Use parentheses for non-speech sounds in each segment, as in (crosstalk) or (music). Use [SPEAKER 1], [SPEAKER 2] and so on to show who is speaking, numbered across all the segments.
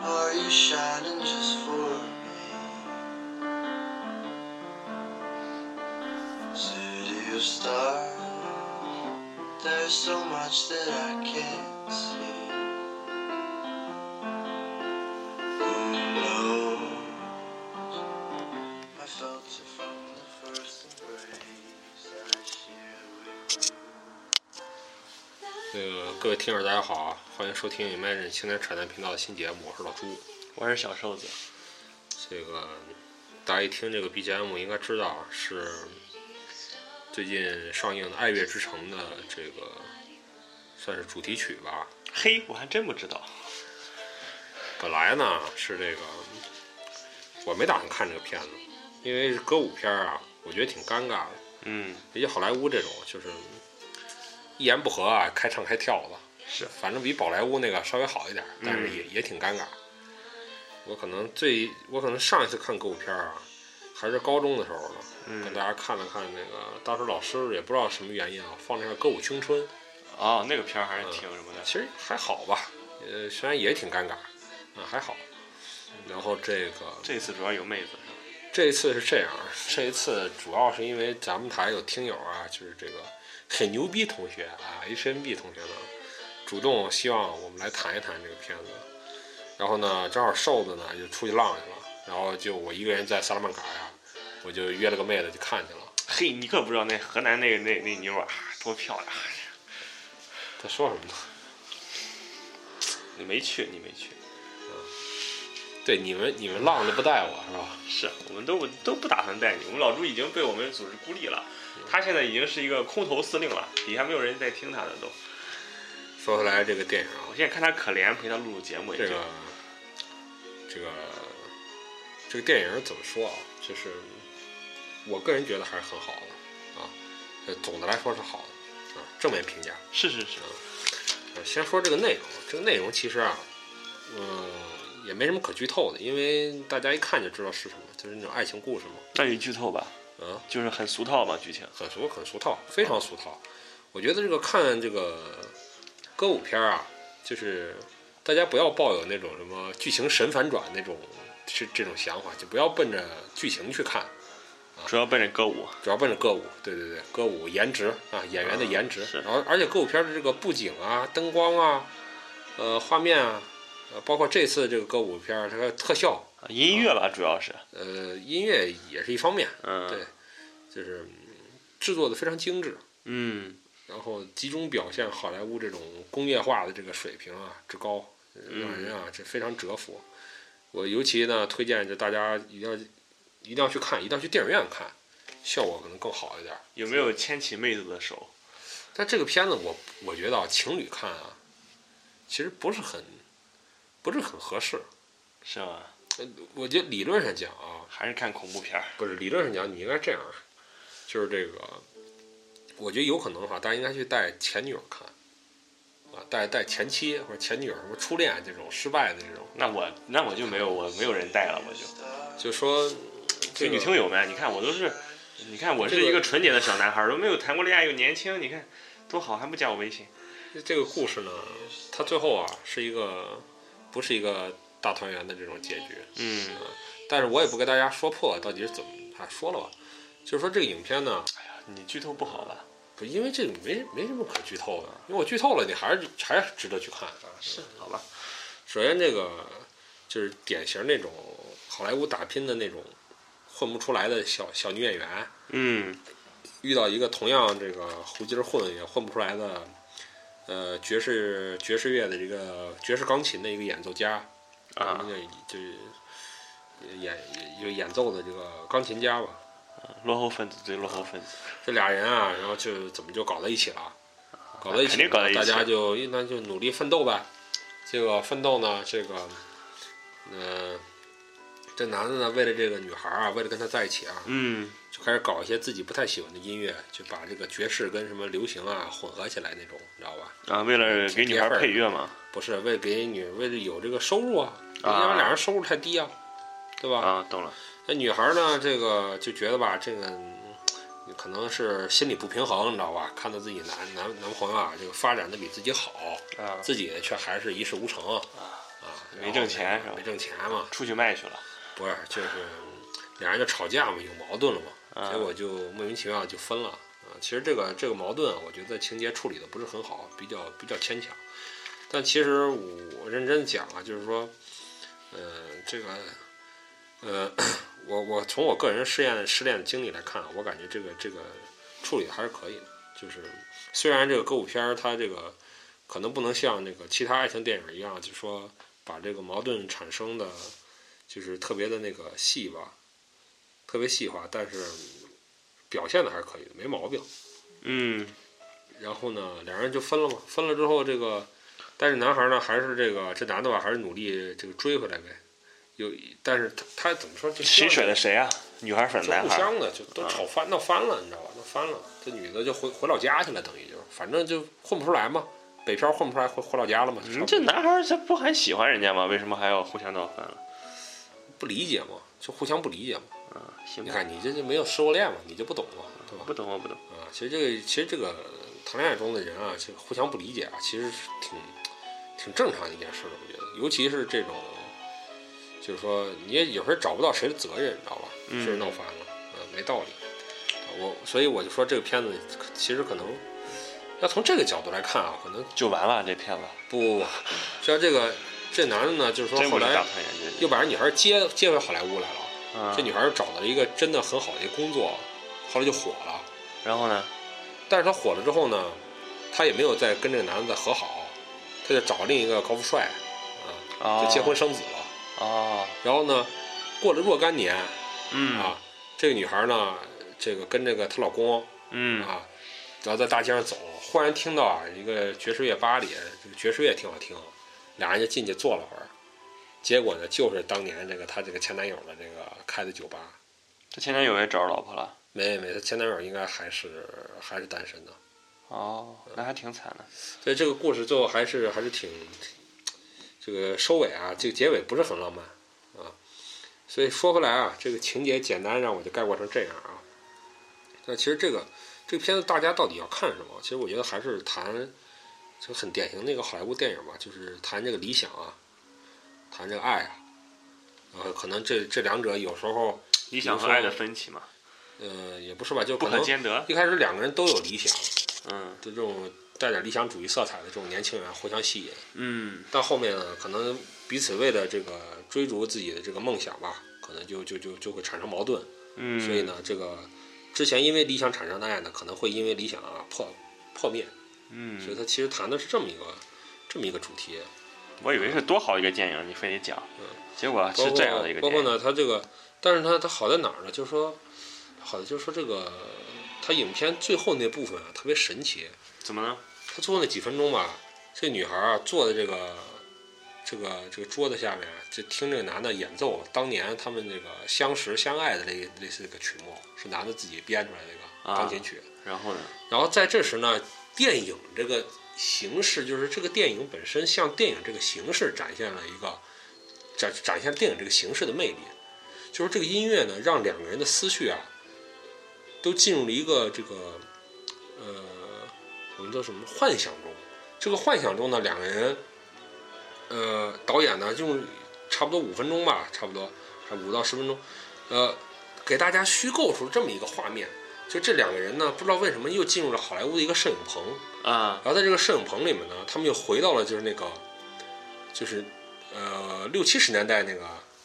[SPEAKER 1] Are you shining just for me? City of stars, there's so much that I can't see. Who knows? I felt it from the first embrace. I share with you.
[SPEAKER 2] 那个各位听友，大家好啊，欢迎收听 Imagine 青年扯淡频道的新节目，我是老朱。
[SPEAKER 3] 我是小瘦子，
[SPEAKER 2] 这个大家一听这个 BGM 应该知道啊是最近上映的《爱乐之城》的这个算是主题曲吧。
[SPEAKER 3] 嘿，我还真不知道。
[SPEAKER 2] 本来呢是这个我没打算看这个片子，因为是歌舞片儿啊，我觉得挺尴尬的。
[SPEAKER 3] 嗯，
[SPEAKER 2] 也就好莱坞这种，就是一言不合啊，开唱开跳的，
[SPEAKER 3] 是
[SPEAKER 2] 反正比宝莱坞那个稍微好一点，但是也、也挺尴尬。我可能最我可能上一次看歌舞片啊，还是高中的时候呢，跟大家看了看那个，当时老师也不知道什么原因啊，放那个《歌舞青春》，
[SPEAKER 3] 哦，那个片儿还是挺什么的。
[SPEAKER 2] 其实还好吧，呃，虽然也挺尴尬，啊、还好。然后这个
[SPEAKER 3] 这次主要有妹子是吧？
[SPEAKER 2] 这一次是这样，这一次主要是因为咱们台有听友啊，就是这个很牛逼同学啊，HNB 同学呢，主动希望我们来谈一谈这个片子。然后呢，正好瘦子呢就出去浪去了，然后就我一个人在萨拉曼卡呀，我就约了个妹子去看去了。
[SPEAKER 3] 嘿，你可不知道那河南那个那那妞儿啊，多漂亮！
[SPEAKER 2] 她说什么呢？ (laughs)
[SPEAKER 3] 你没去，你没去。
[SPEAKER 2] 对，你们你们浪的不带我是吧？
[SPEAKER 3] 是我们都不都不打算带你，我们老朱已经被我们组织孤立了，他现在已经是一个空头司令了，底下没有人在听他的都。
[SPEAKER 2] 说回来这个电影啊
[SPEAKER 3] 我，现在看他可怜，陪他录录节目也
[SPEAKER 2] 这
[SPEAKER 3] 就。
[SPEAKER 2] 个这个这个电影怎么说啊？就是我个人觉得还是很好的啊，呃，总的来说是好的啊，正面评价。
[SPEAKER 3] 是是是，
[SPEAKER 2] 呃先说这个内容，这个内容其实啊，嗯，也没什么可剧透的，因为大家一看就知道是什么，就是那种爱情故事嘛，
[SPEAKER 3] 那你剧透吧，
[SPEAKER 2] 啊，
[SPEAKER 3] 就是很俗套嘛剧情。
[SPEAKER 2] 很俗很俗套，非常俗套。我觉得这个看这个歌舞片儿啊，就是大家不要抱有那种什么剧情神反转那种是这种想法，就不要奔着剧情去看，
[SPEAKER 3] 主要奔着歌舞，
[SPEAKER 2] 主要奔着歌舞。对对对，歌舞颜值啊，演员的颜值。
[SPEAKER 3] 啊是
[SPEAKER 2] 然后而且歌舞片的这个布景啊、灯光啊、呃画面啊，呃包括这次这个歌舞片儿它的特效，
[SPEAKER 3] 啊音乐吧主要是。
[SPEAKER 2] 呃音乐也是一方面，对
[SPEAKER 3] 嗯
[SPEAKER 2] 就是嗯制作的非常精致。
[SPEAKER 3] 嗯，
[SPEAKER 2] 然后集中表现好莱坞这种工业化的这个水平啊之高，呃让人啊这非常折服。我尤其呢推荐就大家一定要一定要去看，一定要去电影院看，效果可能更好一点。
[SPEAKER 3] 有没有牵起妹子的手？
[SPEAKER 2] 但这个片子我我觉得啊，情侣看啊，其实不是很不是很合适。
[SPEAKER 3] 是吗？
[SPEAKER 2] 呃我觉得理论上讲啊，
[SPEAKER 3] 还是看恐怖片儿？
[SPEAKER 2] 不是理论上讲你应该这样，啊就是这个，我觉得有可能的话，大家应该去带前女友看，啊，带带前妻或者前女友什么初恋这种失败的这种，
[SPEAKER 3] 那我那我就没有我没有人带了，我就
[SPEAKER 2] 就说
[SPEAKER 3] 所
[SPEAKER 2] 这
[SPEAKER 3] 以女
[SPEAKER 2] 个
[SPEAKER 3] 听友们，你看我都是，你看我是一个纯洁的小男孩儿，都没有谈过恋爱，又年轻，你看多好，还不加我微信？
[SPEAKER 2] 这个故事呢，它最后啊是一个不是一个大团圆的这种结局，
[SPEAKER 3] 嗯，
[SPEAKER 2] 但是我也不给大家说破到底是怎么，啊说了吧，就是说这个影片呢，
[SPEAKER 3] 哎呀，你剧透不好吧？
[SPEAKER 2] 不因为这个没没什么可剧透的，因为我剧透了，你还是还是值得去看。啊
[SPEAKER 3] 是，好吧，
[SPEAKER 2] 首先，这个就是典型那种好莱坞打拼的那种混不出来的小小女演员，
[SPEAKER 3] 嗯，
[SPEAKER 2] 遇到一个同样这个胡鸡儿混也混不出来的，呃，爵士爵士乐的这个爵士钢琴的一个演奏家，
[SPEAKER 3] 啊
[SPEAKER 2] 那个就是演就演奏的这个钢琴家吧。
[SPEAKER 3] 落后分子对落后分子，
[SPEAKER 2] 这俩人啊，然后就怎么就搞到一起了？啊搞到一起，
[SPEAKER 3] 啊肯定搞到一起
[SPEAKER 2] 大家就那就努力奋斗呗。这个奋斗呢，这个，呃，这男的呢，为了这个女孩啊，为了跟她在一起啊，
[SPEAKER 3] 嗯，
[SPEAKER 2] 就开始搞一些自己不太喜欢的音乐，就把这个爵士跟什么流行啊混合起来那种，你知道吧？
[SPEAKER 3] 啊，为
[SPEAKER 2] 嗯
[SPEAKER 3] 了给女孩配乐嘛，
[SPEAKER 2] 不是为了给女，为了有这个收入啊，
[SPEAKER 3] 啊
[SPEAKER 2] 要不然俩人收入太低啊，对吧？
[SPEAKER 3] 啊，懂了，
[SPEAKER 2] 那女孩呢，这个就觉得吧，这个嗯可能是心理不平衡，你知道吧？看到自己男男男朋友啊，这个发展的比自己好，
[SPEAKER 3] 啊，
[SPEAKER 2] 自己却还是一事无成啊，
[SPEAKER 3] 没挣钱是吧
[SPEAKER 2] 没挣钱嘛，
[SPEAKER 3] 出去卖去了，
[SPEAKER 2] 不是，就是嗯俩人就吵架嘛，有矛盾了嘛，
[SPEAKER 3] 啊
[SPEAKER 2] 结果就莫名其妙就分了。啊，其实这个这个矛盾，我觉得情节处理的不是很好，比较比较牵强。但其实我认真讲啊，就是说，嗯、这个，呃，我我从我个人试验失恋的经历来看啊，我感觉这个这个处理的还是可以的。就是虽然这个歌舞片儿它这个可能不能像那个其他爱情电影一样，就说把这个矛盾产生的就是特别的那个细吧，特别细化，但是表现的还是可以的，没毛病。
[SPEAKER 3] 嗯，
[SPEAKER 2] 然后呢，两人就分了嘛，分了之后这个，但是男孩呢还是这个这男的吧，还是努力这个追回来呗。有，但是他他怎么说？就
[SPEAKER 3] 谁甩的谁啊？女孩粉
[SPEAKER 2] 就
[SPEAKER 3] 男
[SPEAKER 2] 互
[SPEAKER 3] 孩，嗯
[SPEAKER 2] 相的就都吵翻，闹翻了，你知道吧？闹翻了，这女的就回回老家去了，等于就是，反正就混不出来嘛，北漂混不出来，回回老家了嘛。就差
[SPEAKER 3] 嗯
[SPEAKER 2] 不多
[SPEAKER 3] 这男孩他不还喜欢人家吗？为什么还要互相闹翻了？
[SPEAKER 2] 不理解嘛，就互相不理解嘛。
[SPEAKER 3] 啊，行
[SPEAKER 2] 你
[SPEAKER 3] 吧，
[SPEAKER 2] 看你这就没有失过恋嘛，你就不懂嘛，对吧？
[SPEAKER 3] 不懂我不懂，
[SPEAKER 2] 啊，其实这个其实这个谈恋爱中的人啊，这个互相不理解啊，其实是挺挺正常的一件事儿，我觉得，尤其是这种，就是说你也有时候找不到谁的责任，你知道吧？
[SPEAKER 3] 嗯
[SPEAKER 2] 是闹翻了，呃，没道理。呃我所以我就说这个片子其实可能要从这个角度来看啊，可能
[SPEAKER 3] 就完了这骗子，
[SPEAKER 2] 不不不，像这个这男的呢，就是说
[SPEAKER 3] 真
[SPEAKER 2] 后
[SPEAKER 3] 不是大
[SPEAKER 2] 来
[SPEAKER 3] 团圆这
[SPEAKER 2] 又把人女孩接接回好莱坞来了，
[SPEAKER 3] 人啊
[SPEAKER 2] 这。女孩儿找到了一个真的很好的一个工作，后来就火了。
[SPEAKER 3] 然后呢？
[SPEAKER 2] 但是他火了之后呢，他也没有再跟这个男的再和好，他就找另一个高富帅，啊，
[SPEAKER 3] 啊，
[SPEAKER 2] 就结婚生子了。
[SPEAKER 3] 哦，
[SPEAKER 2] 然后呢，过了若干年
[SPEAKER 3] 嗯
[SPEAKER 2] 啊，这个女孩呢，这个跟这个她老公
[SPEAKER 3] 嗯
[SPEAKER 2] 啊，然后在大街上走，忽然听到啊一个爵士乐吧里，这个爵士乐挺好听，俩人就进去坐了会儿。结果呢，就是当年这个她这个前男友的这个开的酒吧，
[SPEAKER 3] 这前男友也找着老婆了。
[SPEAKER 2] 没没，她前男友应该还是还是单身的。
[SPEAKER 3] 哦，那还挺惨的。
[SPEAKER 2] 所以这个故事最后还是还是挺，这个收尾啊，这个结尾不是很浪漫啊。所以说回来啊，这个情节简单让我就概括成这样啊。但其实这个这个片子大家到底要看什么？其实我觉得还是谈，就很典型的一个好莱坞电影吧，就是谈这个理想啊，谈这个爱啊。呃，可能这这两者有时候，
[SPEAKER 3] 理想和爱的分歧嘛，
[SPEAKER 2] 呃，也不是吧，就
[SPEAKER 3] 不
[SPEAKER 2] 可
[SPEAKER 3] 可
[SPEAKER 2] 能
[SPEAKER 3] 兼得。
[SPEAKER 2] 一开始两个人都有理想，
[SPEAKER 3] 嗯
[SPEAKER 2] 就这种带点理想主义色彩的这种年轻人互相吸引。
[SPEAKER 3] 嗯，
[SPEAKER 2] 到后面呢，可能彼此为了这个追逐自己的这个梦想吧，可能就就就就会产生矛盾。
[SPEAKER 3] 嗯，
[SPEAKER 2] 所以呢，这个之前因为理想产生的爱呢，可能会因为理想啊破破灭。所以
[SPEAKER 3] 嗯，
[SPEAKER 2] 它其实谈的是这么一个这么一个主题，
[SPEAKER 3] 我以为是多好一个电影，你非得讲，结果
[SPEAKER 2] 嗯包
[SPEAKER 3] 是
[SPEAKER 2] 括
[SPEAKER 3] 这样的一个
[SPEAKER 2] 包
[SPEAKER 3] 电
[SPEAKER 2] 括
[SPEAKER 3] 影。
[SPEAKER 2] 呢，它这个，但是它它好在哪儿呢？就是说，好的就是说这个它影片最后那部分啊，特别神奇。
[SPEAKER 3] 怎么呢？
[SPEAKER 2] 他最后那几分钟吧，这女孩啊坐在这个这个这个桌子下面，啊就听这个男的演奏当年他们这个相识相爱的类类似这个曲目，是男的自己编出来的一个
[SPEAKER 3] 啊
[SPEAKER 2] 钢琴曲。
[SPEAKER 3] 然后呢？
[SPEAKER 2] 然后在这时呢，电影这个形式，就是这个电影本身向电影这个形式展现了一个展展现电影这个形式的魅力，就是这个音乐呢，让两个人的思绪啊，都进入了一个这个呃，我们叫什么幻想中。这个幻想中呢，两个人，呃，导演呢用差不多五分钟吧，差不多还五到十分钟，呃，给大家虚构出这么一个画面。就这两个人呢，不知道为什么又进入了好莱坞的一个摄影棚，
[SPEAKER 3] 啊，
[SPEAKER 2] 然后在这个摄影棚里面呢，他们又回到了就是那个，就是呃六七十年代那个，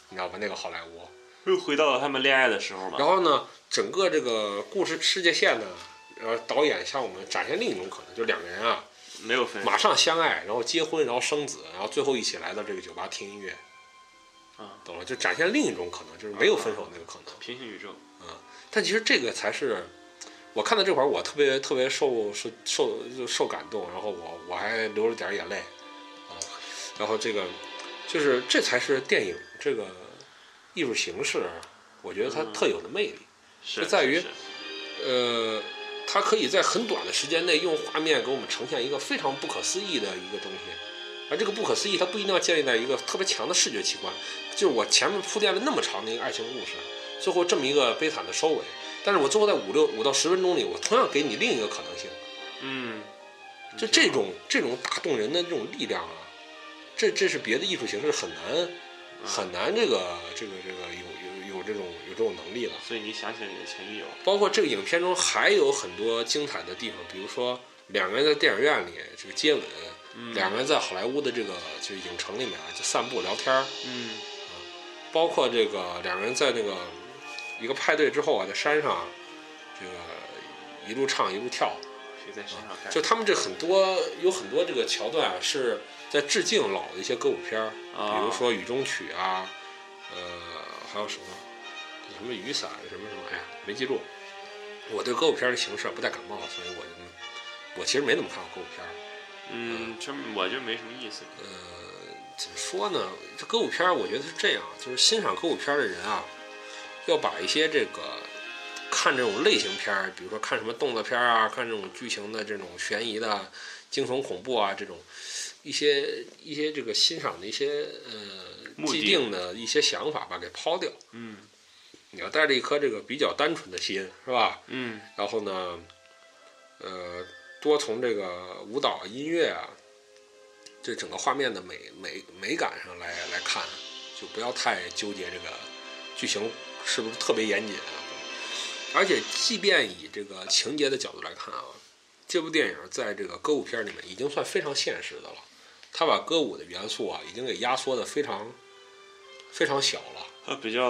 [SPEAKER 2] 你知道吧？那个好莱坞。
[SPEAKER 3] 又回到了他们恋爱的时候嘛。
[SPEAKER 2] 然后呢，整个这个故事世界线呢，呃，导演向我们展现另一种可能，就两个人啊，
[SPEAKER 3] 没有分
[SPEAKER 2] 马上相爱，然后结婚，然后生子，然后最后一起来到这个酒吧听音乐，
[SPEAKER 3] 啊，
[SPEAKER 2] 懂了？就展现另一种可能，就是没有分手那个可能。
[SPEAKER 3] 平行宇宙。
[SPEAKER 2] 但其实这个才是我看到这块儿，我特别特别受受受就受感动，然后我我还流了点儿眼泪啊。然后这个就是这才是电影这个艺术形式，我觉得它
[SPEAKER 3] 嗯
[SPEAKER 2] 特有的魅力。
[SPEAKER 3] 是
[SPEAKER 2] 就在于
[SPEAKER 3] 是是
[SPEAKER 2] 呃，它可以在很短的时间内用画面给我们呈现一个非常不可思议的一个东西，而这个不可思议它不一定要建立在一个特别强的视觉奇观，就是我前面铺垫了那么长的一个爱情故事，最后这么一个悲惨的收尾，但是我最后在五六五到十分钟里，我同样给你另一个可能性。
[SPEAKER 3] 嗯，
[SPEAKER 2] 就这种这种打动人的这种力量啊，这这是别的艺术形式很难很难这个这个这个有有有这种有这种能力的。
[SPEAKER 3] 嗯所以你想起了你的前女友，
[SPEAKER 2] 包括这个影片中还有很多精彩的地方，比如说两个人在电影院里这个接吻，
[SPEAKER 3] 嗯
[SPEAKER 2] 两个人在好莱坞的这个就是影城里面啊就散步聊天儿，
[SPEAKER 3] 嗯
[SPEAKER 2] 包括这个两个人在那个一个派对之后啊，在山上这个一路唱一路跳，
[SPEAKER 3] 谁在身上看？
[SPEAKER 2] 就他们这很多有很多这个桥段啊是在致敬老的一些歌舞片儿，
[SPEAKER 3] 啊
[SPEAKER 2] 比如说《雨中曲》啊，呃，还有什么什么雨伞什么什么，哎呀，没记住。我对歌舞片儿的形式不太感冒，所以我就我其实没怎么看过歌舞片儿。
[SPEAKER 3] 嗯，这我就没什么意思。
[SPEAKER 2] 呃，怎么说呢？这歌舞片儿我觉得是这样，就是欣赏歌舞片儿的人啊，要把一些这个看这种类型片儿，比如说看什么动作片儿啊，看这种剧情的这种悬疑的、惊悚恐怖啊这种一些一些这个欣赏的一些呃
[SPEAKER 3] 目的
[SPEAKER 2] 既定的一些想法吧，给抛掉。
[SPEAKER 3] 嗯
[SPEAKER 2] 你要带着一颗这个比较单纯的心，是吧？
[SPEAKER 3] 嗯
[SPEAKER 2] 然后呢，呃，多从这个舞蹈、音乐啊，这整个画面的美美美感上来来看，就不要太纠结这个剧情是不是特别严谨啊。而且，即便以这个情节的角度来看啊，这部电影在这个歌舞片里面已经算非常现实的了。他把歌舞的元素啊，已经给压缩的非常非常小了。
[SPEAKER 3] 呃，比较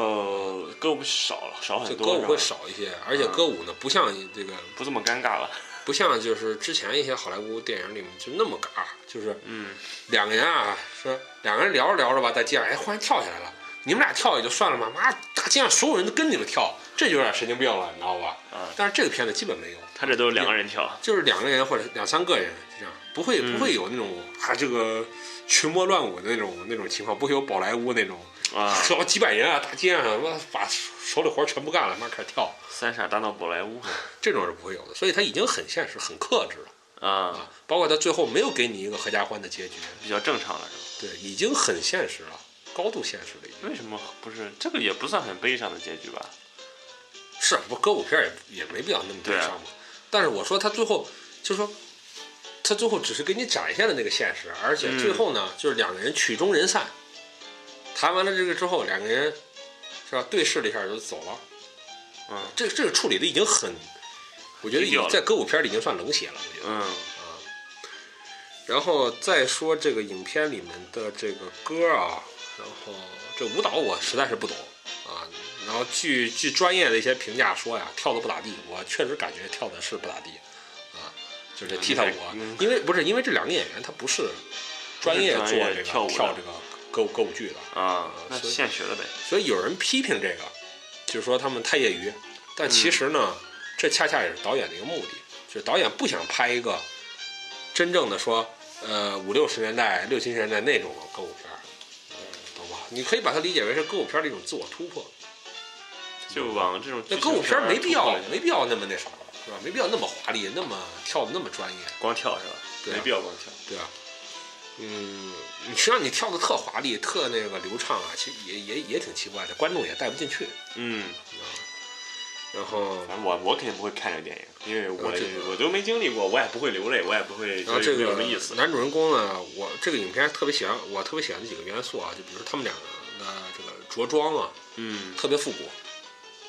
[SPEAKER 3] 歌舞少了，少
[SPEAKER 2] 这
[SPEAKER 3] 很
[SPEAKER 2] 歌
[SPEAKER 3] 哎多，
[SPEAKER 2] 舞会
[SPEAKER 3] 是吧，
[SPEAKER 2] 少一些，而且歌舞呢，不像这个
[SPEAKER 3] 不这么尴尬了。
[SPEAKER 2] 不像就是之前一些好莱坞电影里面就那么尬，就是
[SPEAKER 3] 嗯
[SPEAKER 2] 两个人啊，说两个人聊着聊着吧，在街上哎忽然跳起来了，你们俩跳也就算了吧，妈大街上所有人都跟你们跳，这就有点神经病了，你知道吧？
[SPEAKER 3] 啊，
[SPEAKER 2] 但是这个片子基本没有，
[SPEAKER 3] 他这都是两个人跳，
[SPEAKER 2] 就是两个人或者两三个人就这样，不会
[SPEAKER 3] 嗯
[SPEAKER 2] 不会有那种、啊这个群魔乱舞的那种那种情况，不会有宝莱坞那种 (laughs)
[SPEAKER 3] 啊，
[SPEAKER 2] 说几百人啊大街上妈把手里活儿全不干了，妈开始跳，
[SPEAKER 3] 三傻大闹宝莱坞
[SPEAKER 2] 这种是不会有的，所以他已经很现实很克制了。嗯
[SPEAKER 3] 啊，
[SPEAKER 2] 包括他最后没有给你一个合家欢的结局，
[SPEAKER 3] 比较正常了，是吧？
[SPEAKER 2] 对，已经很现实了，高度现实了已经。
[SPEAKER 3] 为什么不是这个也不算很悲伤的结局吧？
[SPEAKER 2] 是不歌舞片儿也也没必要那么悲
[SPEAKER 3] 对啊
[SPEAKER 2] 伤嘛。但是我说他最后就是说，他最后只是给你展现了那个现实，而且
[SPEAKER 3] 嗯
[SPEAKER 2] 最后呢，就是两个人曲终人散，谈完了这个之后，两个人是吧对视了一下就走了。
[SPEAKER 3] 嗯
[SPEAKER 2] 这这个处理的已经很，我觉得已
[SPEAKER 3] 低调
[SPEAKER 2] 经
[SPEAKER 3] 了
[SPEAKER 2] 在歌舞片儿里已经算冷血了，我觉得。
[SPEAKER 3] 嗯
[SPEAKER 2] 啊。然后再说这个影片里面的这个歌啊，然后这舞蹈我实在是不懂啊。然后据据专业的一些评价说呀，跳的不咋地，我确实感觉跳的是不咋地啊，就是这踢踏舞啊
[SPEAKER 3] 嗯，
[SPEAKER 2] 因为不是因为这两个演员他不是专业做
[SPEAKER 3] 专
[SPEAKER 2] 这
[SPEAKER 3] 业
[SPEAKER 2] 个
[SPEAKER 3] 跳
[SPEAKER 2] 跳
[SPEAKER 3] 舞的
[SPEAKER 2] 这个歌舞歌舞剧的，
[SPEAKER 3] 啊，那
[SPEAKER 2] 所以
[SPEAKER 3] 现学的呗。
[SPEAKER 2] 所以有人批评这个，就是说他们太业余，但
[SPEAKER 3] 嗯
[SPEAKER 2] 其实呢，这恰恰也是导演的一个目的，就是导演不想拍一个真正的说，呃，五六十年代、六七十年代那种歌舞片儿，呃懂吧？你可以把它理解为是歌舞片儿的一种自我突破。
[SPEAKER 3] 就往这种
[SPEAKER 2] 那
[SPEAKER 3] 剧
[SPEAKER 2] 歌
[SPEAKER 3] 情
[SPEAKER 2] 舞片儿没必
[SPEAKER 3] 突
[SPEAKER 2] 要
[SPEAKER 3] 破一下
[SPEAKER 2] 没必要那么那啥，是吧？没必要那么华丽，那么跳的那么专业，
[SPEAKER 3] 光跳是吧？
[SPEAKER 2] 对啊
[SPEAKER 3] 没必要光跳。
[SPEAKER 2] 对吧？嗯，你实际上你跳的特华丽、特那个流畅啊，其实也也也挺奇怪的，观众也带不进去。
[SPEAKER 3] 嗯，
[SPEAKER 2] 然后，
[SPEAKER 3] 反正我我肯定不会看这个电影，因为我、
[SPEAKER 2] 这个
[SPEAKER 3] 我都没经历过，我也不会流泪，我也不会
[SPEAKER 2] 然后
[SPEAKER 3] 觉
[SPEAKER 2] 这
[SPEAKER 3] 得没有
[SPEAKER 2] 个
[SPEAKER 3] 什么意思。
[SPEAKER 2] 男主人公呢，我这个影片特别喜欢，我特别喜欢的几个元素啊，就比如说他们两个的这个着装啊，
[SPEAKER 3] 嗯
[SPEAKER 2] 特别复古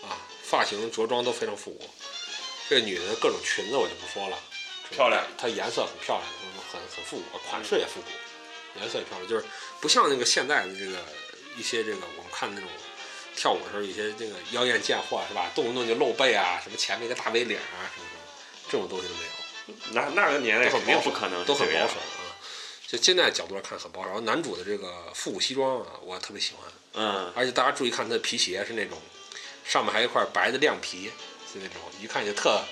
[SPEAKER 2] 啊，发型、着装都非常复古。这个女的各种裙子我就不说了，
[SPEAKER 3] 漂亮，嗯
[SPEAKER 2] 它颜色很漂亮，嗯很很复古，款式也复古，颜色也漂亮，就是不像那个现在的这个一些这个我们看那种跳舞的时候，一些这个妖艳贱货是吧，动不动就露背啊，什么前面一个大 V 领啊什么什么，这种东西都没有。
[SPEAKER 3] 那那个年代肯哎定不可能是
[SPEAKER 2] 都很
[SPEAKER 3] 这
[SPEAKER 2] 保
[SPEAKER 3] 个样
[SPEAKER 2] 守。啊。就现在角度来看很保守，然后男主的这个复古西装啊，我特别喜欢，
[SPEAKER 3] 嗯，
[SPEAKER 2] 而且大家注意看他的皮鞋是那种上面还有一块白的亮皮，就那种一看就特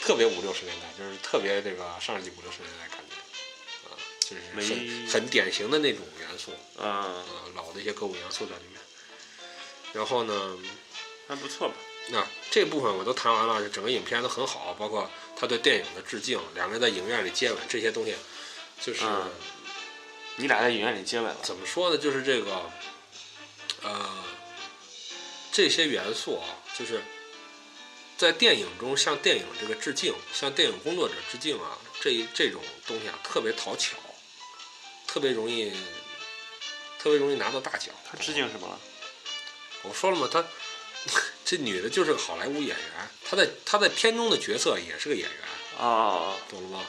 [SPEAKER 2] 特别五六十年代，就是特别这个上世纪五六十年代感觉啊，就是
[SPEAKER 3] 没
[SPEAKER 2] 很很典型的那种元素
[SPEAKER 3] 嗯，
[SPEAKER 2] 啊，老的一些歌舞元素在里面。然后呢，
[SPEAKER 3] 还不错吧？
[SPEAKER 2] 那、这部分我都谈完了，这整个影片都很好，包括他对电影的致敬，两个人在影院里接吻这些东西，就是、
[SPEAKER 3] 嗯你俩在影院里接吻了？
[SPEAKER 2] 怎么说呢？就是这个，呃，这些元素啊，就是在电影中向电影这个致敬，向电影工作者致敬啊，这这种东西啊特别讨巧，特别容易，特别容易拿到大奖。
[SPEAKER 3] 他致敬什么了？
[SPEAKER 2] 我说了嘛，她 (laughs) 这女的就是个好莱坞演员，她在她在片中的角色也是个演员，
[SPEAKER 3] 啊啊啊！
[SPEAKER 2] 懂了吗？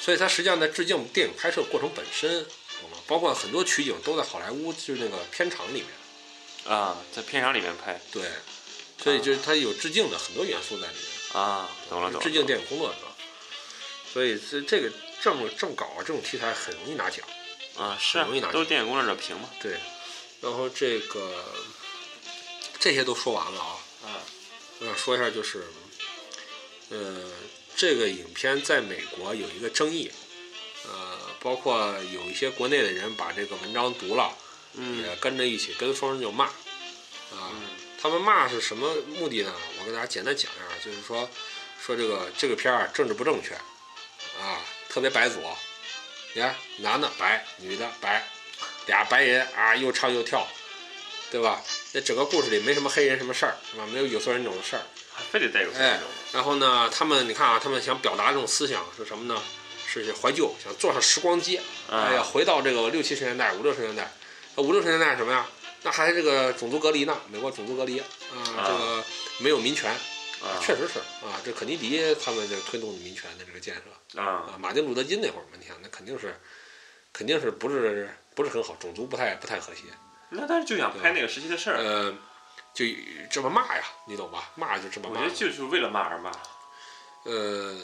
[SPEAKER 2] 所以她实际上在致敬电影拍摄过程本身，懂吗？包括很多取景都在好莱坞就是那个片场里面，
[SPEAKER 3] 啊，在片场里面拍
[SPEAKER 2] 对，所以就是它有致敬的很多元素在里面。
[SPEAKER 3] 啊，懂了懂了。
[SPEAKER 2] 致敬电影工作者，所以这这个这么这么搞啊，这种题材很容易拿奖。
[SPEAKER 3] 啊，是
[SPEAKER 2] 容易拿
[SPEAKER 3] 都是电影工作者评嘛。
[SPEAKER 2] 对，然后这个这些都说完了啊，
[SPEAKER 3] 啊
[SPEAKER 2] 我想说一下就是，呃，这个影片在美国有一个争议，呃，包括有一些国内的人把这个文章读了，
[SPEAKER 3] 嗯
[SPEAKER 2] 也跟着一起跟风就骂，啊、
[SPEAKER 3] 嗯
[SPEAKER 2] 他们骂是什么目的呢？我跟大家简单讲一下，啊就是说说这个这个片儿啊政治不正确，啊，特别白左。你看，男的白，女的白，俩白人啊，又唱又跳，对吧？那整个故事里没什么黑人什么事儿，是吧？没有有色人种的事儿。
[SPEAKER 3] 还非得带有
[SPEAKER 2] 哎
[SPEAKER 3] 这种。
[SPEAKER 2] 然后呢，他们你看啊，他们想表达这种思想是什么呢？是怀旧，想坐上时光机，哎呀，
[SPEAKER 3] 啊
[SPEAKER 2] 回到这个六七十年代、五六十年代。那五六十年代是什么呀？那还这个种族隔离呢，美国种族隔离啊，这个没有民权，
[SPEAKER 3] 啊
[SPEAKER 2] 确实是啊，这肯尼迪他们这推动的民权的这个建设。
[SPEAKER 3] 啊
[SPEAKER 2] 啊，马丁路德金那会儿嘛，你想那肯定是，肯定是不是不是很好，种族不太不太和谐，
[SPEAKER 3] 那但是就想拍那个时期的事儿，
[SPEAKER 2] 呃，就这么骂呀，你懂吧？骂就这么
[SPEAKER 3] 我
[SPEAKER 2] 骂
[SPEAKER 3] 觉，得就是为了骂而骂。
[SPEAKER 2] 呃，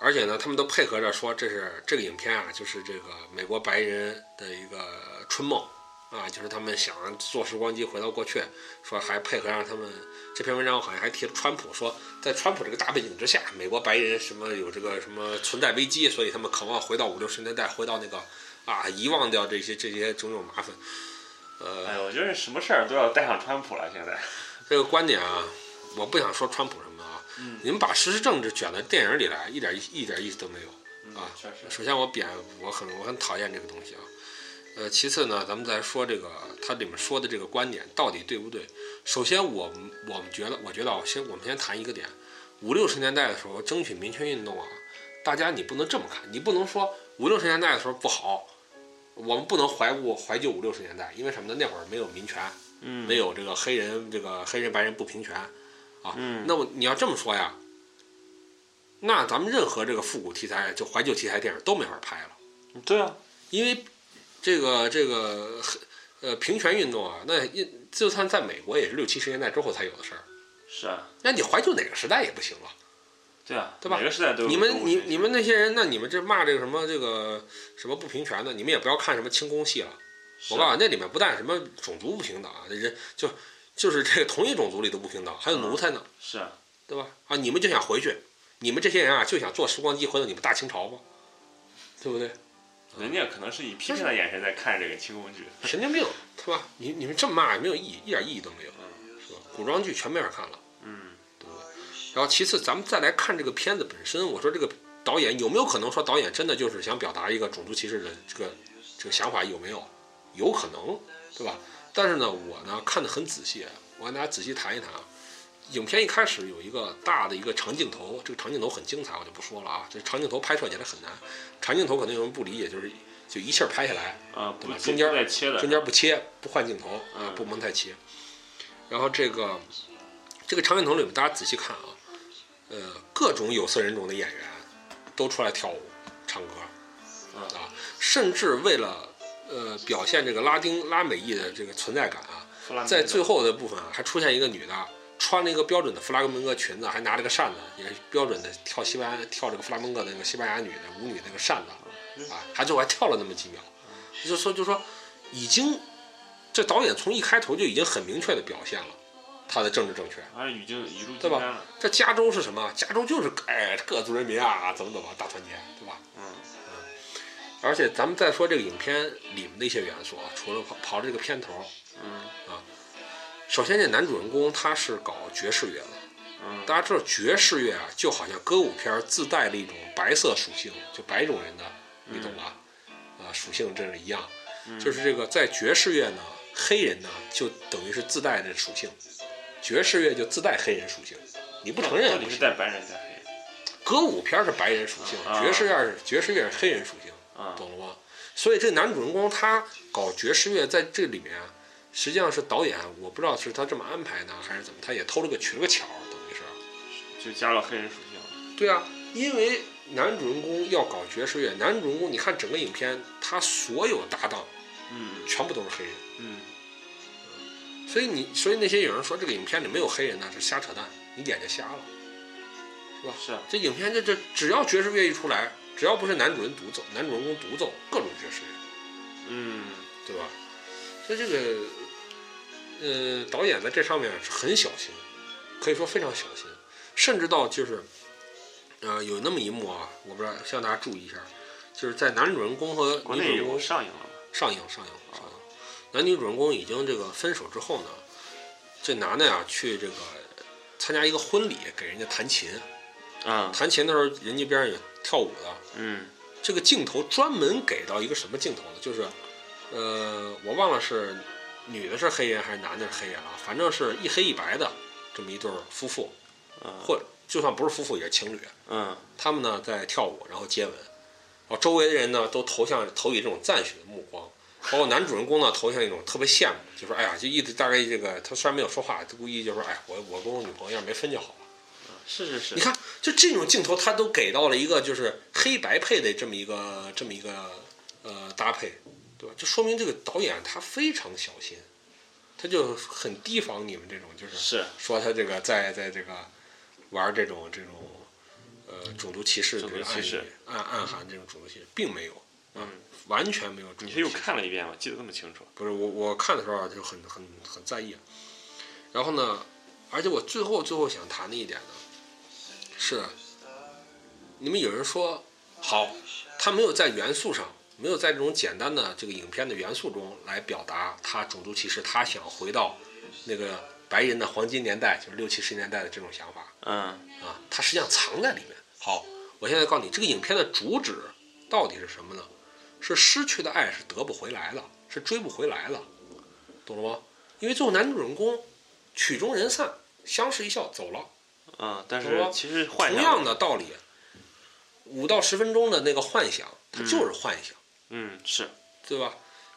[SPEAKER 2] 而且呢，他们都配合着说这是这个影片啊，就是这个美国白人的一个春梦啊，就是他们想坐时光机回到过去，说还配合上他们这篇文章好像还提了川普说，在川普这个大背景之下，美国白人什么有这个什么存在危机，所以他们渴望回到五六十年代，回到那个啊遗忘掉这些这些种种麻烦，呃，啊
[SPEAKER 3] 哎，我觉得什么事儿都要带上川普了，现在。
[SPEAKER 2] 这个观点啊，我不想说川普什么的啊，
[SPEAKER 3] 嗯
[SPEAKER 2] 你们把时事政治卷到电影里来，一点一点意思都没有。啊
[SPEAKER 3] 确实。
[SPEAKER 2] 首先我贬我很我很讨厌这个东西啊，呃，其次呢，咱们再说这个它里面说的这个观点到底对不对？首先我们我们觉得，我觉得啊，先我们先谈一个点，五六十年代的时候争取民权运动啊，大家你不能这么看，你不能说五六十年代的时候不好，我们不能怀顾怀旧五六十年代，因为什么呢？那会儿没有民权，
[SPEAKER 3] 嗯
[SPEAKER 2] 没有这个黑人这个黑人白人不平权，
[SPEAKER 3] 嗯，
[SPEAKER 2] 那么你要这么说呀，那咱们任何这个复古题材就怀旧题材电影都没法拍了，
[SPEAKER 3] 对啊，
[SPEAKER 2] 因为这个这个呃平权运动啊，那一就算在美国也是六七十年代之后才有的事儿，
[SPEAKER 3] 是啊，
[SPEAKER 2] 那你怀旧哪个时代也不行了。
[SPEAKER 3] 对啊，
[SPEAKER 2] 对吧
[SPEAKER 3] 每个时代都有
[SPEAKER 2] 你
[SPEAKER 3] 都
[SPEAKER 2] 们
[SPEAKER 3] 有
[SPEAKER 2] 你
[SPEAKER 3] 这些
[SPEAKER 2] 你们那些人，那你们这骂这个什么这个什么不平权的，你们也不要看什么清宫戏了。
[SPEAKER 3] 是
[SPEAKER 2] 我告诉你，那里面不但什么种族不平等啊，那人就就是这个同一种族里都不平等，还有奴才呢。
[SPEAKER 3] 是啊，
[SPEAKER 2] 对吧？啊，你们就想回去，你们这些人啊，就想坐时光机回到你们大清朝吗？对不对？
[SPEAKER 3] 人家可能是以批评的眼神在看这个清宫剧。
[SPEAKER 2] 神经病，对吧？你你们这么骂也没有意义，一点意义都没有，是吧？古装剧全没法看了。
[SPEAKER 3] 嗯
[SPEAKER 2] 然后其次，咱们再来看这个片子本身，我说这个导演有没有可能说导演真的就是想表达一个种族歧视的这个这个想法有没有？有可能，对吧？但是呢，我呢看得很仔细，我跟大家仔细谈一谈啊。影片一开始有一个大的一个长镜头，这个长镜头很精彩，我就不说了啊。这长镜头拍摄起来很难，长镜头可能有人不理解，就是就一气儿拍下来，
[SPEAKER 3] 啊，
[SPEAKER 2] 对
[SPEAKER 3] 不
[SPEAKER 2] 吧中间
[SPEAKER 3] 在切的
[SPEAKER 2] 中间不切，不换镜头啊，
[SPEAKER 3] 嗯
[SPEAKER 2] 不蒙太奇。然后这个这个长镜头里面，大家仔细看啊，呃，各种有色人种的演员都出来跳舞、唱歌
[SPEAKER 3] 嗯
[SPEAKER 2] 啊，甚至为了呃表现这个拉丁拉美裔的这个存在感啊，
[SPEAKER 3] 弗拉明戈
[SPEAKER 2] 在最后的部分啊，还出现一个女的。穿了一个标准的弗拉门戈裙子，还拿了个扇子，也是标准的跳西班牙跳这个弗拉门戈的那个西班牙女的舞女那个扇子，啊，他就还跳了那么几秒，就说就说已经这导演从一开头就已经很明确的表现了他的政治正确。
[SPEAKER 3] 还是语境语录
[SPEAKER 2] 对吧
[SPEAKER 3] 金丹了。
[SPEAKER 2] 这加州是什么？加州就是哎各族人民啊，怎么怎么大团结，对吧？
[SPEAKER 3] 嗯
[SPEAKER 2] 而且咱们再说这个影片里面的一些元素啊，除了刨刨这个片头，啊
[SPEAKER 3] 嗯
[SPEAKER 2] 首先这男主人公他是搞爵士乐的，
[SPEAKER 3] 嗯
[SPEAKER 2] 大家知道爵士乐啊，就好像歌舞片自带了一种白色属性，就白种人的，你懂吧？啊，属性这是一样。
[SPEAKER 3] 嗯，
[SPEAKER 2] 就是这个在爵士乐呢，黑人呢就等于是自带的属性，爵士乐就自带黑人属性，你不承认也
[SPEAKER 3] 到
[SPEAKER 2] 不
[SPEAKER 3] 底是
[SPEAKER 2] 行。
[SPEAKER 3] 带白人带黑人
[SPEAKER 2] 歌舞片儿是白人属性，
[SPEAKER 3] 啊
[SPEAKER 2] 爵士乐是爵士乐是黑人属性，
[SPEAKER 3] 啊？
[SPEAKER 2] 懂了吗？所以这男主人公他搞爵士乐在这里面啊，实际上是导演我不知道是他这么安排呢，还是怎么，他也偷了个取了个巧，等于是。
[SPEAKER 3] 就加了黑人属性。
[SPEAKER 2] 对啊，因为男主人公要搞爵士乐，男主人公你看整个影片，他所有搭档
[SPEAKER 3] 嗯
[SPEAKER 2] 全部都是黑人，
[SPEAKER 3] 嗯，
[SPEAKER 2] 所以你所以那些有人说这个影片里没有黑人呢，是瞎扯淡，你眼睛瞎了。
[SPEAKER 3] 是啊
[SPEAKER 2] 这影片这这只要爵士乐一出来，只要不是男主人独奏，男主人公独奏各种爵士乐，
[SPEAKER 3] 嗯
[SPEAKER 2] 对吧？所以这个呃导演在这上面是很小心，可以说非常小心，甚至到就是呃有那么一幕啊，我不知道希望大家注意一下，就是在男主人公和
[SPEAKER 3] 国
[SPEAKER 2] 女主
[SPEAKER 3] 内
[SPEAKER 2] 人
[SPEAKER 3] 有
[SPEAKER 2] 公
[SPEAKER 3] 上映了吗？
[SPEAKER 2] 上映上映上映，男女主人公已经这个分手之后呢，这男的呀、去这个参加一个婚礼，给人家弹琴，
[SPEAKER 3] 啊
[SPEAKER 2] 弹琴的时候人家边上有跳舞的。
[SPEAKER 3] 嗯
[SPEAKER 2] 这个镜头专门给到一个什么镜头呢？就是，呃，我忘了是女的是黑人还是男的是黑人了、反正是一黑一白的这么一对儿夫妇，
[SPEAKER 3] 嗯
[SPEAKER 2] 或就算不是夫妇也是情侣，
[SPEAKER 3] 嗯
[SPEAKER 2] 他们呢在跳舞，然后接吻，然后周围的人呢都投向投以这种赞许的目光，包括男主人公呢投向一种特别羡慕，就说哎呀，就一直大概这个他虽然没有说话，他故意就说哎呀，我我跟我女朋友要是没分就好了。
[SPEAKER 3] 是是是
[SPEAKER 2] 你，看，就这种镜头，他都给到了一个就是黑白配的这么一个这么一个呃搭配，对吧？这说明这个导演他非常小心，他就很提防你们这种就是
[SPEAKER 3] 是啊
[SPEAKER 2] 说他这个在在这个玩这种这种呃种族歧视的
[SPEAKER 3] 种
[SPEAKER 2] 这
[SPEAKER 3] 族
[SPEAKER 2] 个暗
[SPEAKER 3] 歧视
[SPEAKER 2] 语暗暗含这种种族歧视，并没有，
[SPEAKER 3] 嗯，
[SPEAKER 2] 完全没有种族
[SPEAKER 3] 你
[SPEAKER 2] 歧
[SPEAKER 3] 是
[SPEAKER 2] 视。
[SPEAKER 3] 又看了一遍吗？记得那么清楚？
[SPEAKER 2] 不是我我看的时候啊就很很很在意，啊然后呢，而且我最后最后想谈的一点呢，是你们有人说好，他没有在元素上，没有在这种简单的这个影片的元素中来表达他种族歧视，他想回到那个白人的黄金年代，就是六七十年代的这种想法
[SPEAKER 3] 嗯
[SPEAKER 2] 啊，他实际上藏在里面。好，我现在告诉你，这个影片的主旨到底是什么呢？是失去的爱是得不回来了，是追不回来了，懂了吗？因为最后男主人公曲终人散，相视一笑走了。
[SPEAKER 3] 嗯，但
[SPEAKER 2] 我
[SPEAKER 3] 是其实幻
[SPEAKER 2] 同
[SPEAKER 3] 想
[SPEAKER 2] 样的道理，五到十分钟的那个幻想，它就是幻想，
[SPEAKER 3] 嗯是
[SPEAKER 2] 对吧？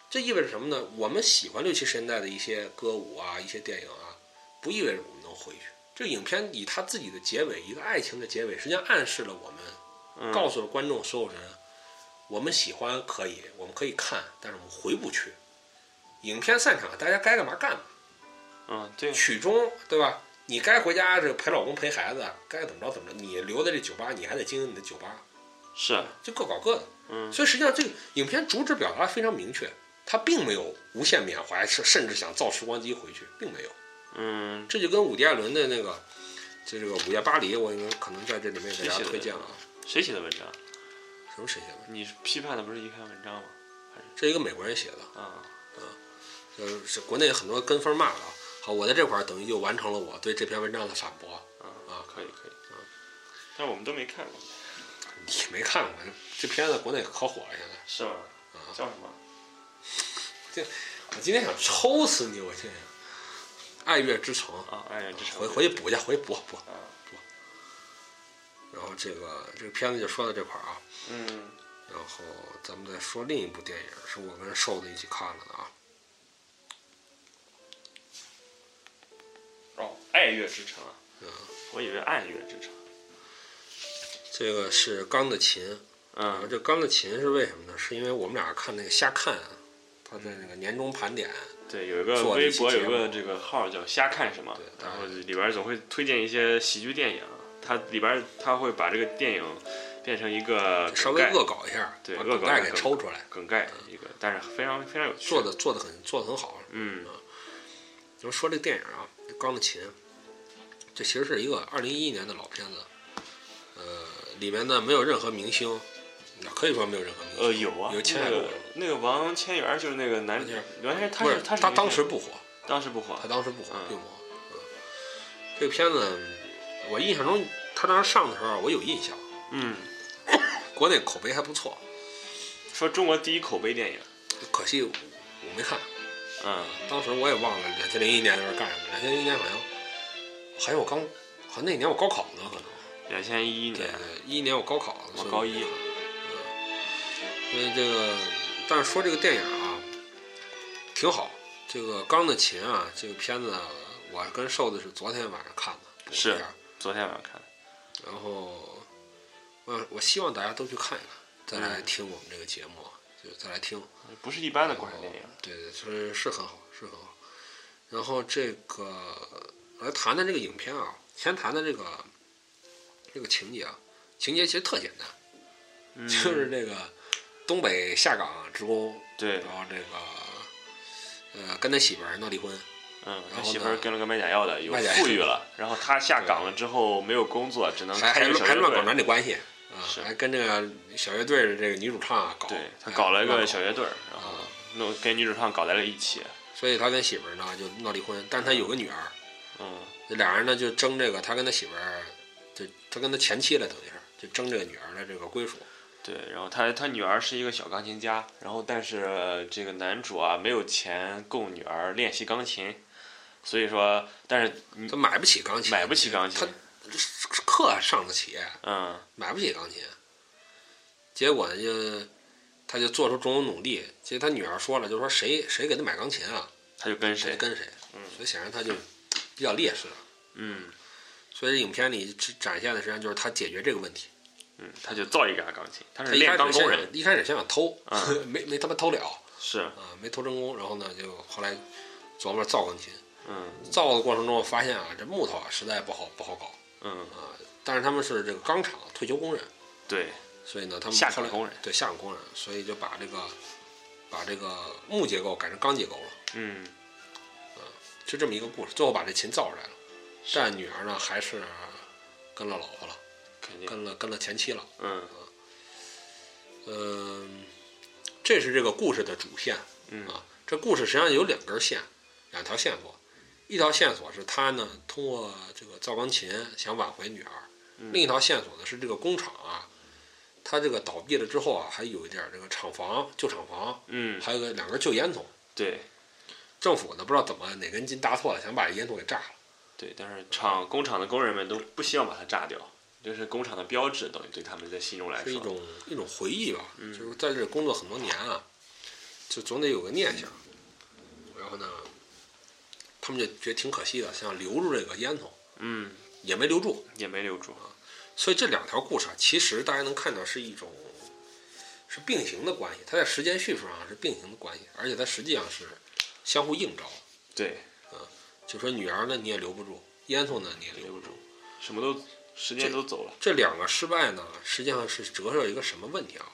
[SPEAKER 2] 这意味着什么呢？我们喜欢六七十年代的一些歌舞啊，一些电影啊，不意味着我们能回去。这个影片以它自己的结尾，一个爱情的结尾，实际上暗示了我们，
[SPEAKER 3] 嗯
[SPEAKER 2] 告诉了观众所有人，我们喜欢可以，我们可以看，但是我们回不去。影片散场，大家该干嘛干嘛。
[SPEAKER 3] 嗯对
[SPEAKER 2] 曲终，对吧？你该回家这陪老公陪孩子，该怎么着怎么着。你留在这酒吧，你还得经营你的酒吧，
[SPEAKER 3] 是
[SPEAKER 2] 就各搞各的。
[SPEAKER 3] 嗯
[SPEAKER 2] 所以实际上这个影片主旨表达得非常明确，它并没有无限缅怀，是甚至想造时光机回去，并没有。
[SPEAKER 3] 嗯
[SPEAKER 2] 这就跟伍迪·艾伦的那个，就这个《午夜巴黎》，我应该可能在这里面给大家推荐了啊。
[SPEAKER 3] 谁写的文章？
[SPEAKER 2] 什么谁写的？
[SPEAKER 3] 你批判的不是一篇文章吗？
[SPEAKER 2] 这一个美国人写的，
[SPEAKER 3] 啊
[SPEAKER 2] 呃，是国内很多跟风骂的啊。好，我在这块儿等于就完成了我对这篇文章的反驳。
[SPEAKER 3] 啊可以可以，但是我们都没看过，
[SPEAKER 2] 你没看过这片子，国内可火了现在。
[SPEAKER 3] 是吗？
[SPEAKER 2] 啊
[SPEAKER 3] 叫什么？
[SPEAKER 2] 我今天想抽死你！我天呀，《爱乐之城》
[SPEAKER 3] 啊，哎呀，这是
[SPEAKER 2] 回回去补去，回去补补。
[SPEAKER 3] 啊，
[SPEAKER 2] 然后这个这个片子就说到这块儿啊，
[SPEAKER 3] 嗯
[SPEAKER 2] 然后咱们再说另一部电影，是我跟瘦子一起看了的啊，
[SPEAKER 3] 哦，爱乐之城啊，
[SPEAKER 2] 嗯，
[SPEAKER 3] 我以为爱乐之城，
[SPEAKER 2] 这个是《钢的琴》。然后
[SPEAKER 3] 嗯
[SPEAKER 2] 啊这《钢的琴》是为什么呢？是因为我们俩看那个瞎看啊，他在那个年终盘点，
[SPEAKER 3] 对，有一个
[SPEAKER 2] 做了一
[SPEAKER 3] 微
[SPEAKER 2] 期
[SPEAKER 3] 博
[SPEAKER 2] 节
[SPEAKER 3] 有个
[SPEAKER 2] 目
[SPEAKER 3] 这个号叫瞎看什么
[SPEAKER 2] 对，
[SPEAKER 3] 然后里边总会推荐一些喜剧电影，啊它里边它会把这个电影变成一个
[SPEAKER 2] 稍
[SPEAKER 3] 梗
[SPEAKER 2] 微
[SPEAKER 3] 概
[SPEAKER 2] 恶搞一下，
[SPEAKER 3] 对
[SPEAKER 2] 把
[SPEAKER 3] 恶
[SPEAKER 2] 梗
[SPEAKER 3] 搞
[SPEAKER 2] 概
[SPEAKER 3] 一下
[SPEAKER 2] 给
[SPEAKER 3] 梗
[SPEAKER 2] 抽出来，
[SPEAKER 3] 梗概一个，但是非常非常有趣，
[SPEAKER 2] 做的做的很做的很好。啊
[SPEAKER 3] 嗯
[SPEAKER 2] 咱们说这个电影啊，《钢的琴》，这其实是一个二零一一年的老片子，呃，里面呢没有任何明星，那可以说没有任何明星。
[SPEAKER 3] 呃有啊，
[SPEAKER 2] 有千
[SPEAKER 3] 那
[SPEAKER 2] 百多
[SPEAKER 3] 个
[SPEAKER 2] 人。
[SPEAKER 3] 那个王千源就是那个男
[SPEAKER 2] 王千源，
[SPEAKER 3] 王千源他
[SPEAKER 2] 不
[SPEAKER 3] 是他是
[SPEAKER 2] 他
[SPEAKER 3] 明
[SPEAKER 2] 当
[SPEAKER 3] 星
[SPEAKER 2] 时不火，
[SPEAKER 3] 当时不火
[SPEAKER 2] 他，当时不火
[SPEAKER 3] 嗯，
[SPEAKER 2] 并不火。嗯这个片子，我印象中他当时上的时候，我有印象，
[SPEAKER 3] 嗯，
[SPEAKER 2] 国内口碑还不错，
[SPEAKER 3] 说中国第一口碑电影，
[SPEAKER 2] 可惜我我没看，
[SPEAKER 3] 嗯
[SPEAKER 2] 当时我也忘了两千零一年那时候干什么，两千零一年好像好像我刚好像那年我高考呢，可能
[SPEAKER 3] 两千一一
[SPEAKER 2] 对
[SPEAKER 3] 年，
[SPEAKER 2] 对，一一年我高考，
[SPEAKER 3] 我
[SPEAKER 2] 所以嗯
[SPEAKER 3] 高一了
[SPEAKER 2] 所以这个，但是说这个电影啊，挺好。这个《钢的琴》啊，这个片子啊，我跟瘦子是昨天晚上看的，补的
[SPEAKER 3] 是
[SPEAKER 2] 片儿
[SPEAKER 3] 昨天晚上看的。
[SPEAKER 2] 然后，我我希望大家都去看一看，再
[SPEAKER 3] 嗯
[SPEAKER 2] 来听我们这个节目，啊就再来听。
[SPEAKER 3] 不是一般的国产电影，
[SPEAKER 2] 对对，是是很好，是很好。然后这个来谈谈这个影片啊，先谈谈这个这个情节啊，情节其实特简单，
[SPEAKER 3] 嗯
[SPEAKER 2] 就是这个东北下岗职工，
[SPEAKER 3] 对
[SPEAKER 2] 然，后这个呃跟他媳妇儿闹离婚，
[SPEAKER 3] 嗯，
[SPEAKER 2] 然
[SPEAKER 3] 他
[SPEAKER 2] 后
[SPEAKER 3] 媳妇
[SPEAKER 2] 呢
[SPEAKER 3] 儿跟了个卖假药的，有
[SPEAKER 2] 卖假药
[SPEAKER 3] 富裕了，然后他下岗了之后没有工作，只能
[SPEAKER 2] 还还
[SPEAKER 3] 开一个小
[SPEAKER 2] 还
[SPEAKER 3] 乐
[SPEAKER 2] 乱搞
[SPEAKER 3] 队。
[SPEAKER 2] 男女关系啊
[SPEAKER 3] 是，
[SPEAKER 2] 还跟这个小乐队的这个女主唱啊搞，
[SPEAKER 3] 对他
[SPEAKER 2] 哎
[SPEAKER 3] 搞了一
[SPEAKER 2] 乱啊
[SPEAKER 3] 个小乐队儿，
[SPEAKER 2] 哎
[SPEAKER 3] 然后弄跟女主唱搞在了一起。
[SPEAKER 2] 所以他跟媳妇儿呢就闹离婚，但是他有个女儿，
[SPEAKER 3] 嗯，
[SPEAKER 2] 这俩人呢就争这个，他跟他媳妇儿，就他跟他前妻了，等于是就争这个女儿的这个归属。
[SPEAKER 3] 对，然后他他女儿是一个小钢琴家，然后但是呃这个男主啊没有钱供女儿练习钢琴，所以说，但是嗯
[SPEAKER 2] 他买不起钢琴，
[SPEAKER 3] 买不起钢琴
[SPEAKER 2] 他，课上得起，
[SPEAKER 3] 嗯，
[SPEAKER 2] 买不起钢琴。结果呢，就他就做出种种努力。其实他女儿说了，就说谁谁给他买钢琴啊，
[SPEAKER 3] 他就跟
[SPEAKER 2] 谁
[SPEAKER 3] 谁，
[SPEAKER 2] 跟谁。
[SPEAKER 3] 嗯
[SPEAKER 2] 所以显然他就比较劣势。
[SPEAKER 3] 嗯
[SPEAKER 2] 所以影片里只展现的实际上就是他解决这个问题。
[SPEAKER 3] 嗯，他就造一架钢琴，他
[SPEAKER 2] 他
[SPEAKER 3] 是
[SPEAKER 2] 一开
[SPEAKER 3] 嗯练
[SPEAKER 2] 始
[SPEAKER 3] 钢
[SPEAKER 2] 先
[SPEAKER 3] 工
[SPEAKER 2] 想
[SPEAKER 3] 人，
[SPEAKER 2] 一开始先想偷，
[SPEAKER 3] 嗯
[SPEAKER 2] 没没他妈偷了
[SPEAKER 3] 是，
[SPEAKER 2] 啊，没偷成功。然后呢，就后来琢磨着造钢琴。
[SPEAKER 3] 嗯
[SPEAKER 2] 造的过程中发现啊，这木头啊实在不好不好搞
[SPEAKER 3] 嗯，
[SPEAKER 2] 啊。但是他们是这个钢厂退休工人，
[SPEAKER 3] 对，
[SPEAKER 2] 所以呢，他们
[SPEAKER 3] 下
[SPEAKER 2] 后
[SPEAKER 3] 岗
[SPEAKER 2] 来
[SPEAKER 3] 工人，
[SPEAKER 2] 对下岗工人，所以就把这个把这个木结构改成钢结构了，
[SPEAKER 3] 嗯，
[SPEAKER 2] 就这么一个故事。最后把这琴造出来了，但女儿呢还是跟了老婆了，
[SPEAKER 3] 肯定，
[SPEAKER 2] 跟了跟了前妻了。
[SPEAKER 3] 嗯
[SPEAKER 2] 嗯，这是这个故事的主线
[SPEAKER 3] 嗯
[SPEAKER 2] 啊。这故事实际上有两根线，两条线索。一条线索是他呢通过这个造钢琴想挽回女儿，
[SPEAKER 3] 嗯
[SPEAKER 2] 另一条线索呢是这个工厂啊，它这个倒闭了之后啊，还有一点儿这个厂房旧厂房，
[SPEAKER 3] 嗯，
[SPEAKER 2] 还有个两根旧烟囱，
[SPEAKER 3] 对
[SPEAKER 2] 政府呢不知道怎么哪根筋搭错了，想把烟囱给炸了。
[SPEAKER 3] 对，但是厂工厂的工人们都不希望把它炸掉，这是工厂的标志，等于对他们在心中来
[SPEAKER 2] 是一
[SPEAKER 3] 说，
[SPEAKER 2] 种一种回忆吧，就是在这工作很多年啊，就总得有个念想。然后呢，他们就觉得挺可惜的，想留住这个烟囱，
[SPEAKER 3] 嗯，
[SPEAKER 2] 也没留住。
[SPEAKER 3] 也没留住，
[SPEAKER 2] 所以这两条故事啊，其实大家能看到是一种是并行的关系，它在时间叙述上是并行的关系，而且它实际上是相互映照。
[SPEAKER 3] 对，
[SPEAKER 2] 就说女儿呢你也留不住，烟囱呢你也留
[SPEAKER 3] 留
[SPEAKER 2] 不
[SPEAKER 3] 不
[SPEAKER 2] 住。
[SPEAKER 3] 住，什么都时间都走了，
[SPEAKER 2] 这两个失败呢，实际上是折射一个什么问题啊？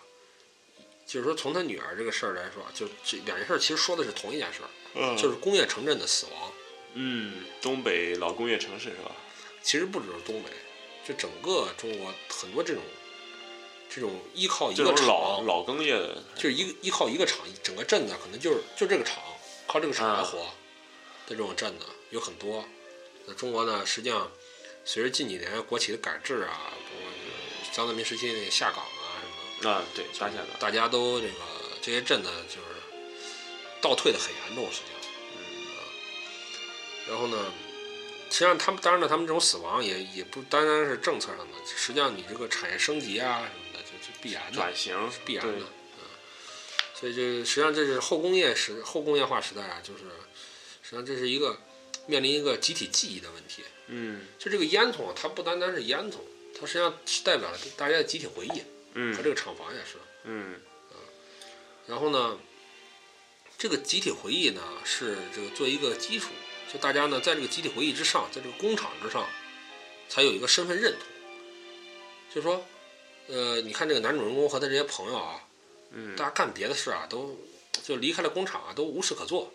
[SPEAKER 2] 就是说，从他女儿这个事儿来说，啊就这两件事儿其实说的是同一件事儿，
[SPEAKER 3] 嗯
[SPEAKER 2] 就是工业城镇的死亡，
[SPEAKER 3] 嗯，东北老工业城市是吧？
[SPEAKER 2] 其实不只是东北，就整个中国很多这种这种依靠一
[SPEAKER 3] 这
[SPEAKER 2] 个
[SPEAKER 3] 种老
[SPEAKER 2] 厂，
[SPEAKER 3] 老工业的，
[SPEAKER 2] 就是一个依靠一个厂，整个镇子啊可能就是就这个厂靠这个厂来
[SPEAKER 3] 嗯
[SPEAKER 2] 活的这种镇子啊有很多。那中国呢，实际上随着近几年国企的改制啊，包括这个江泽民时期那个下岗啊什么。
[SPEAKER 3] 啊，对，大下岗，
[SPEAKER 2] 大家都这个这些镇呢，就是倒退的很严重，实际上。
[SPEAKER 3] 嗯
[SPEAKER 2] 然后呢，实际上他们当然了，他们这种死亡也也不单单是政策上的，实际上你这个产业升级啊什么的，就就必然的，
[SPEAKER 3] 转型
[SPEAKER 2] 嗯是必然的。
[SPEAKER 3] 对
[SPEAKER 2] 嗯，所以这实际上这是后工业时后工业化时代啊，就是实际上这是一个面临一个集体记忆的问题。
[SPEAKER 3] 嗯
[SPEAKER 2] 就这个烟囱啊，它不单单是烟囱，它实际上是代表了大家的集体回忆，和
[SPEAKER 3] 嗯
[SPEAKER 2] 这个厂房也是。
[SPEAKER 3] 嗯，
[SPEAKER 2] 然后呢，这个集体回忆呢是这个做一个基础，就大家呢在这个集体回忆之上，在这个工厂之上，才有一个身份认同。就是说，呃，你看这个男主人公和他这些朋友啊，
[SPEAKER 3] 嗯
[SPEAKER 2] 大家干别的事啊，都就离开了工厂啊，都无事可做，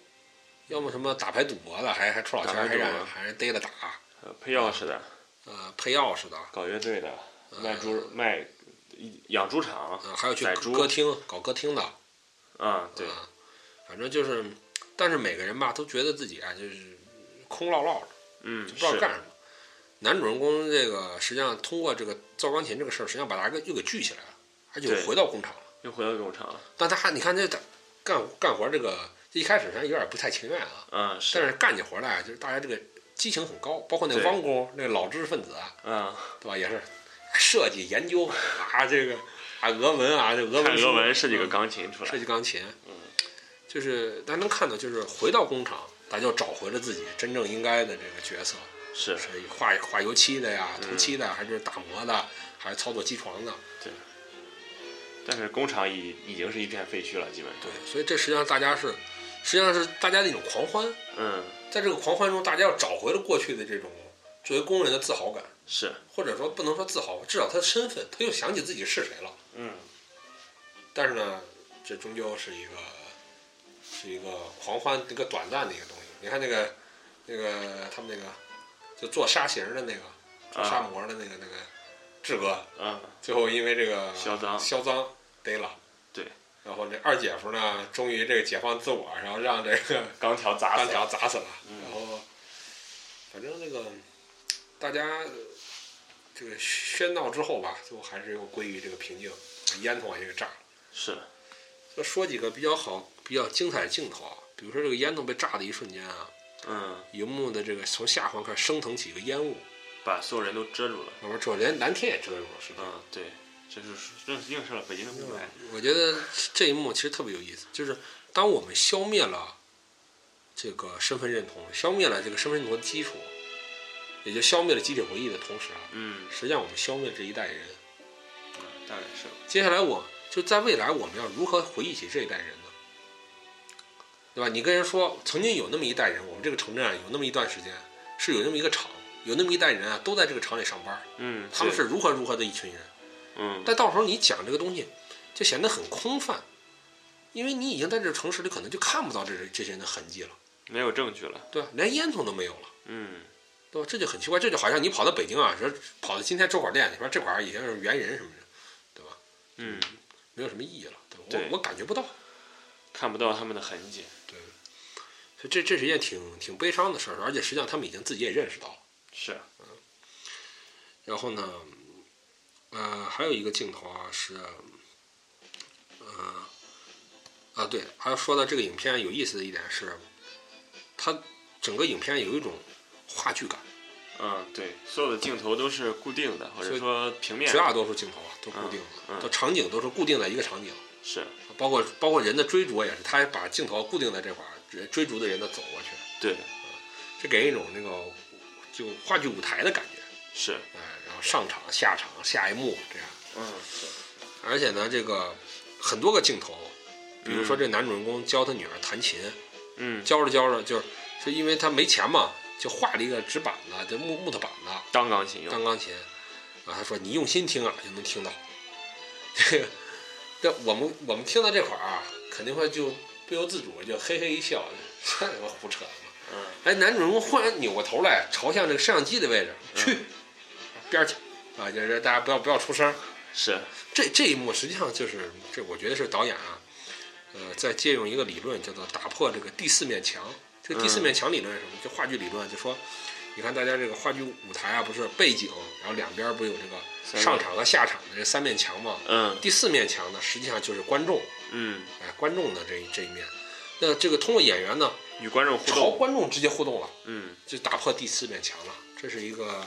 [SPEAKER 2] 要么什么打牌赌博的，还还出老千，
[SPEAKER 3] 打牌
[SPEAKER 2] 还
[SPEAKER 3] 赌博
[SPEAKER 2] 让还是逮着打，
[SPEAKER 3] 呃配钥匙的，
[SPEAKER 2] 呃，配钥匙的，
[SPEAKER 3] 搞乐队的，
[SPEAKER 2] 呃
[SPEAKER 3] 卖猪卖养猪场，
[SPEAKER 2] 呃，还有去
[SPEAKER 3] 宰猪
[SPEAKER 2] 歌厅搞歌厅的，
[SPEAKER 3] 啊，对，
[SPEAKER 2] 啊，反正就是，但是每个人吧都觉得自己啊就是空落落的，
[SPEAKER 3] 嗯
[SPEAKER 2] 就不知道
[SPEAKER 3] 是，
[SPEAKER 2] 干什么。男主人公这个实际上通过这个造钢琴这个事儿，实际上把大家给又给聚起来了，而且
[SPEAKER 3] 对
[SPEAKER 2] 回到工厂了。
[SPEAKER 3] 又回到工厂了，
[SPEAKER 2] 但他你看这干干活这个，一开始实际上有点不太情愿啊，
[SPEAKER 3] 嗯
[SPEAKER 2] 但
[SPEAKER 3] 是，
[SPEAKER 2] 是干起活来啊就是大家这个激情很高，包括那个
[SPEAKER 3] 对
[SPEAKER 2] 汪工那个老知识分子啊，
[SPEAKER 3] 嗯，
[SPEAKER 2] 对吧？也是设计研究啊，这个啊俄文啊，这俄
[SPEAKER 3] 看
[SPEAKER 2] 文
[SPEAKER 3] 俄文嗯
[SPEAKER 2] 设
[SPEAKER 3] 设
[SPEAKER 2] 计
[SPEAKER 3] 计个钢琴出来
[SPEAKER 2] 设，计钢琴，就是大家能看到，就是回到工厂，大家就找回了自己真正应该的这个角色，
[SPEAKER 3] 是
[SPEAKER 2] 是画画油漆的呀，涂漆的，还是打磨的，还是操作机床的，
[SPEAKER 3] 但是工厂已已经是一片废墟了，基本上。
[SPEAKER 2] 对，所以这实际上大家是，实际上是大家的一种狂欢，
[SPEAKER 3] 嗯，
[SPEAKER 2] 在这个狂欢中，大家要找回了过去的这种作为工人的自豪感，
[SPEAKER 3] 是，
[SPEAKER 2] 或者说不能说自豪吧，至少他的身份，他又想起自己是谁了。
[SPEAKER 3] 嗯，
[SPEAKER 2] 但是呢，这终究是一个是一个狂欢一个短暂的一个东西。你看那个那个他们那个就做沙形的那个做沙
[SPEAKER 3] 啊，
[SPEAKER 2] 模的那个那个志哥，
[SPEAKER 3] 嗯，
[SPEAKER 2] 最后因为这个
[SPEAKER 3] 销赃
[SPEAKER 2] 销赃逮了。
[SPEAKER 3] 对。
[SPEAKER 2] 然后这二姐夫呢，终于这个解放自我，然后让这个
[SPEAKER 3] 钢条砸
[SPEAKER 2] 单
[SPEAKER 3] 死
[SPEAKER 2] 条
[SPEAKER 3] 了。
[SPEAKER 2] 砸死了。
[SPEAKER 3] 嗯
[SPEAKER 2] 然后，反正那个大家呃这个喧闹之后吧，最后还是又归于这个平静，烟筒也给炸了。
[SPEAKER 3] 是，
[SPEAKER 2] 就说几个比较好、比较精彩的镜头啊，比如说这个烟筒被炸的一瞬间啊，
[SPEAKER 3] 嗯，
[SPEAKER 2] 荧幕的这个从下方开始升腾起一个烟雾，
[SPEAKER 3] 把所有人都遮住了。
[SPEAKER 2] 那么这连蓝天也遮住了，是吧？
[SPEAKER 3] 嗯，对，这是这是映射了北京的雾霾。
[SPEAKER 2] 我觉得这一幕其实特别有意思，就是当我们消灭了这个身份认同，消灭了这个身份认同的基础，也就消灭了集体回忆的同时啊，
[SPEAKER 3] 嗯，
[SPEAKER 2] 实际上我们消灭这一代人。
[SPEAKER 3] 大概是。
[SPEAKER 2] 接下来我就在未来我们要如何回忆起这一代人呢？对吧？你跟人说曾经有那么一代人，我们这个城镇啊有那么一段时间是有那么一个厂，有那么一代人啊都在这个厂里上班，
[SPEAKER 3] 嗯，
[SPEAKER 2] 他们
[SPEAKER 3] 对
[SPEAKER 2] 是如何如何的一群人。
[SPEAKER 3] 嗯，
[SPEAKER 2] 但到时候你讲这个东西，就显得很空泛，因为你已经在这个城市里可能就看不到这这些人的痕迹了，
[SPEAKER 3] 没有证据了。
[SPEAKER 2] 对吧？连烟囱都没有了，
[SPEAKER 3] 嗯，
[SPEAKER 2] 对吧？这就很奇怪，这就好像你跑到北京啊，说跑到今天周口店，你说这块儿已经是猿人什么的，
[SPEAKER 3] 嗯，
[SPEAKER 2] 没有什么意义了，对吧？
[SPEAKER 3] 对
[SPEAKER 2] 我我感觉不到，
[SPEAKER 3] 看不到他们的痕迹。
[SPEAKER 2] 对。所以这这是一件挺挺悲伤的事儿，而且实际上他们已经自己也认识到了。
[SPEAKER 3] 是，
[SPEAKER 2] 然后呢，呃，还有一个镜头啊是，呃，啊对，还有说到这个影片有意思的一点是，它整个影片有一种话剧感，
[SPEAKER 3] 嗯，对，所有的镜头都是固定的，或
[SPEAKER 2] 所
[SPEAKER 3] 者
[SPEAKER 2] 以
[SPEAKER 3] 说平面
[SPEAKER 2] 绝。大多数镜头啊都固定的，
[SPEAKER 3] 嗯嗯
[SPEAKER 2] 都场景都是固定在一个场景，
[SPEAKER 3] 是，
[SPEAKER 2] 包括包块人的追逐也是，他把镜头固定在这块儿，追追逐的人的走过去，
[SPEAKER 3] 对，
[SPEAKER 2] 这给人一种那个就话剧舞台的感觉，
[SPEAKER 3] 是，
[SPEAKER 2] 哎、然后上场、下场、下一幕这样。
[SPEAKER 3] 嗯，是，
[SPEAKER 2] 而且呢，这个很多个镜头，比如说这男主人公教他女儿弹琴，
[SPEAKER 3] 嗯，
[SPEAKER 2] 教着教着就是是因为他没钱嘛，就画了一个纸板子，就木木头板子
[SPEAKER 3] 当钢琴用。
[SPEAKER 2] 当钢琴。啊，他说你用心听啊，就能听到。 (laughs) 这个，这我们我们听到这块儿啊，肯定会就不由自主就嘿嘿一笑，这他妈胡扯嘛。
[SPEAKER 3] 嗯，
[SPEAKER 2] 哎，男主人公忽然扭过头来，朝向这个摄像机的位置去，边儿去啊，就是大家不要不要出声。
[SPEAKER 3] 是，
[SPEAKER 2] 这这一幕实际上就是这，我觉得是导演啊，呃，在借用一个理论叫做打破这个第四面墙。这个第
[SPEAKER 3] 嗯
[SPEAKER 2] 四面墙理论是什么？就话剧理论，就说你看大家这个话剧舞台啊，不是背景，然后两边不是有这个
[SPEAKER 3] 三面
[SPEAKER 2] 上场和下场的这三面墙吗？
[SPEAKER 3] 嗯，
[SPEAKER 2] 第四面墙呢，实际上就是观众，
[SPEAKER 3] 嗯，
[SPEAKER 2] 哎，观众的这一这一面。那这个通过演员呢，
[SPEAKER 3] 与观众互
[SPEAKER 2] 朝
[SPEAKER 3] 动。
[SPEAKER 2] 观众直接互动了。
[SPEAKER 3] 嗯，
[SPEAKER 2] 就打破第四面墙了，这是一个，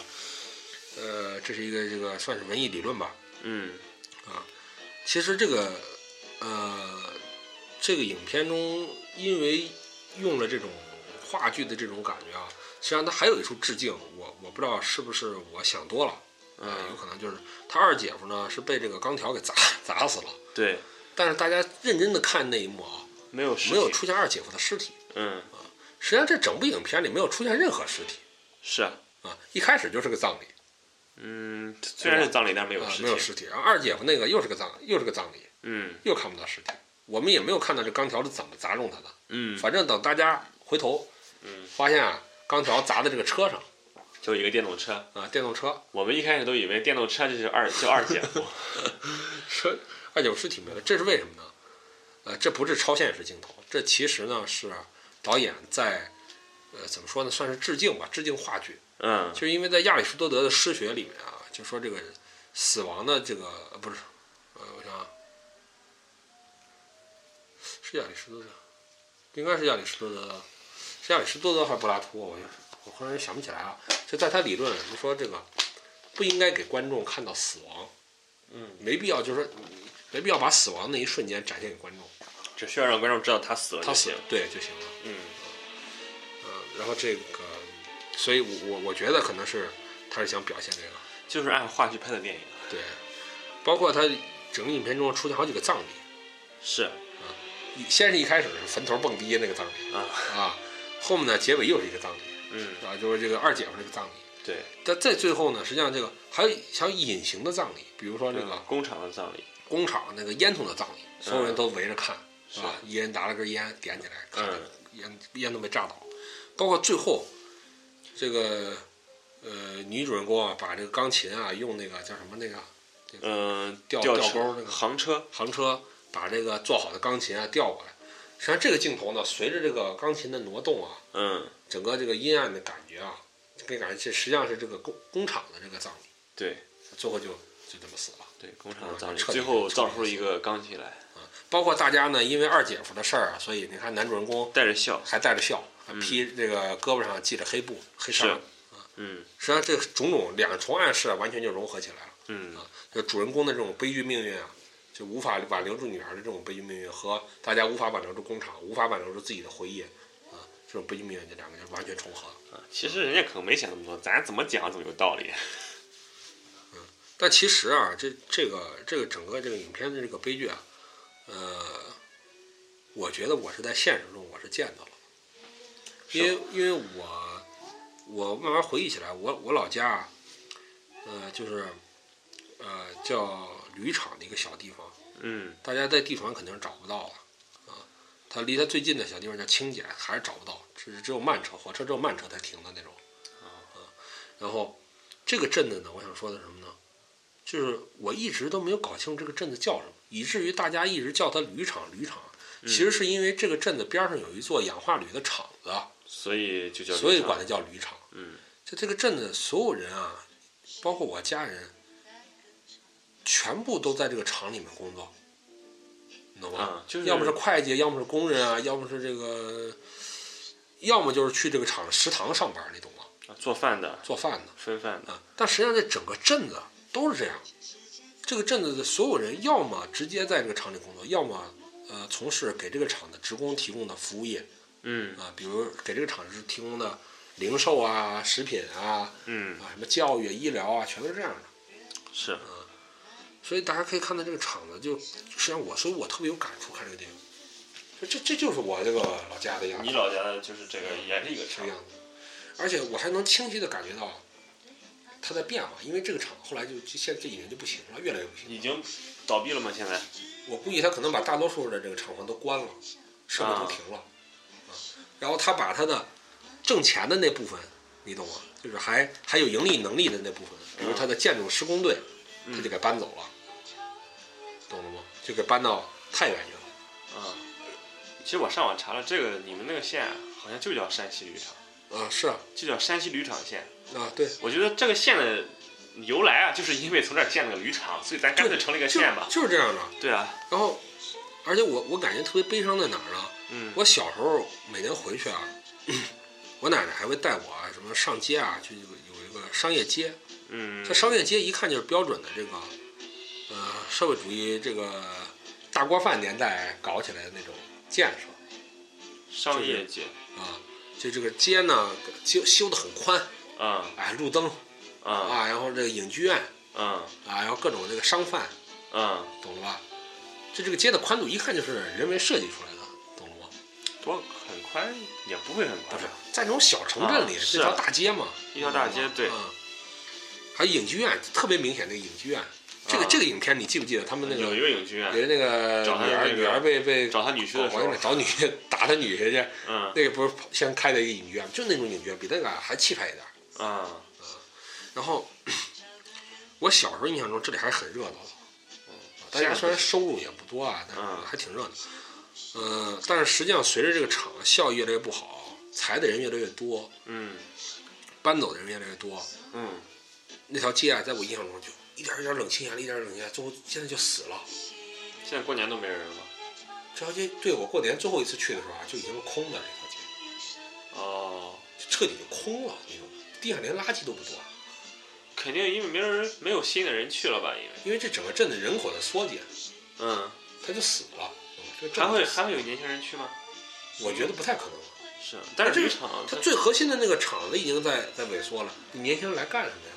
[SPEAKER 2] 呃，这是一个这个算是文艺理论吧。
[SPEAKER 3] 嗯，
[SPEAKER 2] 其实这个，呃，这个影片中因为用了这种话剧的这种感觉啊，实际上它还有一处致敬，我我不知道是不是我想多了，呃，有
[SPEAKER 3] 嗯，
[SPEAKER 2] 可能就是他二姐夫呢是被这个钢条给砸 (laughs) 砸死了，
[SPEAKER 3] 对，
[SPEAKER 2] 但是大家认真的看那一幕啊，
[SPEAKER 3] 没有实
[SPEAKER 2] 没有
[SPEAKER 3] 体
[SPEAKER 2] 出现二姐夫的尸体，
[SPEAKER 3] 嗯，
[SPEAKER 2] 实际上这整部影片里没有出现任何尸体
[SPEAKER 3] 是啊，
[SPEAKER 2] 啊，一开始就是个葬礼。
[SPEAKER 3] 嗯，虽然是葬礼，但没有
[SPEAKER 2] 啊，
[SPEAKER 3] 实
[SPEAKER 2] 没有
[SPEAKER 3] 体。
[SPEAKER 2] 尸体。然后二姐夫那个又是个葬，又是个葬礼，
[SPEAKER 3] 嗯
[SPEAKER 2] 又看不到尸体。我们也没有看到这钢条是怎么砸中他的。
[SPEAKER 3] 嗯，
[SPEAKER 2] 反正等大家回头，
[SPEAKER 3] 嗯
[SPEAKER 2] 发现啊，钢条砸在这个车上
[SPEAKER 3] 就一个电动车。
[SPEAKER 2] 啊，电动
[SPEAKER 3] (laughs)
[SPEAKER 2] 车。
[SPEAKER 3] 我们一开始都以为电动车就是二就二姐夫。
[SPEAKER 2] 车二姐夫尸体没了，哎这是为什么呢？呃，这不是超现实镜头，这其实呢是啊导演在，呃，怎么说呢，算是致敬吧，致敬话剧。
[SPEAKER 3] 嗯
[SPEAKER 2] 就是因为在亚里士多德的诗学里面啊，就说这个死亡的这个呃不是，呃，我想想，是亚里士多德，应该是亚里士多德的，是亚里士多德还是柏拉图啊？我就是我忽然想不起来了，就在他理论，就说这个不应该给观众看到死亡，
[SPEAKER 3] 嗯，
[SPEAKER 2] 没必要，就是说没必要把死亡那一瞬间展现给观众，
[SPEAKER 3] 只需要让观众知道他死了
[SPEAKER 2] 他
[SPEAKER 3] 就
[SPEAKER 2] 死
[SPEAKER 3] 行
[SPEAKER 2] 了。对就行了。
[SPEAKER 3] 嗯，
[SPEAKER 2] 嗯，然后这个，所以我我我觉得可能是他是想表现这个，
[SPEAKER 3] 就是按话剧拍的电影。
[SPEAKER 2] 对，包括他整个影片中出现好几个葬礼，
[SPEAKER 3] 是
[SPEAKER 2] 一先是一开始是坟头蹦迪那个葬礼
[SPEAKER 3] 啊，
[SPEAKER 2] 啊，后面呢结尾又是一个葬礼
[SPEAKER 3] 嗯，
[SPEAKER 2] 啊，就是这个二姐夫这个葬礼，
[SPEAKER 3] 对，
[SPEAKER 2] 但在最后呢，实际上这个还有还有隐形的葬礼，比如说这个
[SPEAKER 3] 嗯工厂的葬礼，
[SPEAKER 2] 工厂那个烟囱的葬礼，所有人都围着看，
[SPEAKER 3] 是
[SPEAKER 2] 啊，一人拿了根烟点起来，看
[SPEAKER 3] 嗯
[SPEAKER 2] 烟烟都没炸倒。包括最后，这个呃女主人公啊，把这个钢琴啊，用那个叫什么那个
[SPEAKER 3] 嗯，
[SPEAKER 2] 呃吊
[SPEAKER 3] 吊
[SPEAKER 2] 吊
[SPEAKER 3] 车
[SPEAKER 2] 钩那个
[SPEAKER 3] 航车，
[SPEAKER 2] 航车，把这个做好的钢琴啊调过来。实际上这个镜头呢，随着这个钢琴的挪动啊，
[SPEAKER 3] 嗯，
[SPEAKER 2] 整个这个阴暗的感觉啊，就给感觉这实际上是这个工工厂的这个葬礼，
[SPEAKER 3] 对
[SPEAKER 2] 最后就就这么死了。
[SPEAKER 3] 对，工厂的葬礼，
[SPEAKER 2] 彻底
[SPEAKER 3] 最后
[SPEAKER 2] 彻底
[SPEAKER 3] 造出了一个钢琴来，
[SPEAKER 2] 包括大家呢，因为二姐夫的事儿啊，所以你看男主人公
[SPEAKER 3] 带着笑，
[SPEAKER 2] 还带着笑，还披这个胳膊上系着黑布黑纱
[SPEAKER 3] 是。嗯
[SPEAKER 2] 实际上，这种种两重暗示啊，完全就融合起来了。
[SPEAKER 3] 嗯
[SPEAKER 2] 就主人公的这种悲剧命运啊，就无法挽留住女孩的这种悲剧命运，和大家无法挽留住工厂、无法挽留住自己的回忆啊，这种悲剧命运，这两个就完全重合了。
[SPEAKER 3] 啊，其实人家可能没想那么多，咱怎么讲怎么有道理。
[SPEAKER 2] 但其实啊，这这个这个整个这个影片的这个悲剧啊，呃，我觉得我是在现实中我是见到了，因为因为我我慢慢回忆起来，我我老家啊，呃，就是呃叫铝厂的一个小地方，
[SPEAKER 3] 嗯
[SPEAKER 2] 大家在地图上肯定是找不到了啊，它离它最近的小地方叫清简，还是找不到，只是只有慢车，火车只有慢车才停的那种。啊，然后这个镇子呢，我想说的是什么呢？就是我一直都没有搞清楚这个镇子叫什么，以至于大家一直叫它铝厂。铝厂
[SPEAKER 3] 嗯
[SPEAKER 2] 其实是因为这个镇子边上有一座氧化铝的厂子，
[SPEAKER 3] 所以就叫
[SPEAKER 2] 所以
[SPEAKER 3] 旅
[SPEAKER 2] 管
[SPEAKER 3] 程
[SPEAKER 2] 它叫铝厂。
[SPEAKER 3] 嗯
[SPEAKER 2] 就这个镇子所有人啊，包括我家人，全部都在这个厂里面工作，你懂吗？
[SPEAKER 3] 啊，就是
[SPEAKER 2] 要么是会计，要么是工人啊，要么是这个，要么就是去这个厂食堂上班，你懂吗？
[SPEAKER 3] 啊做饭的、
[SPEAKER 2] 做饭
[SPEAKER 3] 分饭的，
[SPEAKER 2] 的啊。但实际上，这整个镇子都是这样。这个镇子的所有人，要么直接在这个厂里工作，要么呃从事给这个厂的职工提供的服务业
[SPEAKER 3] 嗯
[SPEAKER 2] 啊，比如给这个厂是提供的零售啊、食品啊、
[SPEAKER 3] 嗯
[SPEAKER 2] 啊什么教育、医疗啊，全都是这样的。啊
[SPEAKER 3] 是
[SPEAKER 2] 所以大家可以看到这个厂子，就实际上我，所以我特别有感触看这个电影。就这这就是我这个老家的样子。
[SPEAKER 3] 你老家的就是这个也是一个
[SPEAKER 2] 这
[SPEAKER 3] 厂
[SPEAKER 2] 个，样子，而且我还能清晰的感觉到它在变化，因为这个厂后来就就现在这几年就不行了，越来越不行。
[SPEAKER 3] 已经倒闭了吗？现在
[SPEAKER 2] 我估计他可能把大多数的这个厂房都关了，设备都停了，啊，然后他把他的挣钱的那部分，你懂吗？就是还还有盈利能力的那部分，比如他的建筑施工队，
[SPEAKER 3] 嗯
[SPEAKER 2] 他就给搬走了，懂了吗？就给搬到太原去了。
[SPEAKER 3] 啊，其实我上网查了，这个你们那个县啊好像就叫山西铝厂，
[SPEAKER 2] 啊，是啊，
[SPEAKER 3] 就叫山西铝厂县。
[SPEAKER 2] 啊，对，
[SPEAKER 3] 我觉得这个县的由来啊，就是因为从这儿建了个铝厂，所以咱干脆成了一个
[SPEAKER 2] 就
[SPEAKER 3] 县吧。
[SPEAKER 2] 就是这样的。
[SPEAKER 3] 对啊，
[SPEAKER 2] 然后，而且我我感觉特别悲伤在哪儿呢？
[SPEAKER 3] 嗯
[SPEAKER 2] 我小时候每年回去啊， (coughs) 我奶奶还会带我啊什么上街啊，去有有一个商业街，
[SPEAKER 3] 嗯
[SPEAKER 2] 这商业街一看就是标准的这个，呃，社会主义这个大锅饭年代搞起来的那种建设
[SPEAKER 3] 商业街
[SPEAKER 2] 啊。就这个街呢，修修的很宽，
[SPEAKER 3] 啊
[SPEAKER 2] 哎，路灯
[SPEAKER 3] 啊
[SPEAKER 2] 啊，然后这个影剧院
[SPEAKER 3] 啊
[SPEAKER 2] 啊，然后各种这个商贩，
[SPEAKER 3] 啊，
[SPEAKER 2] 懂了吧？就这个街的宽度一看就是人为设计出来的，懂了吗？
[SPEAKER 3] 多很宽也不会很
[SPEAKER 2] 不
[SPEAKER 3] 宽
[SPEAKER 2] 是，在那种小城镇里，这
[SPEAKER 3] 啊是啊
[SPEAKER 2] 条大街嘛，
[SPEAKER 3] 一条大街对
[SPEAKER 2] 嗯，还有影剧院，特别明显那个影剧院，这个、
[SPEAKER 3] 啊
[SPEAKER 2] 这个影片你记不记得他们那个
[SPEAKER 3] 有一个影
[SPEAKER 2] (laughs)
[SPEAKER 3] 剧院
[SPEAKER 2] 有那个
[SPEAKER 3] 找他
[SPEAKER 2] 女儿
[SPEAKER 3] 那个
[SPEAKER 2] 女儿被被
[SPEAKER 3] 找他女婿的时
[SPEAKER 2] 搞完
[SPEAKER 3] 候
[SPEAKER 2] 了，找女婿打他女婿去，
[SPEAKER 3] 嗯
[SPEAKER 2] 那个不是先开的一个影剧院，就那种影剧院比那个还气派一点。
[SPEAKER 3] 啊
[SPEAKER 2] 然后 (clears throat) 我小时候印象中这里还是很热闹的，
[SPEAKER 3] 嗯
[SPEAKER 2] 大
[SPEAKER 3] 现
[SPEAKER 2] 家
[SPEAKER 3] 在
[SPEAKER 2] 虽然收入也不多啊，但
[SPEAKER 3] 嗯
[SPEAKER 2] 是还挺热闹。呃，但是实际上随着这个厂效益越来越不好，裁的人越来越多，
[SPEAKER 3] 嗯
[SPEAKER 2] 搬走的人越来越多，
[SPEAKER 3] 嗯
[SPEAKER 2] 那条街啊，在我印象中就一点儿一点儿冷清啊下来，一点儿一点儿冷清下来，最后现在就死了。
[SPEAKER 3] 现在过年都没人了
[SPEAKER 2] 这条街对我过年最后一次去的时候啊，就已经是空的。这条街
[SPEAKER 3] 哦
[SPEAKER 2] 就彻底就空了那种，地上连垃圾都不多，
[SPEAKER 3] 肯定因为没人没有新的人去了吧？因为
[SPEAKER 2] 因为这整个镇的人口的缩减，
[SPEAKER 3] 嗯，
[SPEAKER 2] 它就死了。嗯这个镇
[SPEAKER 3] 还会
[SPEAKER 2] 就死
[SPEAKER 3] 还会有年轻人去吗？
[SPEAKER 2] 我觉得不太可能。
[SPEAKER 3] 是，啊但是
[SPEAKER 2] 这
[SPEAKER 3] 渔
[SPEAKER 2] 个
[SPEAKER 3] 场
[SPEAKER 2] 它
[SPEAKER 3] 它
[SPEAKER 2] 最核心的那个厂子已经在在萎缩了，你年轻人来干什么呀？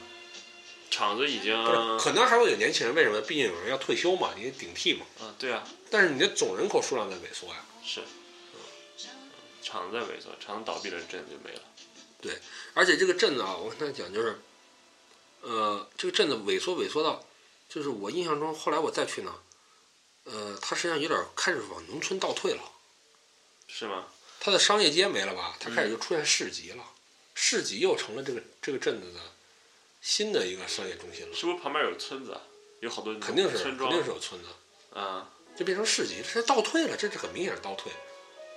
[SPEAKER 3] 厂子已经
[SPEAKER 2] 不是，可能还会有年轻人，为什么？毕竟有人要退休嘛，你得顶替嘛。
[SPEAKER 3] 嗯，对啊，
[SPEAKER 2] 但是你的总人口数量在萎缩呀，
[SPEAKER 3] 是，嗯厂子在萎缩，厂子倒闭了，镇就没了。
[SPEAKER 2] 而且这个镇子啊，我跟他讲就是，呃，这个镇子萎缩萎缩到，就是我印象中后来我再去呢，呃，它实际上有点开始往农村倒退了。
[SPEAKER 3] 是吗？
[SPEAKER 2] 它的商业街没了吧？它
[SPEAKER 3] 嗯
[SPEAKER 2] 开始就出现市集了，市集又成了这个这个镇子的新的一个商业中心了。
[SPEAKER 3] 是不是旁边有村子啊？有好多
[SPEAKER 2] 肯定是
[SPEAKER 3] 村
[SPEAKER 2] 肯
[SPEAKER 3] 庄，
[SPEAKER 2] 定是有村子，
[SPEAKER 3] 嗯，
[SPEAKER 2] 就变成市集，这是倒退了，这是很明显的倒退，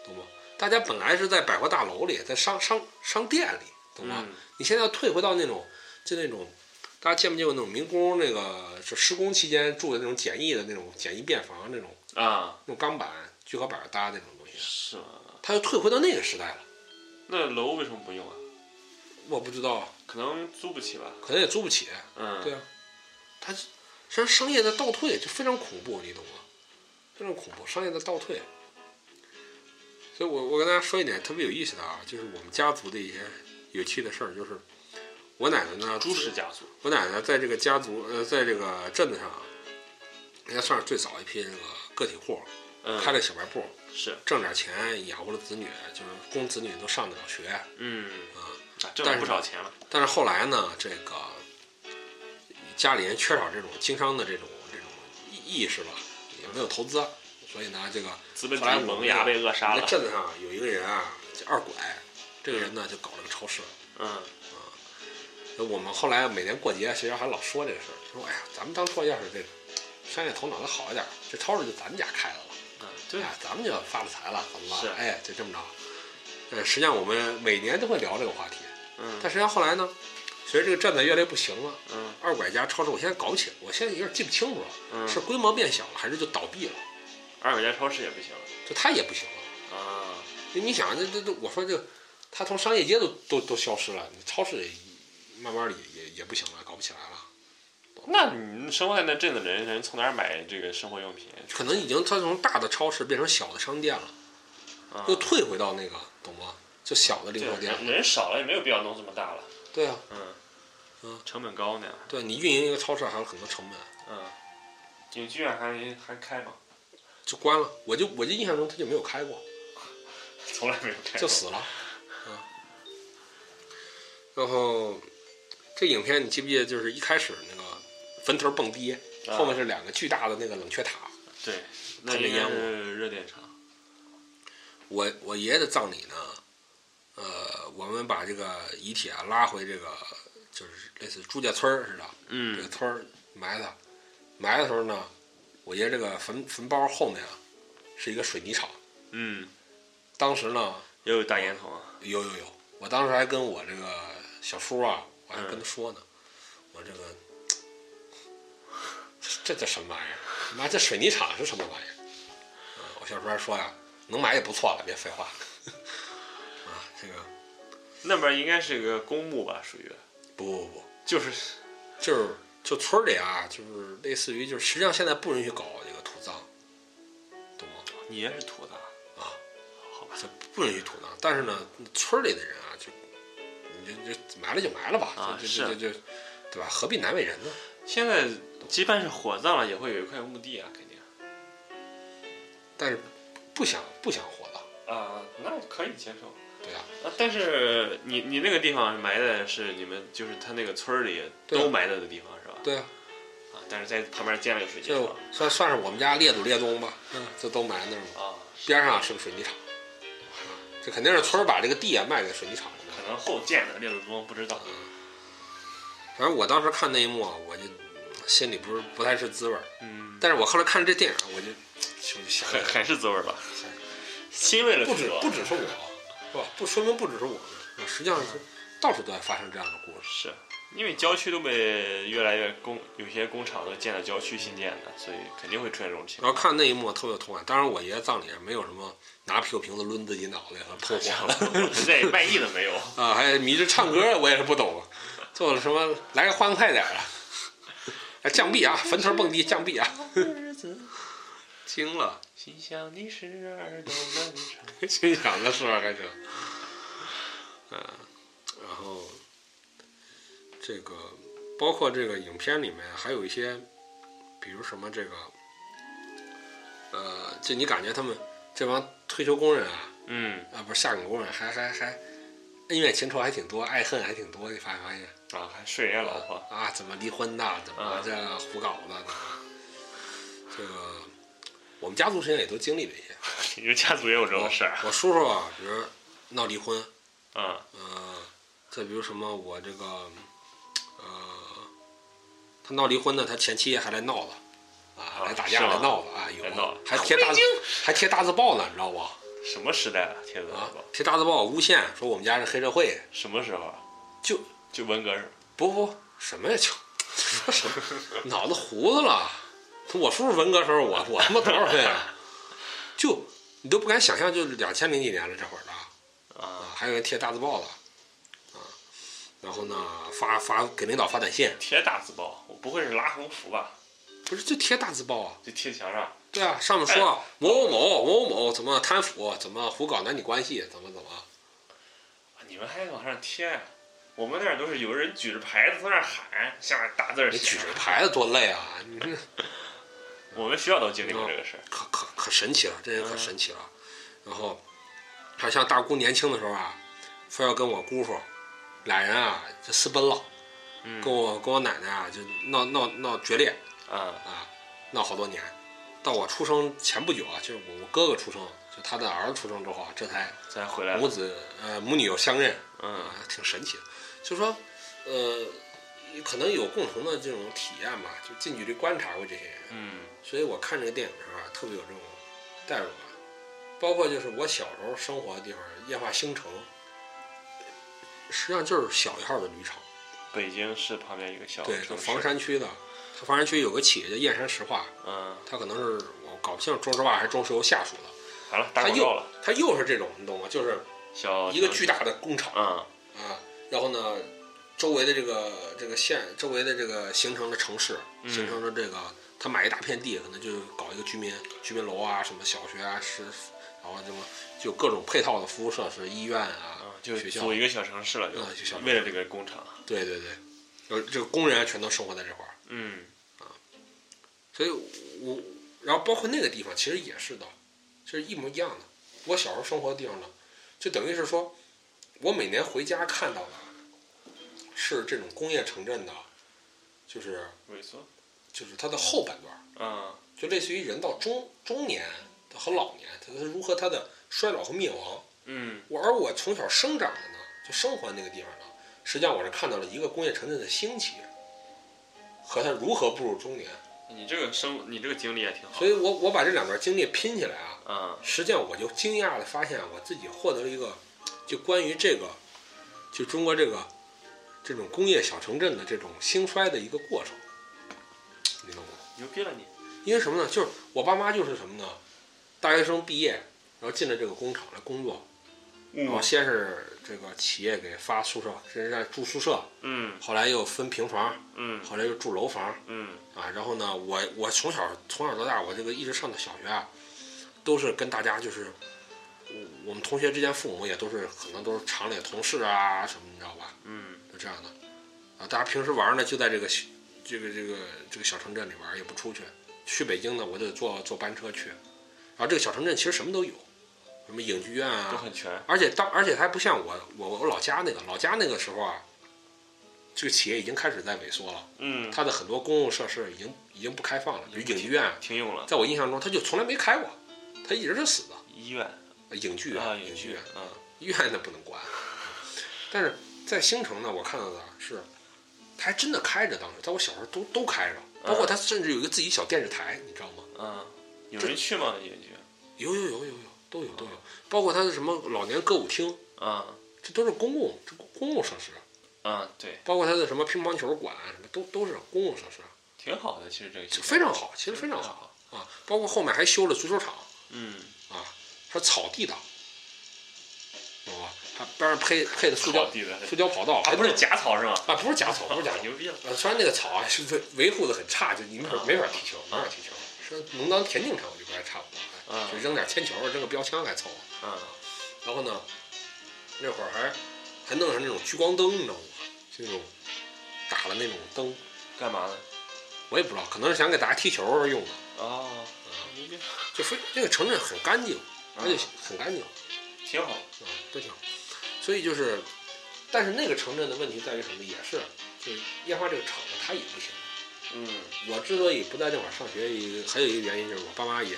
[SPEAKER 2] 懂吗？大家本来是在百货大楼里，在商商商店里，懂吗？
[SPEAKER 3] 嗯
[SPEAKER 2] 你现在要退回到那种就那种，大家见没见过那种民工那个就施工期间住的那种简易的那种简易便房那种
[SPEAKER 3] 啊，
[SPEAKER 2] 那种钢板聚合板搭那种东西，啊
[SPEAKER 3] 是吗？
[SPEAKER 2] 它又退回到那个时代了。
[SPEAKER 3] 那楼为什么不用啊？
[SPEAKER 2] 我不知道啊，
[SPEAKER 3] 可能租不起吧。
[SPEAKER 2] 可能也租不起，
[SPEAKER 3] 嗯，
[SPEAKER 2] 对啊，它实际上商业在倒退，这非常恐怖，你懂吗？非常恐怖，商业在倒退。所以我我跟大家说一点特别有意思的啊，就是我们家族的一些有趣的事儿，就是我奶奶呢，
[SPEAKER 3] 朱氏家族，
[SPEAKER 2] 我奶奶在这个家族呃，在这个镇子上啊，应该算是最早一批这个个体户，
[SPEAKER 3] 嗯，
[SPEAKER 2] 开了小卖部，
[SPEAKER 3] 是，
[SPEAKER 2] 挣点钱养活了子女，就是供子女都上得了学，
[SPEAKER 3] 嗯，
[SPEAKER 2] 啊
[SPEAKER 3] 啊挣
[SPEAKER 2] 但
[SPEAKER 3] 了
[SPEAKER 2] 是
[SPEAKER 3] 不少钱了。
[SPEAKER 2] 但是后来呢，这个家里人缺少这种经商的这种这种意意识吧，也没有投资，所以呢，这个
[SPEAKER 3] 资本主
[SPEAKER 2] 后来
[SPEAKER 3] 义
[SPEAKER 2] 我们
[SPEAKER 3] 萌芽被扼杀
[SPEAKER 2] 在
[SPEAKER 3] 了。
[SPEAKER 2] 镇子上有一个人啊，叫二拐，这个人呢就搞了个超市。
[SPEAKER 3] 嗯，
[SPEAKER 2] 我们后来每年过节，啊学校还老说这个事儿，说哎呀，咱们当初要是这个商业头脑再好一点，这超市就咱们家开了吧。
[SPEAKER 3] 嗯，对
[SPEAKER 2] 哎，，咱们就发了财了，怎么
[SPEAKER 3] 是
[SPEAKER 2] 了？哎，就这么着。呃，实际上我们每年都会聊这个话题，
[SPEAKER 3] 嗯
[SPEAKER 2] 但实际上后来呢，随着这个站子越来越不行了，
[SPEAKER 3] 嗯
[SPEAKER 2] 二拐家超市我现在搞不起来，我现在有点记不清楚了，
[SPEAKER 3] 嗯，
[SPEAKER 2] 是规模变小了，还是就倒闭了？
[SPEAKER 3] 二百家超市也不行
[SPEAKER 2] 就它也不行了。
[SPEAKER 3] 啊。
[SPEAKER 2] 你你想，这这这，我说这，它从商业街都都都消失了，超市也慢慢的也也也不行了，搞不起来了。
[SPEAKER 3] 那你生活在那镇子的人，人从哪儿买这个生活用品？
[SPEAKER 2] 可能已经它从大的超市变成小的商店了，
[SPEAKER 3] 啊
[SPEAKER 2] 又退回到那个，懂吗？就小的零售
[SPEAKER 3] 对，
[SPEAKER 2] 店。
[SPEAKER 3] 人人少了也没有必要弄这么大了。
[SPEAKER 2] 对啊，
[SPEAKER 3] 嗯，
[SPEAKER 2] 嗯
[SPEAKER 3] 成本高呢。
[SPEAKER 2] 对你运营一个超市还有很多成本，
[SPEAKER 3] 嗯，影剧院还还开
[SPEAKER 2] (laughs)
[SPEAKER 3] 吗？
[SPEAKER 2] 就关了。我就我就印象中它就没有开过。
[SPEAKER 3] 从来没有开过。
[SPEAKER 2] 就死了。嗯。然后这影片你记不记得？就是一开始那个坟头蹦迪，
[SPEAKER 3] 啊
[SPEAKER 2] 后面是两个巨大的那个冷却塔。
[SPEAKER 3] 对，那
[SPEAKER 2] 看着
[SPEAKER 3] 应该
[SPEAKER 2] 烟雾
[SPEAKER 3] 是热电厂。
[SPEAKER 2] 我我爷爷的葬礼呢，呃，我们把这个遗体啊拉回这个就是类似朱家村儿似的这个
[SPEAKER 3] 嗯
[SPEAKER 2] 村儿埋的。埋的时候呢，我爷这个坟坟包后面啊是一个水泥厂。
[SPEAKER 3] 嗯，
[SPEAKER 2] 当时呢，
[SPEAKER 3] 也有大烟筒啊。
[SPEAKER 2] 有有有，我当时还跟我这个小叔啊，我还跟他说呢，我这个这叫什么玩意儿？妈，这水泥厂是什么玩意儿？啊我小叔还说呀、能买也不错了，别废话。啊，这个
[SPEAKER 3] 那边应该是个公墓吧，属于
[SPEAKER 2] 不不不，
[SPEAKER 3] 就是
[SPEAKER 2] 就是就村儿里啊，就是类似于就是，实际上现在不允许搞这个土葬，懂吗？
[SPEAKER 3] 哦你也是土的
[SPEAKER 2] 啊，
[SPEAKER 3] 好吧。
[SPEAKER 2] 就不允许土葬，但是呢，村儿里的人啊，就你就就埋了就埋了吧，
[SPEAKER 3] 啊
[SPEAKER 2] 就就就就对吧？何必难为人呢？
[SPEAKER 3] 现在即便是火葬了，也会有一块墓地啊，肯定
[SPEAKER 2] 但是不想不想活了，
[SPEAKER 3] 啊，那可以接受。
[SPEAKER 2] 对呀、
[SPEAKER 3] 啊，但是你你那个地方埋的是你们就是他那个村儿里
[SPEAKER 2] 对啊
[SPEAKER 3] 都埋的的地方是吧？
[SPEAKER 2] 对呀、啊，
[SPEAKER 3] 啊，但是在旁边建了个水泥
[SPEAKER 2] 就
[SPEAKER 3] 厂
[SPEAKER 2] 算算是我们家列祖列宗吧，嗯，就都埋那儿了。
[SPEAKER 3] 啊，
[SPEAKER 2] 边上是个水泥厂，啊这肯定是村儿把这个地啊卖给水泥厂了
[SPEAKER 3] 可。能后建的，列祖宗不知道。
[SPEAKER 2] 反正我当时看那一幕啊，我就心里不是不太是滋味儿。
[SPEAKER 3] 嗯，
[SPEAKER 2] 但是我后来看这电影啊，我就就就想起
[SPEAKER 3] 还
[SPEAKER 2] 来了
[SPEAKER 3] 还是滋味儿吧，欣慰了
[SPEAKER 2] 不
[SPEAKER 3] 许
[SPEAKER 2] 止
[SPEAKER 3] 多
[SPEAKER 2] 不只啊是我，是吧？不说明不只是我们，实际上是到处都在发生这样的故事。
[SPEAKER 3] 是，因为郊区都被越来越工，有些工厂都建到郊区新建的，所以肯定会出现这种情
[SPEAKER 2] 然后
[SPEAKER 3] 况。 (laughs)
[SPEAKER 2] 看那一幕特别有同感。当然，我爷爷葬礼上没有什么拿啤酒瓶子抡自己脑袋和碰火了
[SPEAKER 3] 这卖艺的没有，
[SPEAKER 2] 啊，还有迷着唱歌，我也是不懂，做什么来个欢快点儿啊，哎降 B 啊，坟头蹦迪降 B 啊，
[SPEAKER 3] 日子
[SPEAKER 2] 惊了，
[SPEAKER 3] 心想你是耳朵漫长。
[SPEAKER 2] 心想的说还行，嗯、然后这个包括这个影片里面还有一些，比如什么这个，呃，就你感觉他们这帮退休工人啊。
[SPEAKER 3] 嗯
[SPEAKER 2] 啊，不是下岗工人，还还还恩怨情仇还挺多，爱恨还挺多，你发没发现？
[SPEAKER 3] 啊，还睡人家老婆，
[SPEAKER 2] 啊，怎么离婚的？怎么
[SPEAKER 3] 啊
[SPEAKER 2] 这胡搞的？这个我们家族之间也都经历了一些。
[SPEAKER 3] 你这家族也有这种事儿
[SPEAKER 2] 我叔叔啊，比如闹离婚，
[SPEAKER 3] 啊？
[SPEAKER 2] 呃，再比如什么我这个，呃，他闹离婚呢，他前妻还来闹了，啊，
[SPEAKER 3] 啊
[SPEAKER 2] 来打架
[SPEAKER 3] 是吗
[SPEAKER 2] 来闹了啊，有
[SPEAKER 3] 来闹
[SPEAKER 2] 啊还贴大字还贴大字报呢，你知道不？
[SPEAKER 3] 什么时代了，铁子
[SPEAKER 2] 啊
[SPEAKER 3] 老婆？，
[SPEAKER 2] 贴大字报诬陷说我们家是黑社会，
[SPEAKER 3] 什么时候啊？
[SPEAKER 2] 就
[SPEAKER 3] 就文革时候
[SPEAKER 2] 不不，什么呀就， (laughs) 什么脑子糊涂了。我叔叔文革时候，我我他妈多少岁啊？就你都不敢想象，就两千零几年了这会儿了啊
[SPEAKER 3] 啊，，
[SPEAKER 2] 还有人贴大字报了啊，然后呢发发给领导发短信，
[SPEAKER 3] 贴大字报，我不会是拉横幅吧？
[SPEAKER 2] 不是就贴大字报啊？
[SPEAKER 3] 就贴墙上
[SPEAKER 2] 对啊，上面说啊某某某某某怎么贪腐，怎么胡搞男女关系，怎么怎么。
[SPEAKER 3] 啊？你们还往上贴呀？我们那儿都是有人举着牌子在那儿喊，下面大字儿
[SPEAKER 2] 你举
[SPEAKER 3] 写
[SPEAKER 2] 着
[SPEAKER 3] 着。
[SPEAKER 2] 牌子多累啊！你这
[SPEAKER 3] 我们学校都经历过这个事儿。
[SPEAKER 2] 可可可神奇了，这人可神奇了。然后，还像大姑年轻的时候啊，非要跟我姑父俩人啊就私奔了，
[SPEAKER 3] 嗯
[SPEAKER 2] 跟我跟我奶奶啊就闹闹闹决裂
[SPEAKER 3] 啊
[SPEAKER 2] 啊，闹好多年。到我出生前不久啊，就是我我哥哥出生，就他的儿子出生之后啊，这才
[SPEAKER 3] 咱回来
[SPEAKER 2] 母
[SPEAKER 3] 了。
[SPEAKER 2] 子呃母女有相认
[SPEAKER 3] 嗯
[SPEAKER 2] 啊，挺神奇的。就说呃，可能有共同的这种体验吧，就近距离观察过这些人。
[SPEAKER 3] 嗯
[SPEAKER 2] 所以我看这个电影的时候啊，特别有这种代入感。包括就是我小时候生活的地方液化星城，实际上就是小一号的铝厂，
[SPEAKER 3] 北京市旁边一个小
[SPEAKER 2] 对，就
[SPEAKER 3] 城市
[SPEAKER 2] 房。山区的。它房山区有个企业叫燕山石化，
[SPEAKER 3] 嗯，
[SPEAKER 2] 它可能是我搞不清楚中石化还是中石油下属的，
[SPEAKER 3] 完了，打
[SPEAKER 2] 他
[SPEAKER 3] 广
[SPEAKER 2] 又
[SPEAKER 3] 告了。
[SPEAKER 2] 它又是这种，你懂吗？就是
[SPEAKER 3] 小
[SPEAKER 2] 一个巨大的工厂
[SPEAKER 3] 嗯
[SPEAKER 2] 啊，然后呢，周围的这个这个县，周围的这个形成的城市，
[SPEAKER 3] 嗯
[SPEAKER 2] 形成的这个，他买一大片地，可能就搞一个居民居民楼啊，什么小学啊，是，然后什么就各种配套的服务设施，医院啊，
[SPEAKER 3] 啊，就
[SPEAKER 2] 学校
[SPEAKER 3] 组一个小城市了，
[SPEAKER 2] 啊就小
[SPEAKER 3] 就
[SPEAKER 2] 城
[SPEAKER 3] 为了这个工厂。
[SPEAKER 2] 对对对，呃，这个工人全都生活在这块儿，
[SPEAKER 3] 嗯
[SPEAKER 2] 所以我，然后包括那个地方其实也是的，就是一模一样的。我小时候生活的地方呢，就等于是说，我每年回家看到的是这种工业城镇的，就是
[SPEAKER 3] 萎缩。
[SPEAKER 2] 就是它的后半段儿，
[SPEAKER 3] 嗯
[SPEAKER 2] 就类似于人到中中年和老年，它是如何它的衰老和灭亡。
[SPEAKER 3] 嗯
[SPEAKER 2] 我而我从小生长的呢，就生活那个地方呢，实际上我是看到了一个工业城镇的兴起和它如何步入中年。
[SPEAKER 3] 你这个生，你这个经历也挺好
[SPEAKER 2] 所。以我我把这两段经历拼起来啊，
[SPEAKER 3] 嗯
[SPEAKER 2] 实际上我就惊讶的发现，啊我自己获得了一个，就关于这个，就中国这个这种工业小城镇的这种兴衰的一个过程，你懂吗？
[SPEAKER 3] 牛逼了你。
[SPEAKER 2] 因为什么呢？就是我爸妈就是什么呢？大学生毕业，然后进了这个工厂来工作，然后先是这个企业给发宿舍，先是住宿舍，
[SPEAKER 3] 嗯
[SPEAKER 2] 后来又分平房，
[SPEAKER 3] 嗯
[SPEAKER 2] 后来又住楼房，
[SPEAKER 3] 嗯
[SPEAKER 2] 啊，然后呢，我我从小从小到大，我这个一直上到小学啊，都是跟大家就是，我我们同学之间父母也都是可能都是厂里的同事啊什么，你知道吧？
[SPEAKER 3] 嗯
[SPEAKER 2] 就这样的，啊，大家平时玩呢就在这个小这个这个这个小城镇里玩，也不出去。去北京呢，我就坐坐班车去，然后这个小城镇其实什么都有，什么影剧院啊，
[SPEAKER 3] 都很全。
[SPEAKER 2] 而且当而且它还不像我我我老家那个老家那个时候啊，这个企业已经开始在萎缩了。
[SPEAKER 3] 嗯，
[SPEAKER 2] 它的很多公共设施已经已经不开放了，比如影剧院，啊
[SPEAKER 3] 停用了。
[SPEAKER 2] 在我印象中它就从来没开过，它一直是死的。
[SPEAKER 3] 医院
[SPEAKER 2] 呃影剧
[SPEAKER 3] 啊，
[SPEAKER 2] 院，
[SPEAKER 3] 影
[SPEAKER 2] 剧
[SPEAKER 3] 剧
[SPEAKER 2] 院
[SPEAKER 3] 院，，嗯
[SPEAKER 2] 医院那不能关。但是在兴城呢，我看到的是，它还真的开着，当时在我小时候都都开着，包括它甚至有一个自己小电视台，你知道吗？
[SPEAKER 3] 嗯，有人去吗？影剧？
[SPEAKER 2] 有有有有有都有都有，包括它的什么老年歌舞厅，
[SPEAKER 3] 啊
[SPEAKER 2] 这都是公共这公共设施。
[SPEAKER 3] 啊嗯，对，
[SPEAKER 2] 包括他的什么乒乓球馆什么都都是公共设施，
[SPEAKER 3] 挺好的，其实这个
[SPEAKER 2] 就非常好，其实非常好
[SPEAKER 3] 好。
[SPEAKER 2] 啊。包括后面还修了足球场
[SPEAKER 3] 嗯，
[SPEAKER 2] 啊，还有草地的，懂吧？还边上配配的塑胶
[SPEAKER 3] 草地的，
[SPEAKER 2] 塑胶跑道，
[SPEAKER 3] 还
[SPEAKER 2] 还
[SPEAKER 3] 不是假草是吗？
[SPEAKER 2] 啊，不是假哎 (laughs) 草，不是假草，
[SPEAKER 3] 牛逼了。
[SPEAKER 2] 啊，虽然那个草啊是维维护的很差，就你没法
[SPEAKER 3] 啊
[SPEAKER 2] 没法踢球，没法踢球。说能当田径场，我就不太差不多，哎
[SPEAKER 3] 啊
[SPEAKER 2] 就扔点铅球，扔个标枪还凑合。
[SPEAKER 3] 嗯，
[SPEAKER 2] 然后呢，那会儿还还弄上那种聚光灯，你知道吗？就那种打的那种灯，
[SPEAKER 3] 干嘛呢？
[SPEAKER 2] 我也不知道，可能是想给大家踢球儿用的。
[SPEAKER 3] 哦，牛逼，
[SPEAKER 2] 就非这个城镇很干净，而且
[SPEAKER 3] 嗯
[SPEAKER 2] 很干净，
[SPEAKER 3] 挺好。
[SPEAKER 2] 啊，都挺好。所以就是，但是那个城镇的问题在于什么？也是，就是烟花这个厂子它也不行。
[SPEAKER 3] 嗯
[SPEAKER 2] 我之所以不在那会儿上学，一个还有一个原因就是我爸妈也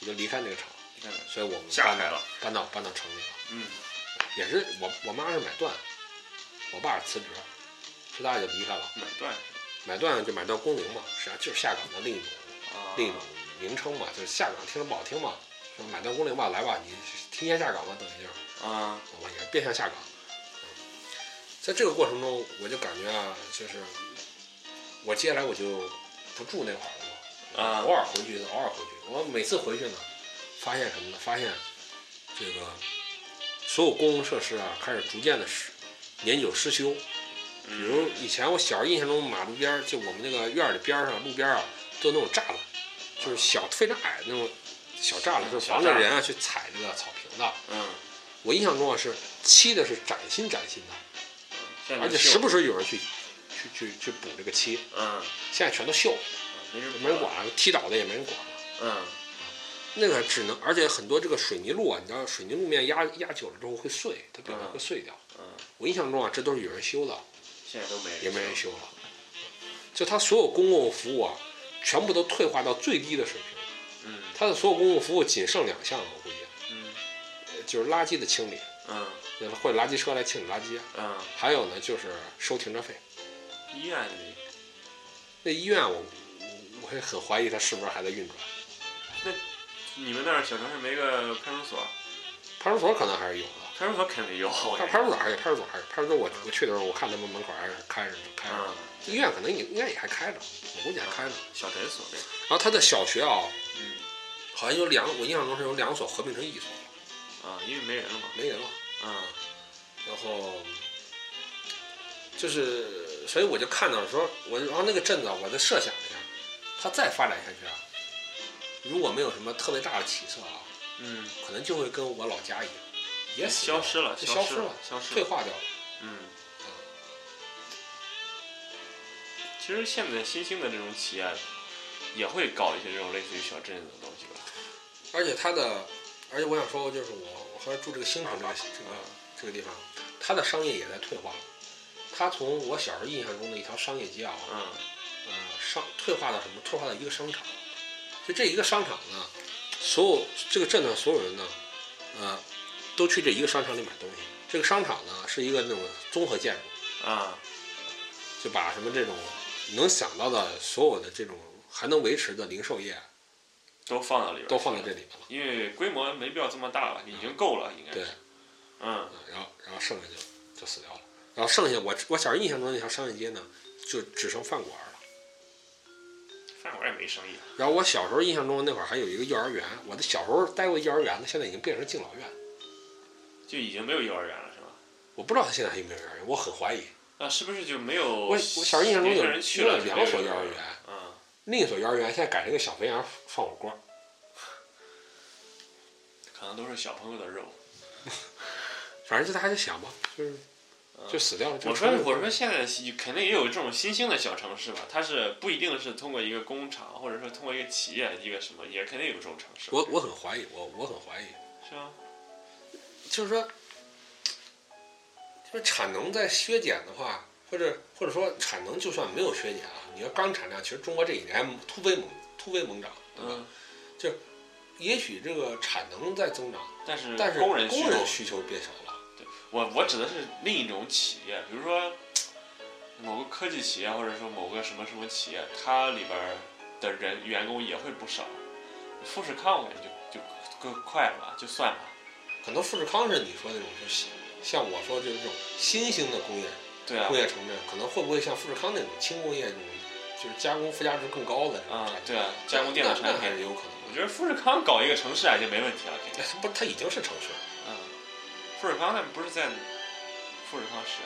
[SPEAKER 2] 已经离开那个厂，
[SPEAKER 3] 你看看
[SPEAKER 2] 所以我们
[SPEAKER 3] 下
[SPEAKER 2] 搬
[SPEAKER 3] 海
[SPEAKER 2] 到
[SPEAKER 3] 了
[SPEAKER 2] 搬到搬到城里了。
[SPEAKER 3] 嗯
[SPEAKER 2] 也是我我妈是买断，我爸是辞职，所以大家就离开了。
[SPEAKER 3] 买断
[SPEAKER 2] 买断就买断工龄嘛，实际上就是下岗的另一种
[SPEAKER 3] 啊，
[SPEAKER 2] 另一种名称嘛，就是下岗听着不好听嘛，说买断工龄吧，来吧，你提前下岗吧，等于就是。
[SPEAKER 3] 啊，
[SPEAKER 2] 我也变相下岗。嗯在这个过程中，我就感觉啊，就是我接下来我就不住那块儿了嘛，
[SPEAKER 3] 啊
[SPEAKER 2] 偶尔回去，偶尔回去。我每次回去呢，发现什么呢？发现这个所有公共设施啊，开始逐渐的失年久失修。比
[SPEAKER 3] 比
[SPEAKER 2] 如以前我小时候印象中，马路边儿就我们那个院儿里边儿上路边儿啊，都有那种栅栏，就是小非常矮的那种小栅栏，就是防止
[SPEAKER 3] 小栅栏
[SPEAKER 2] 人啊去踩这个草坪的。
[SPEAKER 3] 嗯，
[SPEAKER 2] 我印象中啊是漆的是崭新崭新的，
[SPEAKER 3] 嗯现在
[SPEAKER 2] 而且时不时有人去去去去补这个漆，
[SPEAKER 3] 嗯，
[SPEAKER 2] 现在全都锈了，
[SPEAKER 3] 没人
[SPEAKER 2] 没人管，踢倒的也没人管了。
[SPEAKER 3] 嗯
[SPEAKER 2] 那个只能，而且很多这个水泥路啊，你知道水泥路面压压久了之后会碎，它表面
[SPEAKER 3] 嗯
[SPEAKER 2] 会碎掉。
[SPEAKER 3] 嗯，
[SPEAKER 2] 我印象中啊，这都是有人修的，
[SPEAKER 3] 现在都没人，
[SPEAKER 2] 也没人修了。就它所有公共服务啊，全部都退化到最低的水平。
[SPEAKER 3] 嗯
[SPEAKER 2] 它的所有公共服务仅剩两项了，我估计，
[SPEAKER 3] 嗯
[SPEAKER 2] 呃就是垃圾的清理，
[SPEAKER 3] 嗯
[SPEAKER 2] 就是会垃圾车来清理垃圾，
[SPEAKER 3] 嗯，
[SPEAKER 2] 还有呢就是收停车费。
[SPEAKER 3] 医院里
[SPEAKER 2] 那医院我我也很怀疑它是不是还在运转。
[SPEAKER 3] 你们那儿小城市没个派出所？
[SPEAKER 2] 派出所可能还是有的，
[SPEAKER 3] 派出所肯定有，我
[SPEAKER 2] 但派出所还有，派出所还有，派出所我我去的时候，我看他们门口还是开着开着，
[SPEAKER 3] 嗯，
[SPEAKER 2] 医院可能也应该也还开着，我估计还开着。
[SPEAKER 3] 小诊所那
[SPEAKER 2] 然后他的小学啊，
[SPEAKER 3] 嗯
[SPEAKER 2] 好像有两，我印象中是有两所合并成一所了，
[SPEAKER 3] 啊，因为没人了嘛，
[SPEAKER 2] 没人了。
[SPEAKER 3] 嗯
[SPEAKER 2] 然后就是，所以我就看到说，我然后那个镇子啊，我就设想一下，它再发展下去啊，如果没有什么特别大的起色啊，
[SPEAKER 3] 嗯，
[SPEAKER 2] 可能就会跟我老家一样，也死掉
[SPEAKER 3] 消失了，
[SPEAKER 2] 就
[SPEAKER 3] 消
[SPEAKER 2] 消失了，
[SPEAKER 3] 了，消失
[SPEAKER 2] 退
[SPEAKER 3] 了，
[SPEAKER 2] 化掉了。
[SPEAKER 3] 嗯。其实现在新兴的这种企业也会搞一些这种类似于小镇子的东西吧。
[SPEAKER 2] 而且它的，而且我想说，就是我我后来住这个新城这个这个这个地方，它的商业也在退化。它从我小时候印象中的一条商业街啊，
[SPEAKER 3] 嗯
[SPEAKER 2] 呃，商退化到什么？退化到一个商场。就这一个商场呢，所有这个镇的所有人呢，呃，都去这一个商场里买东西。这个商场呢，是一个那种综合建筑。
[SPEAKER 3] 啊
[SPEAKER 2] 就把什么这种能想到的所有的这种还能维持的零售业
[SPEAKER 3] 都放到里边，
[SPEAKER 2] 都放在这，里面了。
[SPEAKER 3] 因为规模没必要这么大了，已经够了，应该是。
[SPEAKER 2] 对，
[SPEAKER 3] 嗯
[SPEAKER 2] 嗯然后然后剩下就就死掉了。然后剩下我我小时候印象中那条商业街呢，就只剩饭馆了。
[SPEAKER 3] 饭馆也没生意了。
[SPEAKER 2] 然后我小时候印象中那会儿还有一个幼儿园，我的小时候待过幼儿园的，现在已经变成敬老院。
[SPEAKER 3] 就已经没有幼儿园了，是吧？
[SPEAKER 2] 我不知道他现在还有没有幼儿园，我很怀疑。
[SPEAKER 3] 啊，是不是就没有？
[SPEAKER 2] 我我小时候印象中有
[SPEAKER 3] 人去了
[SPEAKER 2] 有两所幼儿园，
[SPEAKER 3] 嗯，
[SPEAKER 2] 另一所幼儿园现在改成一个小肥羊涮火锅。
[SPEAKER 3] 可能都是小朋友的肉。
[SPEAKER 2] 反正就大家就想吧，就是
[SPEAKER 3] 嗯
[SPEAKER 2] 就死掉了。这
[SPEAKER 3] 我
[SPEAKER 2] 个
[SPEAKER 3] 说
[SPEAKER 2] 城市
[SPEAKER 3] 我说现在肯定也有这种新兴的小城市吧，它是不一定是通过一个工厂，或者说通过一个企业一个什么，也肯定有这种城市，
[SPEAKER 2] 我我很怀疑，我我很怀疑。
[SPEAKER 3] 是啊吧？
[SPEAKER 2] 就是说，就是产能在削减的话，或者或者说产能就算没有削减啊，你要钢产量，其实中国这几年突飞猛突飞猛涨，对吧？
[SPEAKER 3] 嗯，
[SPEAKER 2] 也许这个产能在增长，
[SPEAKER 3] 但是
[SPEAKER 2] 但是
[SPEAKER 3] 嗯工人需求
[SPEAKER 2] 需求变少了。
[SPEAKER 3] 我我指的是另一种企业，比如说某个科技企业，或者说某个什么什么企业，它里边儿的人员工也会不少。富士康我感觉就就更快了吧，就算吧。
[SPEAKER 2] 可能富士康是你说那种，就是像我说就是这种新兴的工业
[SPEAKER 3] 对啊
[SPEAKER 2] 工，业城镇，可能会不会像富士康那种轻工业那种，就是加工附加值更高的这种
[SPEAKER 3] 啊
[SPEAKER 2] 产品？
[SPEAKER 3] 对啊，加工电脑
[SPEAKER 2] 那
[SPEAKER 3] 产
[SPEAKER 2] 那还
[SPEAKER 3] 品，
[SPEAKER 2] 是有可
[SPEAKER 3] 我
[SPEAKER 2] 能的。 (laughs)
[SPEAKER 3] 觉得富士康搞一个城市啊就没问题了，肯定。
[SPEAKER 2] 哎，它不，它已经是城市了。
[SPEAKER 3] 嗯，富士康那不是在富士康市，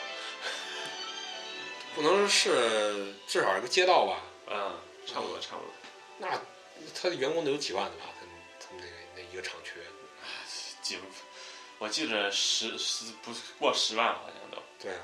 [SPEAKER 2] 不能是至少是个街道吧？
[SPEAKER 3] 嗯，差不多差不多，
[SPEAKER 2] 那他的员工得有几万的吧？他们他们那那一个厂区，
[SPEAKER 3] 几不，我记着十十不过十万好像都，
[SPEAKER 2] 对啊，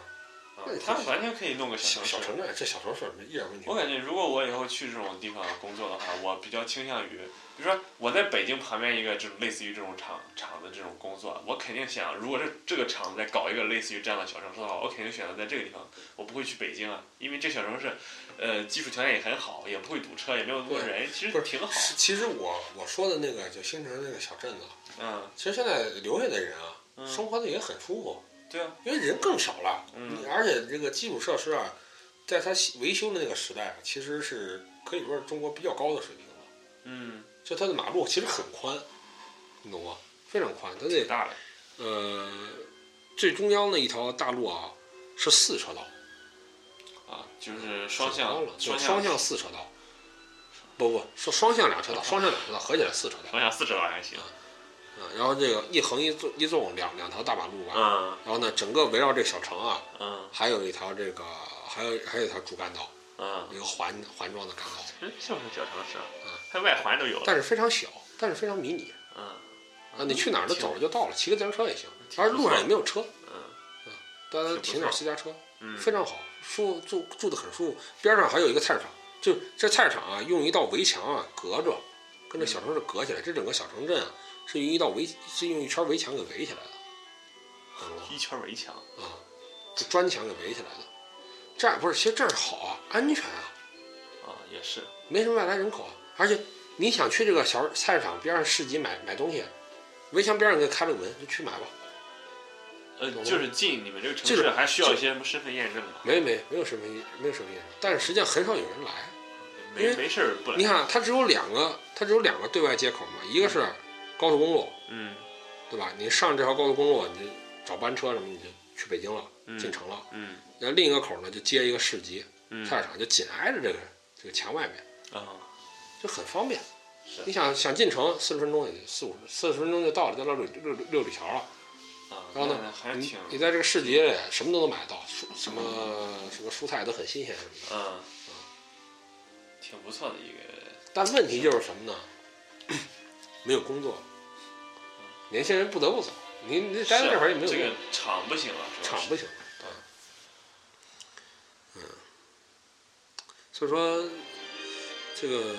[SPEAKER 2] 那
[SPEAKER 3] 嗯
[SPEAKER 2] 也，
[SPEAKER 3] 他
[SPEAKER 2] 挺
[SPEAKER 3] 完全可以弄个小
[SPEAKER 2] 小小
[SPEAKER 3] 城市。
[SPEAKER 2] 城镇，这小城市没一点问题。
[SPEAKER 3] 我感觉如果我以后去这种地方工作的话，我比较倾向于，比如说我在北京旁边一个这种类似于这种厂厂的这种工作，我肯定想，如果这这个厂再搞一个类似于这样的小城市的话，我肯定选择在这个地方，我不会去北京啊，因为这小城市，呃，基础条件也很好，也不会堵车，也没有那么多人，其
[SPEAKER 2] 不
[SPEAKER 3] 实
[SPEAKER 2] 是
[SPEAKER 3] 挺好。
[SPEAKER 2] 是其实我我说的那个就新城那个小镇子，
[SPEAKER 3] 嗯
[SPEAKER 2] 其实现在留下的人啊，
[SPEAKER 3] 嗯，
[SPEAKER 2] 生活的也很舒服，
[SPEAKER 3] 对啊，
[SPEAKER 2] 因为人更少了，
[SPEAKER 3] 嗯
[SPEAKER 2] 你而且这个基础设施啊，在它维修的那个时代啊，其实是可以说是中国比较高的水平了。
[SPEAKER 3] 嗯，
[SPEAKER 2] 就它的马路其实很宽，你懂吗？非常宽，它得
[SPEAKER 3] 挺大的，
[SPEAKER 2] 呃，最中央的一条大路啊是四车道，
[SPEAKER 3] 啊，就是双
[SPEAKER 2] 很
[SPEAKER 3] 向
[SPEAKER 2] 高了，对
[SPEAKER 3] 双
[SPEAKER 2] 双
[SPEAKER 3] 向
[SPEAKER 2] 向四车道，不不，双双向两车道，双向两车道合起来四车道
[SPEAKER 3] 双向四车道还行，
[SPEAKER 2] 啊、然后这个一横一纵一纵两两条大马路吧，
[SPEAKER 3] 嗯
[SPEAKER 2] 然后呢，整个围绕这小城啊，
[SPEAKER 3] 嗯
[SPEAKER 2] 还有一条这个还有还有一条主干道，
[SPEAKER 3] 嗯，
[SPEAKER 2] 一个环环状的干道，
[SPEAKER 3] 真像是小城市
[SPEAKER 2] 嗯，
[SPEAKER 3] 还外环都有了，
[SPEAKER 2] 但是非常小，但是非常迷你
[SPEAKER 3] 嗯
[SPEAKER 2] 啊，你去哪儿都走着就到了，骑个自行车也行，
[SPEAKER 3] 挺
[SPEAKER 2] 而路上
[SPEAKER 3] 不错
[SPEAKER 2] 也没有车，
[SPEAKER 3] 嗯
[SPEAKER 2] 大家
[SPEAKER 3] 挺
[SPEAKER 2] 停点
[SPEAKER 3] 不错
[SPEAKER 2] 私家车，
[SPEAKER 3] 嗯，
[SPEAKER 2] 非常好，舒住住的很舒服。边上还有一个菜市场，就这菜市场啊，用一道围墙啊隔着，跟这小城市隔起来。这整个小城镇啊，是用一道围，是用一圈围墙给围起来的，懂了吗
[SPEAKER 3] 一圈围墙，
[SPEAKER 2] 啊，就砖墙给围起来的。这样不是，其实这样好啊，安全啊，
[SPEAKER 3] 啊，也是，
[SPEAKER 2] 没什么外来人口啊。而且你想去这个小菜市场边上市集买买东西，啊围墙边上给开了个门，就去买吧。
[SPEAKER 3] 呃，
[SPEAKER 2] 懂了
[SPEAKER 3] 就是进你们这个城
[SPEAKER 2] 就是
[SPEAKER 3] 市还需要一些什么身份验证啊吧？
[SPEAKER 2] 没没没有什么没有什么验证，但是实际上很少有人来。啊因为
[SPEAKER 3] 没没事儿不
[SPEAKER 2] 你
[SPEAKER 3] 来，
[SPEAKER 2] 看，它只有两个，它只有两个对外接口嘛，一个是高速公路，
[SPEAKER 3] 嗯
[SPEAKER 2] 对吧？你上这条高速公路，你就找班车什么，你就去北京了，
[SPEAKER 3] 嗯
[SPEAKER 2] 进城了。
[SPEAKER 3] 嗯
[SPEAKER 2] 然后另一个口呢，就接一个市集、
[SPEAKER 3] 嗯
[SPEAKER 2] 菜市场，就紧挨着这个这个墙外面，
[SPEAKER 3] 啊，
[SPEAKER 2] 就很方便
[SPEAKER 3] 是。
[SPEAKER 2] 你想想进城，四十分钟也就四五四十分钟就到了，就到六六六里桥了。
[SPEAKER 3] 啊
[SPEAKER 2] 然后呢
[SPEAKER 3] 那还
[SPEAKER 2] 你
[SPEAKER 3] 挺，
[SPEAKER 2] 你在这个市集里什么都能买得到，蔬什么什么蔬菜都很新鲜什么的。
[SPEAKER 3] 嗯，挺不错的一个，
[SPEAKER 2] 但问题就是什么呢？ (clears throat) 没有工作，年轻人不得不走。你你待在这会儿也没有
[SPEAKER 3] 啊这
[SPEAKER 2] 用
[SPEAKER 3] 个厂不行了，主要
[SPEAKER 2] 厂
[SPEAKER 3] 是
[SPEAKER 2] 不行，对，嗯，所以说这个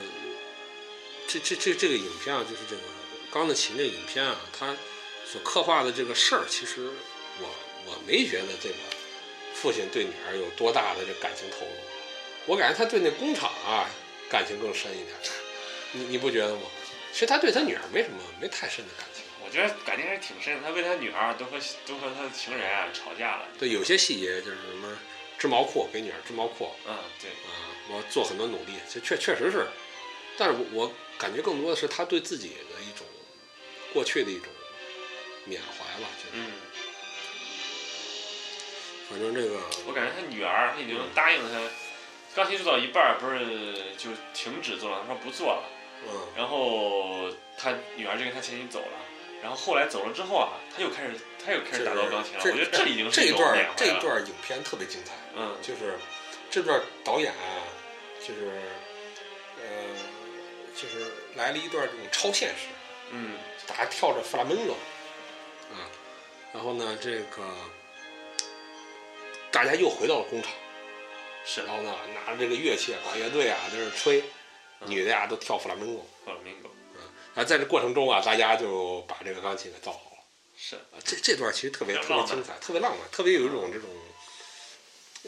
[SPEAKER 2] 这这这这个影片啊，就是这个钢的琴这个影片啊，它所刻画的这个事儿，其实我我没觉得这个父亲对女儿有多大的这感情投入，我感觉他对那工厂啊感情更深一点，你你不觉得吗？其实他对他女儿没什么没太深的感情，
[SPEAKER 3] 我觉得感情还是挺深的，他为他女儿都和都和他的情人啊吵架了。
[SPEAKER 2] 对有些细节就是什么织毛裤给女儿织毛裤，
[SPEAKER 3] 嗯，对，
[SPEAKER 2] 啊，我做很多努力，这确确实是，但是我我感觉更多的是他对自己的一种过去的一种缅怀吧，就是
[SPEAKER 3] 嗯，
[SPEAKER 2] 反正这个
[SPEAKER 3] 我感觉他女儿已经答应他，钢琴做到一半儿不是就停止做了，他说不做了，
[SPEAKER 2] 嗯，
[SPEAKER 3] 然后他女儿就跟他前妻走了，然后后来走了之后啊，他又开始他又开
[SPEAKER 2] 这
[SPEAKER 3] 始打造钢琴了，
[SPEAKER 2] 这
[SPEAKER 3] 我觉得这已经
[SPEAKER 2] 这
[SPEAKER 3] 是
[SPEAKER 2] 一
[SPEAKER 3] 种
[SPEAKER 2] 段
[SPEAKER 3] 缅
[SPEAKER 2] 儿
[SPEAKER 3] 怀
[SPEAKER 2] 这一
[SPEAKER 3] 了，
[SPEAKER 2] 段儿影片特别精彩，
[SPEAKER 3] 嗯
[SPEAKER 2] 就是这段导演啊，就是呃，就是来了一段这种超现实，
[SPEAKER 3] 嗯
[SPEAKER 2] 大家跳着弗拉门戈，啊，然后呢，这个大家又回到了工厂。
[SPEAKER 3] 是
[SPEAKER 2] 然后呢，拿着这个乐器啊，管乐队啊，在这吹，
[SPEAKER 3] 嗯
[SPEAKER 2] 女的呀都跳弗拉门戈。
[SPEAKER 3] 弗拉明戈
[SPEAKER 2] 然后在这过程中啊，大家就把这个钢琴给造好了。
[SPEAKER 3] 是
[SPEAKER 2] 啊这这段其实特别
[SPEAKER 3] 比较
[SPEAKER 2] 特别
[SPEAKER 3] 浪漫
[SPEAKER 2] 精彩，特别浪漫，特别有一种这种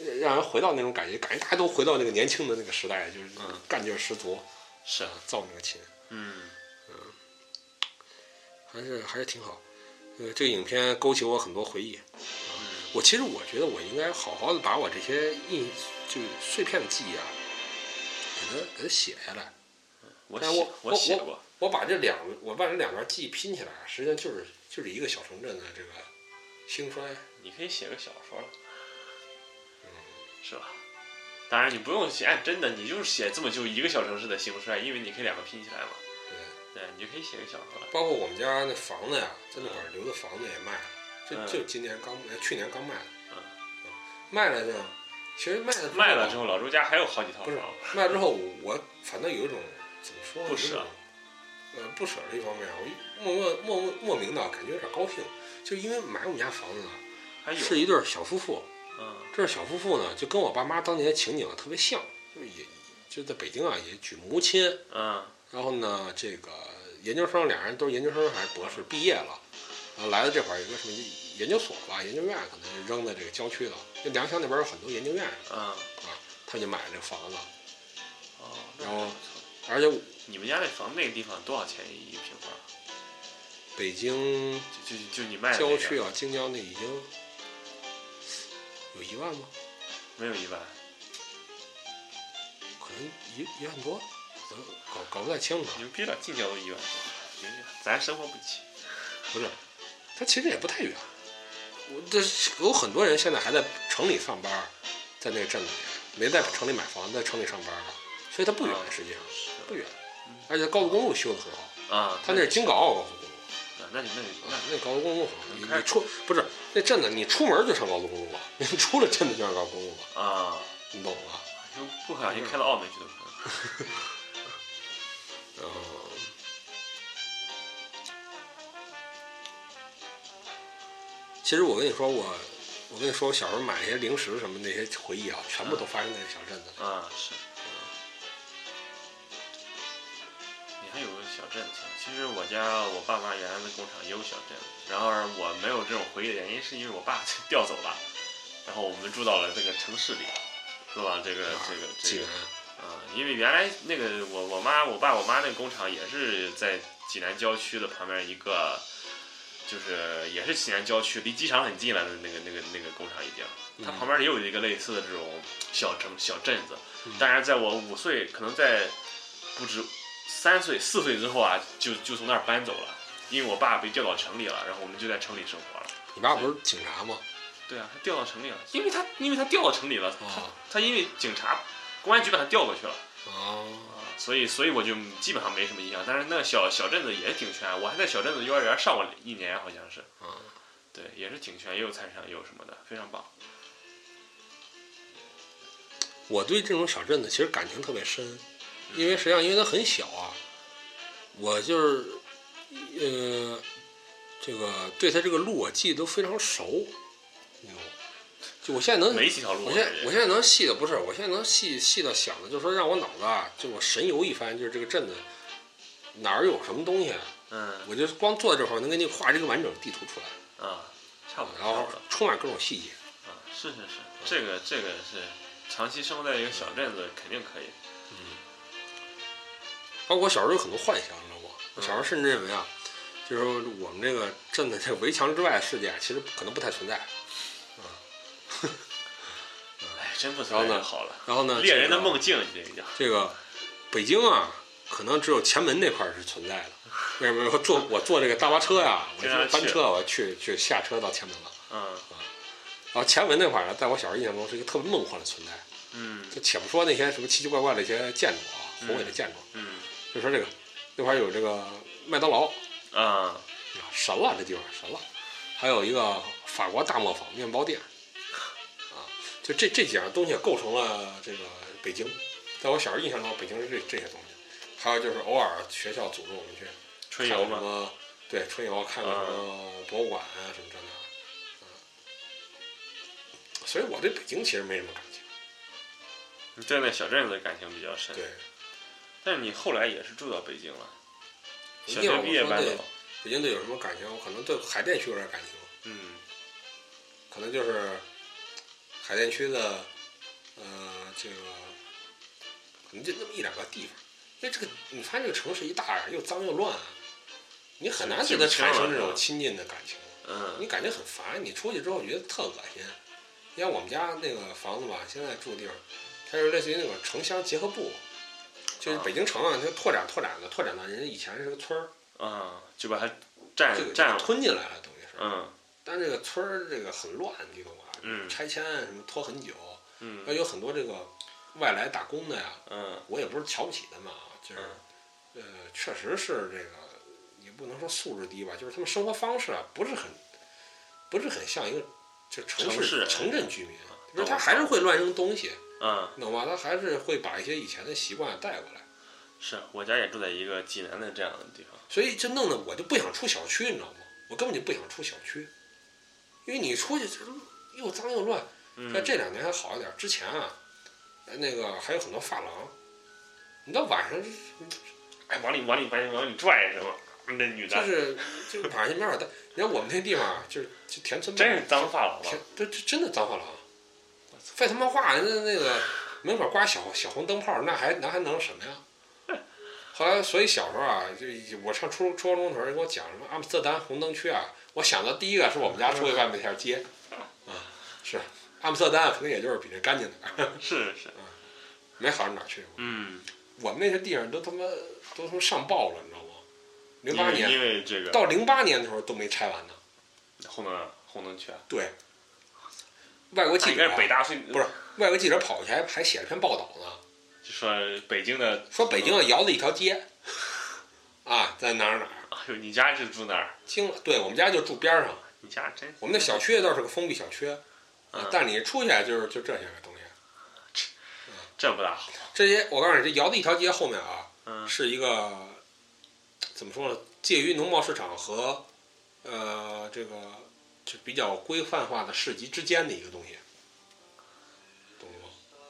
[SPEAKER 2] 呃让人回到那种感觉，感觉大家都回到那个年轻的那个时代，就是
[SPEAKER 3] 嗯
[SPEAKER 2] 干劲儿十足，
[SPEAKER 3] 是
[SPEAKER 2] 啊，造那个琴
[SPEAKER 3] 嗯
[SPEAKER 2] 还是还是挺好。呃，这个影片勾起我很多回忆。
[SPEAKER 3] 嗯
[SPEAKER 2] 我其实我觉得我应该好好的把我这些印就是碎片的记忆啊，给它给它写下来。
[SPEAKER 3] 我
[SPEAKER 2] 但
[SPEAKER 3] 写
[SPEAKER 2] 我我
[SPEAKER 3] 我写过
[SPEAKER 2] 我把这两我把这两段记忆拼起来，啊实际上就是就是一个小城镇的这个兴衰。
[SPEAKER 3] 你可以写个小说了，
[SPEAKER 2] 嗯
[SPEAKER 3] 是吧？当然你不用写按真的，你就是写这么就一个小城市的兴衰，因为你可以两个拼起来嘛。
[SPEAKER 2] 对
[SPEAKER 3] 对，你就可以写个小说了。
[SPEAKER 2] 包括我们家那房子呀，在那会儿留的房子也卖了，这
[SPEAKER 3] 嗯
[SPEAKER 2] 就今年刚，哎去年刚卖了
[SPEAKER 3] 嗯。
[SPEAKER 2] 卖了呢，其实卖了之后
[SPEAKER 3] 卖了之后，老周家还有好几套
[SPEAKER 2] 不
[SPEAKER 3] 房
[SPEAKER 2] 是。卖了之后，我反倒有一种怎么说呢
[SPEAKER 3] 不舍。
[SPEAKER 2] 有一种呃，不舍是一方面，我莫莫莫莫莫名的感觉有点高兴，就因为买我们家房子啊
[SPEAKER 3] 还有，
[SPEAKER 2] 是一对儿小夫妇，
[SPEAKER 3] 嗯
[SPEAKER 2] 这小夫妇呢就跟我爸妈当年的情景啊特别像，就是也就在北京啊也举母亲，
[SPEAKER 3] 嗯
[SPEAKER 2] 然后呢，这个研究生俩人都是研究生还是博士，毕业了，然后来到这块儿有个什么研究所吧，研究院可能就扔在这个郊区了。就良乡那边有很多研究院，
[SPEAKER 3] 嗯，
[SPEAKER 2] 他们就买了这个房子，
[SPEAKER 3] 哦，那
[SPEAKER 2] 然后
[SPEAKER 3] 还不错
[SPEAKER 2] 而且
[SPEAKER 3] 你们家那房那个地方多少钱一平方？
[SPEAKER 2] 北京
[SPEAKER 3] 就就就你卖的那
[SPEAKER 2] 郊
[SPEAKER 3] 个
[SPEAKER 2] 区啊，京郊那已经有一万吗？
[SPEAKER 3] 没有一万，
[SPEAKER 2] 可能也也很多，可能搞搞不太清楚。啊
[SPEAKER 3] 牛逼了，近郊都一万多，牛逼了，咱生活不起。
[SPEAKER 2] 不是，它其实也不太远。我这是有很多人现在还在城里上班，在那个镇里，没在城里买房，在城里上班的，所以它不远
[SPEAKER 3] 啊，
[SPEAKER 2] 实际上不
[SPEAKER 3] 是嗯
[SPEAKER 2] 远。而且高速公路修的很好，
[SPEAKER 3] 啊，
[SPEAKER 2] 它那是京港澳高速公路，
[SPEAKER 3] 啊那你那你那
[SPEAKER 2] 那高速公路好。你
[SPEAKER 3] 开
[SPEAKER 2] 你出不是那镇子，你出门就上高速公路了，你出了镇子就上高速公路了，
[SPEAKER 3] 啊，
[SPEAKER 2] 你懂吗？
[SPEAKER 3] 就不小心开到澳门去都可能。
[SPEAKER 2] 然后，其实我跟你说，我我跟你说，我小时候买那些零食什么那些回忆啊，全部都发生在小镇子里。
[SPEAKER 3] 啊，是。你还有个小镇子，其实我家我爸妈原来的工厂也有小镇，然后我没有这种回忆的原因是因为我爸 (laughs) 调走了，然后我们住到了这个城市里，住到了这个这个这
[SPEAKER 2] 济
[SPEAKER 3] 个
[SPEAKER 2] 南，
[SPEAKER 3] 啊，因为原来那个我我妈我爸我妈那个工厂也是在济南郊区的旁边一个，就是也是济南郊区，离机场很近了的那个那个那个工厂已经，它旁边也有一个类似的这种小城小镇子
[SPEAKER 2] 嗯，
[SPEAKER 3] 当然在我五岁可能在不止三岁四岁之后啊，就就从那儿搬走了，因为我爸被调到城里了，然后我们就在城里生活了。
[SPEAKER 2] 你爸不是警察吗？
[SPEAKER 3] 对啊，他调到城里了，因为他因为他调到城里了，他
[SPEAKER 2] 哦
[SPEAKER 3] 他因为警察公安局把他调过去了。
[SPEAKER 2] 啊，
[SPEAKER 3] 所以所以我就基本上没什么印象。但是那个小小镇子也挺全，我还在小镇子幼儿园上过一年，好像是。
[SPEAKER 2] 嗯。
[SPEAKER 3] 对，也是挺全，也有菜市场，也有什么的，非常棒。
[SPEAKER 2] 我对这种小镇子其实感情特别深，因为实际上因为它很小啊，我就是呃，这个对它这个路我记得都非常熟，你懂吗？就我现在能
[SPEAKER 3] 没几条路
[SPEAKER 2] 嗯我
[SPEAKER 3] 感
[SPEAKER 2] 现
[SPEAKER 3] 觉，
[SPEAKER 2] 在我现在能细的不是，我现在能细细的想的，就是说让我脑子啊，就我神游一番，就是这个镇子哪儿有什么东西，啊
[SPEAKER 3] 嗯
[SPEAKER 2] 我就光坐在这块儿能给你画这个完整地图出来，
[SPEAKER 3] 啊，差不多
[SPEAKER 2] 然
[SPEAKER 3] 差
[SPEAKER 2] 后嗯
[SPEAKER 3] 不多
[SPEAKER 2] 充满各种细节。
[SPEAKER 3] 啊，是是是，这个这个是长期生活在一个小镇子肯定可以。
[SPEAKER 2] 包括我小时候有很多幻想，你知道吗？我小时候甚至认为啊，就是说我们这个镇的这围墙之外的世界，啊其实可能不太存在。
[SPEAKER 3] 哎，真不
[SPEAKER 2] 然
[SPEAKER 3] 错，
[SPEAKER 2] 后呢
[SPEAKER 3] 就好了，
[SPEAKER 2] 然后呢，
[SPEAKER 3] 猎人
[SPEAKER 2] 这
[SPEAKER 3] 的
[SPEAKER 2] 个
[SPEAKER 3] 梦境，你这个叫
[SPEAKER 2] 这个北京啊，可能只有前门那块儿是存在的。为什么我坐我坐这个大巴车呀、我
[SPEAKER 3] 经常
[SPEAKER 2] 坐班
[SPEAKER 3] 去
[SPEAKER 2] 车，我去去下车到前门了。
[SPEAKER 3] 嗯
[SPEAKER 2] 然后啊前门那块儿呢，在我小时候印象中是一个特别梦幻的存在。
[SPEAKER 3] 嗯
[SPEAKER 2] 就且不说那些什么奇奇怪怪的一些建筑啊，宏伟的建筑，
[SPEAKER 3] 嗯
[SPEAKER 2] 就说这个那块儿有这个麦当劳，
[SPEAKER 3] 啊，
[SPEAKER 2] 啊神了，这地方神了。还有一个法国大磨坊面包店，啊，就这这几样东西构成了这个北京。在我小时候印象中，北京是这这些东西。还有就是偶尔学校组织我们去
[SPEAKER 3] 春游
[SPEAKER 2] 看什
[SPEAKER 3] 嘛，
[SPEAKER 2] 么对春游，看看
[SPEAKER 3] 啊
[SPEAKER 2] 什么博物馆啊什么这那的。嗯所以我对北京其实没什么感情。
[SPEAKER 3] 你对那小镇子感情比较深。
[SPEAKER 2] 对，
[SPEAKER 3] 但是你后来也是住到北京了，
[SPEAKER 2] 一
[SPEAKER 3] 小
[SPEAKER 2] 定要
[SPEAKER 3] 学
[SPEAKER 2] 我
[SPEAKER 3] 毕业
[SPEAKER 2] 说
[SPEAKER 3] 搬
[SPEAKER 2] 对
[SPEAKER 3] 走。
[SPEAKER 2] 北京对有什么感情？我可能对海淀区有点感情。
[SPEAKER 3] 嗯。
[SPEAKER 2] 可能就是海淀区的，呃，这个可能就那么一两个地方，因为这个你发现这个城市一大呀，又脏又乱啊，你很难
[SPEAKER 3] 是
[SPEAKER 2] 对它
[SPEAKER 3] 记不清
[SPEAKER 2] 产生
[SPEAKER 3] 了
[SPEAKER 2] 这
[SPEAKER 3] 是吧
[SPEAKER 2] 种亲近的感情，
[SPEAKER 3] 嗯
[SPEAKER 2] 你感觉很烦，你出去之后觉得特恶心。你像我们家那个房子吧，现在住的地方，它是类似于那种城乡结合部，就是
[SPEAKER 3] 啊
[SPEAKER 2] 北京城啊，它拓展拓展的，拓展到人家以前是个村儿，
[SPEAKER 3] 啊，就把它占
[SPEAKER 2] 这个
[SPEAKER 3] 占哎了。
[SPEAKER 2] 吞进来了，等于是。
[SPEAKER 3] 嗯
[SPEAKER 2] 但这个村儿这个很乱，你懂吧？啊
[SPEAKER 3] 嗯
[SPEAKER 2] 拆迁什么拖很久，
[SPEAKER 3] 嗯
[SPEAKER 2] 那有很多这个外来打工的呀，
[SPEAKER 3] 嗯
[SPEAKER 2] 我也不是瞧不起他们啊，就是呃，确实是这个也不能说素质低吧，就是他们生活方式啊不是很不是很像一个就城
[SPEAKER 3] 城市
[SPEAKER 2] 市
[SPEAKER 3] 人啊
[SPEAKER 2] 城镇居民，就是
[SPEAKER 3] 懂
[SPEAKER 2] 他
[SPEAKER 3] 了
[SPEAKER 2] 还是会乱扔东西，
[SPEAKER 3] 嗯，
[SPEAKER 2] 懂吗？他还是会把一些以前的习惯带过来，
[SPEAKER 3] 是我家也住在一个济南的这样的地方。
[SPEAKER 2] 所以就弄得我就不想出小区，你知道吗？我根本就不想出小区，因为你出去就是又脏又乱。
[SPEAKER 3] 嗯
[SPEAKER 2] 在这两年还好一点，之前啊，呃那个还有很多发廊，你到晚上
[SPEAKER 3] 哎，往里往里往里往里拽是吗？那女的、
[SPEAKER 2] 就是就是晚上没法待。你看我们那地方啊，就是就田村，
[SPEAKER 3] 真是脏发廊
[SPEAKER 2] 田
[SPEAKER 3] 了。，
[SPEAKER 2] 这这真的脏发廊。废他妈话，那那个门口挂小小红灯泡，那还那还能什么呀？ (laughs) 后来，所以小时候啊，就我上初初高中的时候，人跟我讲什么阿姆斯特丹红灯区啊，我想到第一个是我们家出去外面那条街，啊，是阿姆斯特丹啊肯定也就是比这干净点儿， (laughs)
[SPEAKER 3] 是是，
[SPEAKER 2] 没好到哪儿去。
[SPEAKER 3] 嗯，
[SPEAKER 2] 我们那些地方都他妈都他妈上报了，你知道吗？零
[SPEAKER 3] 因
[SPEAKER 2] 八
[SPEAKER 3] 为
[SPEAKER 2] 年
[SPEAKER 3] 因为这个
[SPEAKER 2] 到零八年的时候都没拆完呢。
[SPEAKER 3] 红灯红灯区啊，
[SPEAKER 2] 对，外国
[SPEAKER 3] 那
[SPEAKER 2] 记
[SPEAKER 3] 应
[SPEAKER 2] 者
[SPEAKER 3] 该
[SPEAKER 2] 啊、
[SPEAKER 3] 是北大是
[SPEAKER 2] 不是外国记者跑去还还写了篇报道呢，
[SPEAKER 3] 就说北京的
[SPEAKER 2] 说北京的窑子一条街，
[SPEAKER 3] 嗯
[SPEAKER 2] 啊，在哪儿哪儿
[SPEAKER 3] 哎呦，你家是住哪儿？
[SPEAKER 2] 惊了。对我们家就住边儿上，
[SPEAKER 3] 你家真
[SPEAKER 2] 我们那小区倒是个封闭小区，
[SPEAKER 3] 嗯
[SPEAKER 2] 啊、但你出去啊就是就这些个东西。
[SPEAKER 3] 这不大好。
[SPEAKER 2] 这些我告诉你，这窑子一条街后面啊，
[SPEAKER 3] 嗯
[SPEAKER 2] 是一个怎么说呢？介于农贸市场和呃这个就比较规范化的市集之间的一个东西，懂了吗？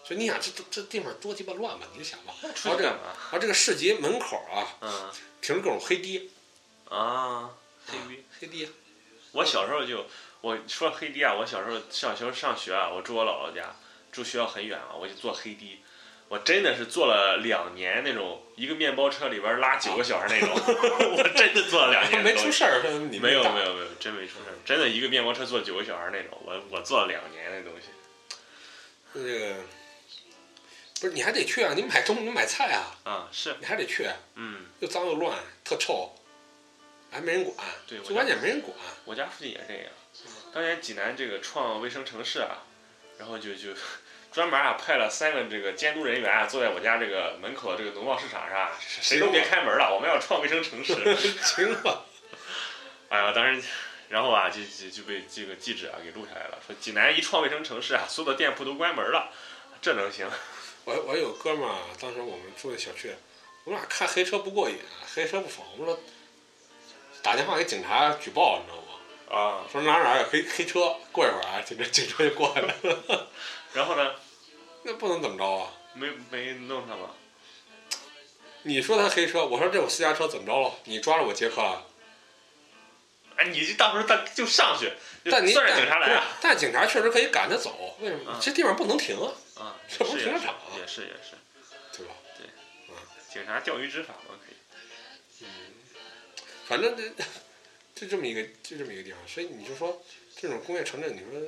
[SPEAKER 2] 所以你想，这这这地方多鸡巴乱吧？你就想吧。然
[SPEAKER 3] 出
[SPEAKER 2] 后哦
[SPEAKER 3] 去
[SPEAKER 2] 这
[SPEAKER 3] 干
[SPEAKER 2] 个，
[SPEAKER 3] 嘛？
[SPEAKER 2] 然后这个市集门口啊，
[SPEAKER 3] 嗯
[SPEAKER 2] 停着各种黑滴，
[SPEAKER 3] 啊，黑啊逼！
[SPEAKER 2] 黑滴，
[SPEAKER 3] 我小时候就，我说黑的啊，我小时候上学上学啊，我住我姥姥家，住学校很远啊，我就坐黑的，我真的是坐了两年那种，一个面包车里边拉九个小孩那
[SPEAKER 2] (laughs)
[SPEAKER 3] 种，我真的坐了两年。
[SPEAKER 2] 哎没出事儿，你
[SPEAKER 3] 哎没有
[SPEAKER 2] 大
[SPEAKER 3] 没有没有，真没出事儿，真的一个面包车坐九个小孩那种，我我坐了两年那东西。
[SPEAKER 2] 这个不是你还得去啊？你买东你买菜啊，
[SPEAKER 3] 啊，是，
[SPEAKER 2] 你还得去，
[SPEAKER 3] 嗯，
[SPEAKER 2] 又脏又乱，特臭，还没人管，
[SPEAKER 3] 对我
[SPEAKER 2] 最关键没人管。 (laughs)
[SPEAKER 3] 我家附近也是这样。当年济南这个创卫生城市啊，然后就就专门啊派了三个这个监督人员啊，坐在我家这个门口的这个农贸市场上啊，谁都别开门了，我们要创卫生城市。
[SPEAKER 2] (laughs) 行了，
[SPEAKER 3] 哎呀，当时，然后啊，就就就被这个记者啊给录下来了，说济南一创卫生城市啊，所有的店铺都关门了，这能行？
[SPEAKER 2] 我我有哥们儿啊，当时我们住那小区，我们俩看黑车不过瘾，啊黑车不爽，我们说打电话给警察举报，你知道吗？
[SPEAKER 3] 啊，
[SPEAKER 2] 说哪儿哪儿有黑黑车，过一会儿啊，警察警察就过来了， (laughs)
[SPEAKER 3] 然后呢，
[SPEAKER 2] 那不能怎么着啊？
[SPEAKER 3] 没没弄他吗？
[SPEAKER 2] 你说他黑车，我说这我私家车怎么着了？你抓着我啊杰克了？
[SPEAKER 3] 哎，你就到时候他就上去，就
[SPEAKER 2] 但你
[SPEAKER 3] 算是警察来啊，
[SPEAKER 2] 但警察确实可以赶他走，为什么？
[SPEAKER 3] 啊
[SPEAKER 2] 这地方不能停啊，
[SPEAKER 3] 啊，
[SPEAKER 2] 这不
[SPEAKER 3] 是
[SPEAKER 2] 是停车场啊
[SPEAKER 3] 也是也是，
[SPEAKER 2] 对吧？
[SPEAKER 3] 警察钓鱼执法嘛，可以。
[SPEAKER 2] 反正这 (laughs) 就这么一个就这么一个地方，所以你就说这种工业城镇，你说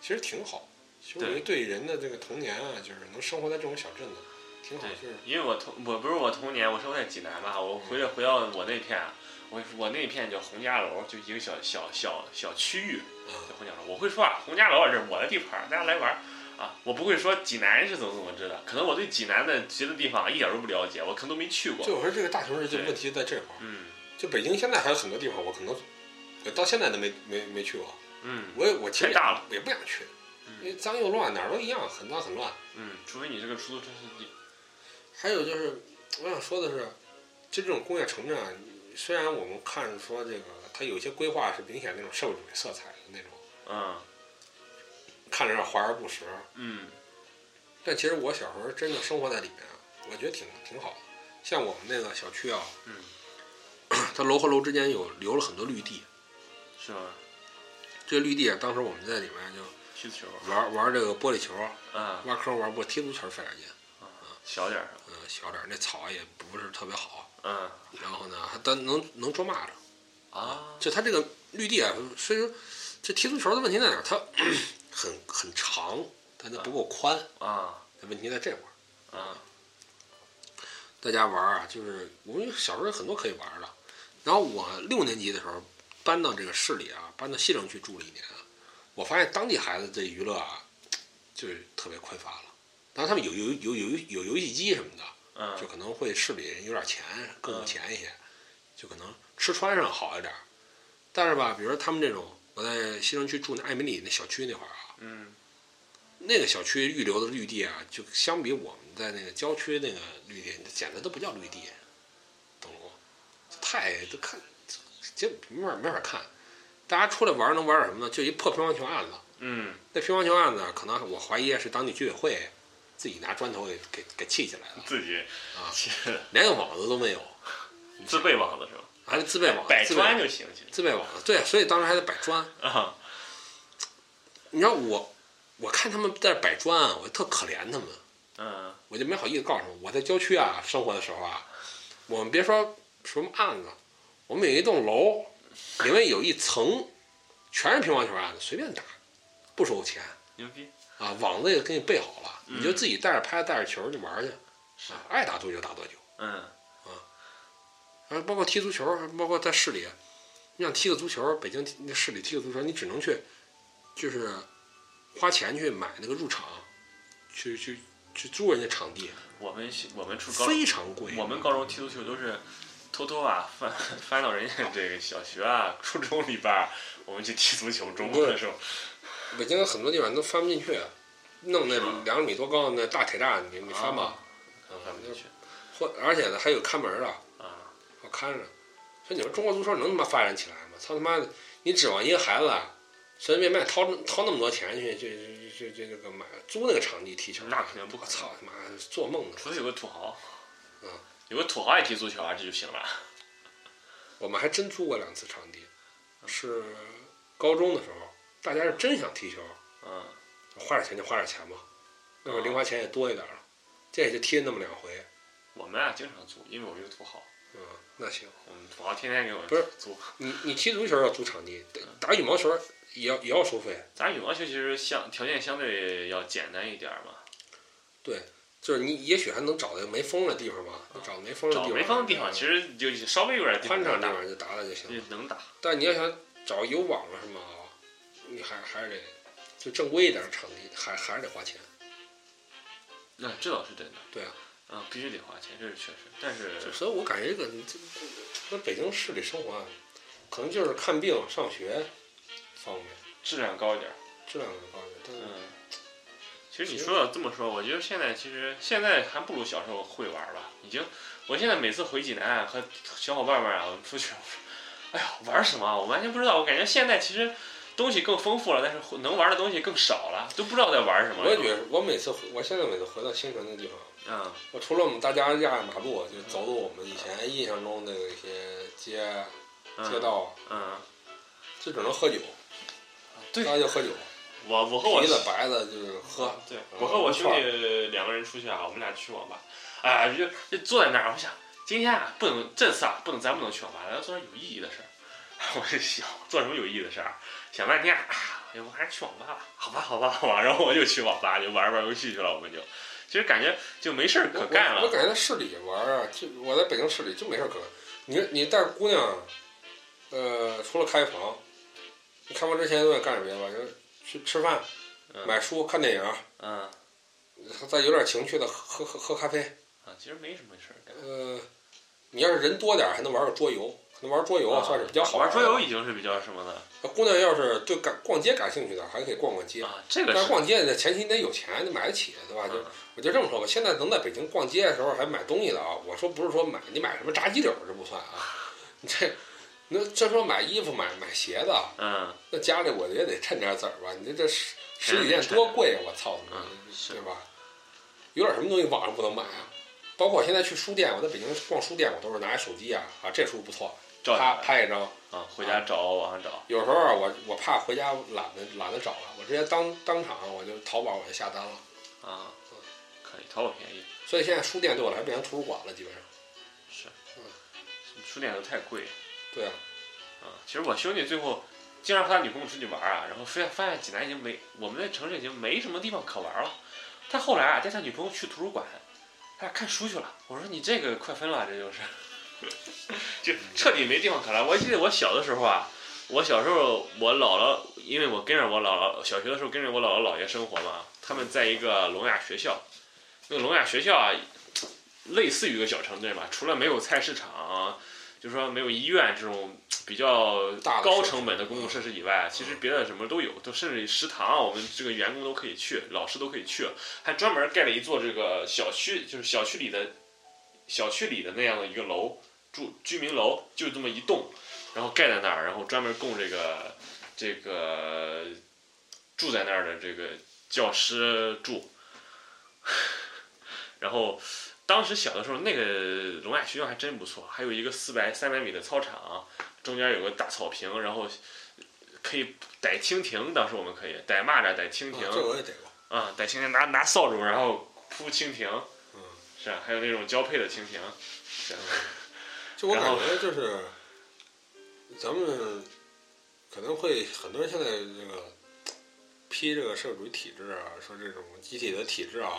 [SPEAKER 2] 其实挺好。其实我觉得对人的这个童年啊，就是能生活在这种小镇子，挺好
[SPEAKER 3] 对。
[SPEAKER 2] 就是
[SPEAKER 3] 因为我童我不是我童年，我生活在济南嘛，我
[SPEAKER 2] 嗯
[SPEAKER 3] 回来回到我那片啊，我我那片叫洪家楼，就一个小小小小区域
[SPEAKER 2] 嗯
[SPEAKER 3] 叫洪家楼。我会说啊，洪家楼啊，这是我的地盘儿，大家来玩儿啊。我不会说济南是怎么怎么着的，可能我对济南的别的地方啊一点儿都不了解，我可能都没去过。
[SPEAKER 2] 就我说这个大城市就
[SPEAKER 3] 对
[SPEAKER 2] 问题在这块儿。
[SPEAKER 3] 嗯
[SPEAKER 2] 就北京现在还有很多地方，我可能我到现在都没没没去过。
[SPEAKER 3] 嗯
[SPEAKER 2] 我也我其实
[SPEAKER 3] 太
[SPEAKER 2] 也
[SPEAKER 3] 大了
[SPEAKER 2] 也不想去，
[SPEAKER 3] 嗯
[SPEAKER 2] 因为脏又乱，哪儿都一样，很脏很乱。
[SPEAKER 3] 嗯，除非你是个出租车司机。
[SPEAKER 2] 还有就是，我想说的是，就这种工业城镇啊，虽然我们看说这个它有一些规划是明显那种社会主义色彩的那种，
[SPEAKER 3] 嗯
[SPEAKER 2] 看着有点华而不实，
[SPEAKER 3] 嗯
[SPEAKER 2] 但其实我小时候真的生活在里面啊，我觉得挺挺好的。像我们那个小区啊，
[SPEAKER 3] 嗯，
[SPEAKER 2] 它楼和楼之间有留了很多绿地，
[SPEAKER 3] 是吧？
[SPEAKER 2] 这绿地啊，当时我们在里面就
[SPEAKER 3] 踢球
[SPEAKER 2] 玩玩这个玻璃球，
[SPEAKER 3] 啊，
[SPEAKER 2] 挖坑玩不踢足球费点劲，
[SPEAKER 3] 小点儿是吧
[SPEAKER 2] 嗯，小点儿，那草也不是特别好，
[SPEAKER 3] 嗯
[SPEAKER 2] 然后呢，还但能能捉蚂蚱。
[SPEAKER 3] 啊
[SPEAKER 2] 就它这个绿地啊，所以说这踢足球的问题在哪儿？它 (clears throat) 很很长，但它不够宽，
[SPEAKER 3] 啊
[SPEAKER 2] 问题在这块儿。
[SPEAKER 3] 啊
[SPEAKER 2] 大家玩儿啊，就是我们小时候有很多可以玩儿的。然后我六年级的时候搬到这个市里啊，搬到西城区住了一年啊，我发现当地孩子这娱乐啊，就是特别匮乏了。当然他们有游有有有游戏机什么的，
[SPEAKER 3] 嗯
[SPEAKER 2] 就可能会市里人有点钱，更有钱一些，就可能吃穿上好一点儿。但是吧，比如说他们这种，我在西城区住那艾米丽那小区那会儿啊，
[SPEAKER 3] 嗯
[SPEAKER 2] 那个小区预留的绿地啊，就相比我们在那个郊区那个绿地，简直都不叫绿地，懂了吗？太都看，这没法没法看。大家出来玩儿能玩点什么呢？就一破乒乓球案子。
[SPEAKER 3] 嗯
[SPEAKER 2] 那乒乓球案子啊可能我怀疑是当地居委会自己拿砖头给给给砌起来的，
[SPEAKER 3] 自己 (laughs)
[SPEAKER 2] 啊
[SPEAKER 3] 其实
[SPEAKER 2] 连个网子都没有，
[SPEAKER 3] 自备网子是吧？
[SPEAKER 2] 还是自备网，啊
[SPEAKER 3] 摆
[SPEAKER 2] 自备网
[SPEAKER 3] 砖就行，其实
[SPEAKER 2] 自备网子。啊对，所以当时还得摆砖。
[SPEAKER 3] 啊，
[SPEAKER 2] 你知道我，我看他们在那摆砖啊，我就特可怜他们。
[SPEAKER 3] 嗯
[SPEAKER 2] 我就没好意思告诉他们，我在郊区啊生活的时候啊，我们别说什么案子，我们有一栋楼，里面有一层全是乒乓球案子，随便打，不收钱
[SPEAKER 3] 牛逼，
[SPEAKER 2] 啊，网子也给你备好了，
[SPEAKER 3] 嗯
[SPEAKER 2] 你就自己带着拍带着球就玩去，啊，爱打多久打多久，
[SPEAKER 3] 嗯
[SPEAKER 2] 啊，包括踢足球，包括在市里，你想踢个足球，北京那市里踢个足球，你只能去，就是花钱去买那个入场，去去去租人家场地，
[SPEAKER 3] 我们是我们初高
[SPEAKER 2] 非常贵。嗯
[SPEAKER 3] 我们高中踢足球都是偷偷啊翻翻到人家这个小学啊、初中里边儿，我们去踢足球。周末的时候，
[SPEAKER 2] 北京有很多地方都翻不进去，啊弄那
[SPEAKER 3] 是吗
[SPEAKER 2] 两米多高的那大铁栅，你你翻吧
[SPEAKER 3] 啊，可能翻不
[SPEAKER 2] 嗯
[SPEAKER 3] 进去
[SPEAKER 2] 或而且呢还有看门的，
[SPEAKER 3] 啊。
[SPEAKER 2] 我看着。说你们中国足球能他妈发展起来吗？操他妈的！你指望一个孩子啊随随便便掏掏那么多钱去去去去去这个买租那个场地踢球，
[SPEAKER 3] 那肯定不可
[SPEAKER 2] 我
[SPEAKER 3] 能
[SPEAKER 2] 操他妈做梦呢！
[SPEAKER 3] 除非有个土豪，
[SPEAKER 2] 嗯，
[SPEAKER 3] 有个土豪爱踢足球啊，这就行了。
[SPEAKER 2] 我们还真租过两次场地，
[SPEAKER 3] 嗯
[SPEAKER 2] 是高中的时候，大家是真想踢球，
[SPEAKER 3] 嗯，
[SPEAKER 2] 花点钱就花点钱吧，那会儿零花钱也多一点了，这也就踢了那么两回，
[SPEAKER 3] 我们啊经常租，因为我们有土豪，
[SPEAKER 2] 嗯，那行。
[SPEAKER 3] 我们土豪天天给我们
[SPEAKER 2] 不是
[SPEAKER 3] 租。
[SPEAKER 2] 你你踢足球要租场地，
[SPEAKER 3] 嗯
[SPEAKER 2] 打打羽毛球也要也要收费。
[SPEAKER 3] 咱羽毛球其实相条件相对要简单一点儿嘛，
[SPEAKER 2] 就是你也许还能找到没风的地方吧，你找没风的地
[SPEAKER 3] 啊找
[SPEAKER 2] 方，
[SPEAKER 3] 没风的地方其实就稍微有点地方
[SPEAKER 2] 宽敞
[SPEAKER 3] 能
[SPEAKER 2] 地
[SPEAKER 3] 打，
[SPEAKER 2] 方就打打就行
[SPEAKER 3] 就
[SPEAKER 2] 了。
[SPEAKER 3] 能打。
[SPEAKER 2] 但你要想找有网了什么啊，你还还是得就正规一点的场地，还还是得花钱。
[SPEAKER 3] 那这倒是真的。
[SPEAKER 2] 对啊。
[SPEAKER 3] 嗯，必须得花钱，这是确实。但是
[SPEAKER 2] 就所以我感觉这个这这北京市里生活啊，可能就是看病、上学方面
[SPEAKER 3] 质量高一点儿。
[SPEAKER 2] 这两个方面，但是
[SPEAKER 3] 嗯，其实你说到这么说，我觉得现在其实现在还不如小时候会玩儿吧。已经，我现在每次回济南啊和小伙伴们啊，我们出去，我说， (laughs) 哎呀，玩儿什么啊？我完全不知道。我感觉现在其实东西更丰富了，但是能玩儿的东西更少了，都不知道在玩儿什么。
[SPEAKER 2] 我也觉得，我每次回我现在每次回到新城那地方，
[SPEAKER 3] 嗯
[SPEAKER 2] 我除了我们大家压马路，就走走我们以前印象中的一些街
[SPEAKER 3] 嗯
[SPEAKER 2] 街道，
[SPEAKER 3] 嗯，
[SPEAKER 2] 就只能喝酒，
[SPEAKER 3] 对啊
[SPEAKER 2] 大家就喝酒，
[SPEAKER 3] 我我和我
[SPEAKER 2] 啤的白的就是喝，
[SPEAKER 3] 对，我和我兄弟两个人出去啊，我们俩去网吧，哎、就就坐在那儿，我想今天啊不能这次啊不能咱不能去网吧，咱要做点有意义的事儿。 (laughs) 我就想做什么有意义的事儿，想半天啊，哎我还是去网吧吧，好吧好吧好吧，然后我就去网吧就玩玩游戏去了，我们就其实感觉就没事儿可
[SPEAKER 2] 我我
[SPEAKER 3] 干
[SPEAKER 2] 我
[SPEAKER 3] 了，
[SPEAKER 2] 感觉在市里玩啊，就我在北京市里就没事儿可干。你你带姑娘，呃，除了开房，你开房之前永远干什么吧？就是去吃饭、
[SPEAKER 3] 嗯
[SPEAKER 2] 买书、看电影，
[SPEAKER 3] 嗯
[SPEAKER 2] 再有点情趣的喝喝喝咖啡。
[SPEAKER 3] 啊，其实没什么事儿干。
[SPEAKER 2] 呃，你要是人多点儿，还能玩个桌游，可能玩桌游啊算是比较好
[SPEAKER 3] 玩
[SPEAKER 2] 的
[SPEAKER 3] 桌游已经是比较什么的
[SPEAKER 2] 那姑娘要是对感逛街感兴趣的，还可以逛逛街。
[SPEAKER 3] 啊，这个
[SPEAKER 2] 但是
[SPEAKER 3] 是
[SPEAKER 2] 逛街的前提你得有钱，你买得起，对吧？就
[SPEAKER 3] 嗯
[SPEAKER 2] 我就这么说吧，现在能在北京逛街的时候还买东西的啊，我说不是说买你买什么炸鸡柳这不算啊， (laughs) 你这那这说买衣服买买鞋子，啊
[SPEAKER 3] 嗯
[SPEAKER 2] 那家里我也得趁点子儿吧，你这这实实体店多贵啊，我操你妈
[SPEAKER 3] 嗯，是
[SPEAKER 2] 对吧？有点什么东西网上不能买啊？包括我现在去书店，我在北京逛书店，我都是拿手机啊啊，这书不错，
[SPEAKER 3] 照
[SPEAKER 2] 啪
[SPEAKER 3] 着
[SPEAKER 2] 拍一张。
[SPEAKER 3] 啊回家找网上找
[SPEAKER 2] 有时候啊，我我怕回家懒得懒得找了，我直接当当场我就淘宝我就下单了。
[SPEAKER 3] 啊，
[SPEAKER 2] 嗯
[SPEAKER 3] 可以淘宝便宜。
[SPEAKER 2] 所以现在书店对我来说变成图书馆了，基本上。
[SPEAKER 3] 是
[SPEAKER 2] 嗯，
[SPEAKER 3] 书店都太贵
[SPEAKER 2] 对啊，
[SPEAKER 3] 啊。其实我兄弟最后经常和他女朋友出去玩啊，然后发现发现济南已经没我们那城市已经没什么地方可玩了。他后来啊带他女朋友去图书馆，他俩看书去了。我说你这 (laughs) 个快分了，这就是，就彻底没地方可玩。我记得我小的时候啊，我小时候，我姥姥，因为我跟着我姥姥，小学的时候跟着我姥姥姥爷生活嘛，他们在一个聋哑学校，那个聋哑学校啊，类似于一个小城镇吧，除了没有菜市场，就说没有医院这种比较
[SPEAKER 2] 大的设施嗯
[SPEAKER 3] 高成本的公共设施以外，其实别的什么都有，都甚至食堂，我们这个员工都可以去，老师都可以去，还专门盖了一座这个小区，就是小区里的小区里的那样的一个楼，住居民楼，就这么一栋，然后盖在那儿，然后专门供这个这个住在那儿的这个教师住。 (laughs) 然后当时小的时候，那个聋哑学校还真不错，还有一个四百三百米的操场，中间有个大草坪，然后可以逮蜻蜓。当时我们可以逮蚂蚱、逮蜻蜓。
[SPEAKER 2] 啊这我也逮过。
[SPEAKER 3] 啊，逮蜻蜓拿拿扫帚，然后扑蜻蜓，
[SPEAKER 2] 嗯，
[SPEAKER 3] 是啊，还有那种交配的蜻蜓，
[SPEAKER 2] 就我感
[SPEAKER 3] 然后
[SPEAKER 2] 觉就是，咱们可能会很多人现在这个批这个社会主义体制啊，说这种集体的体制啊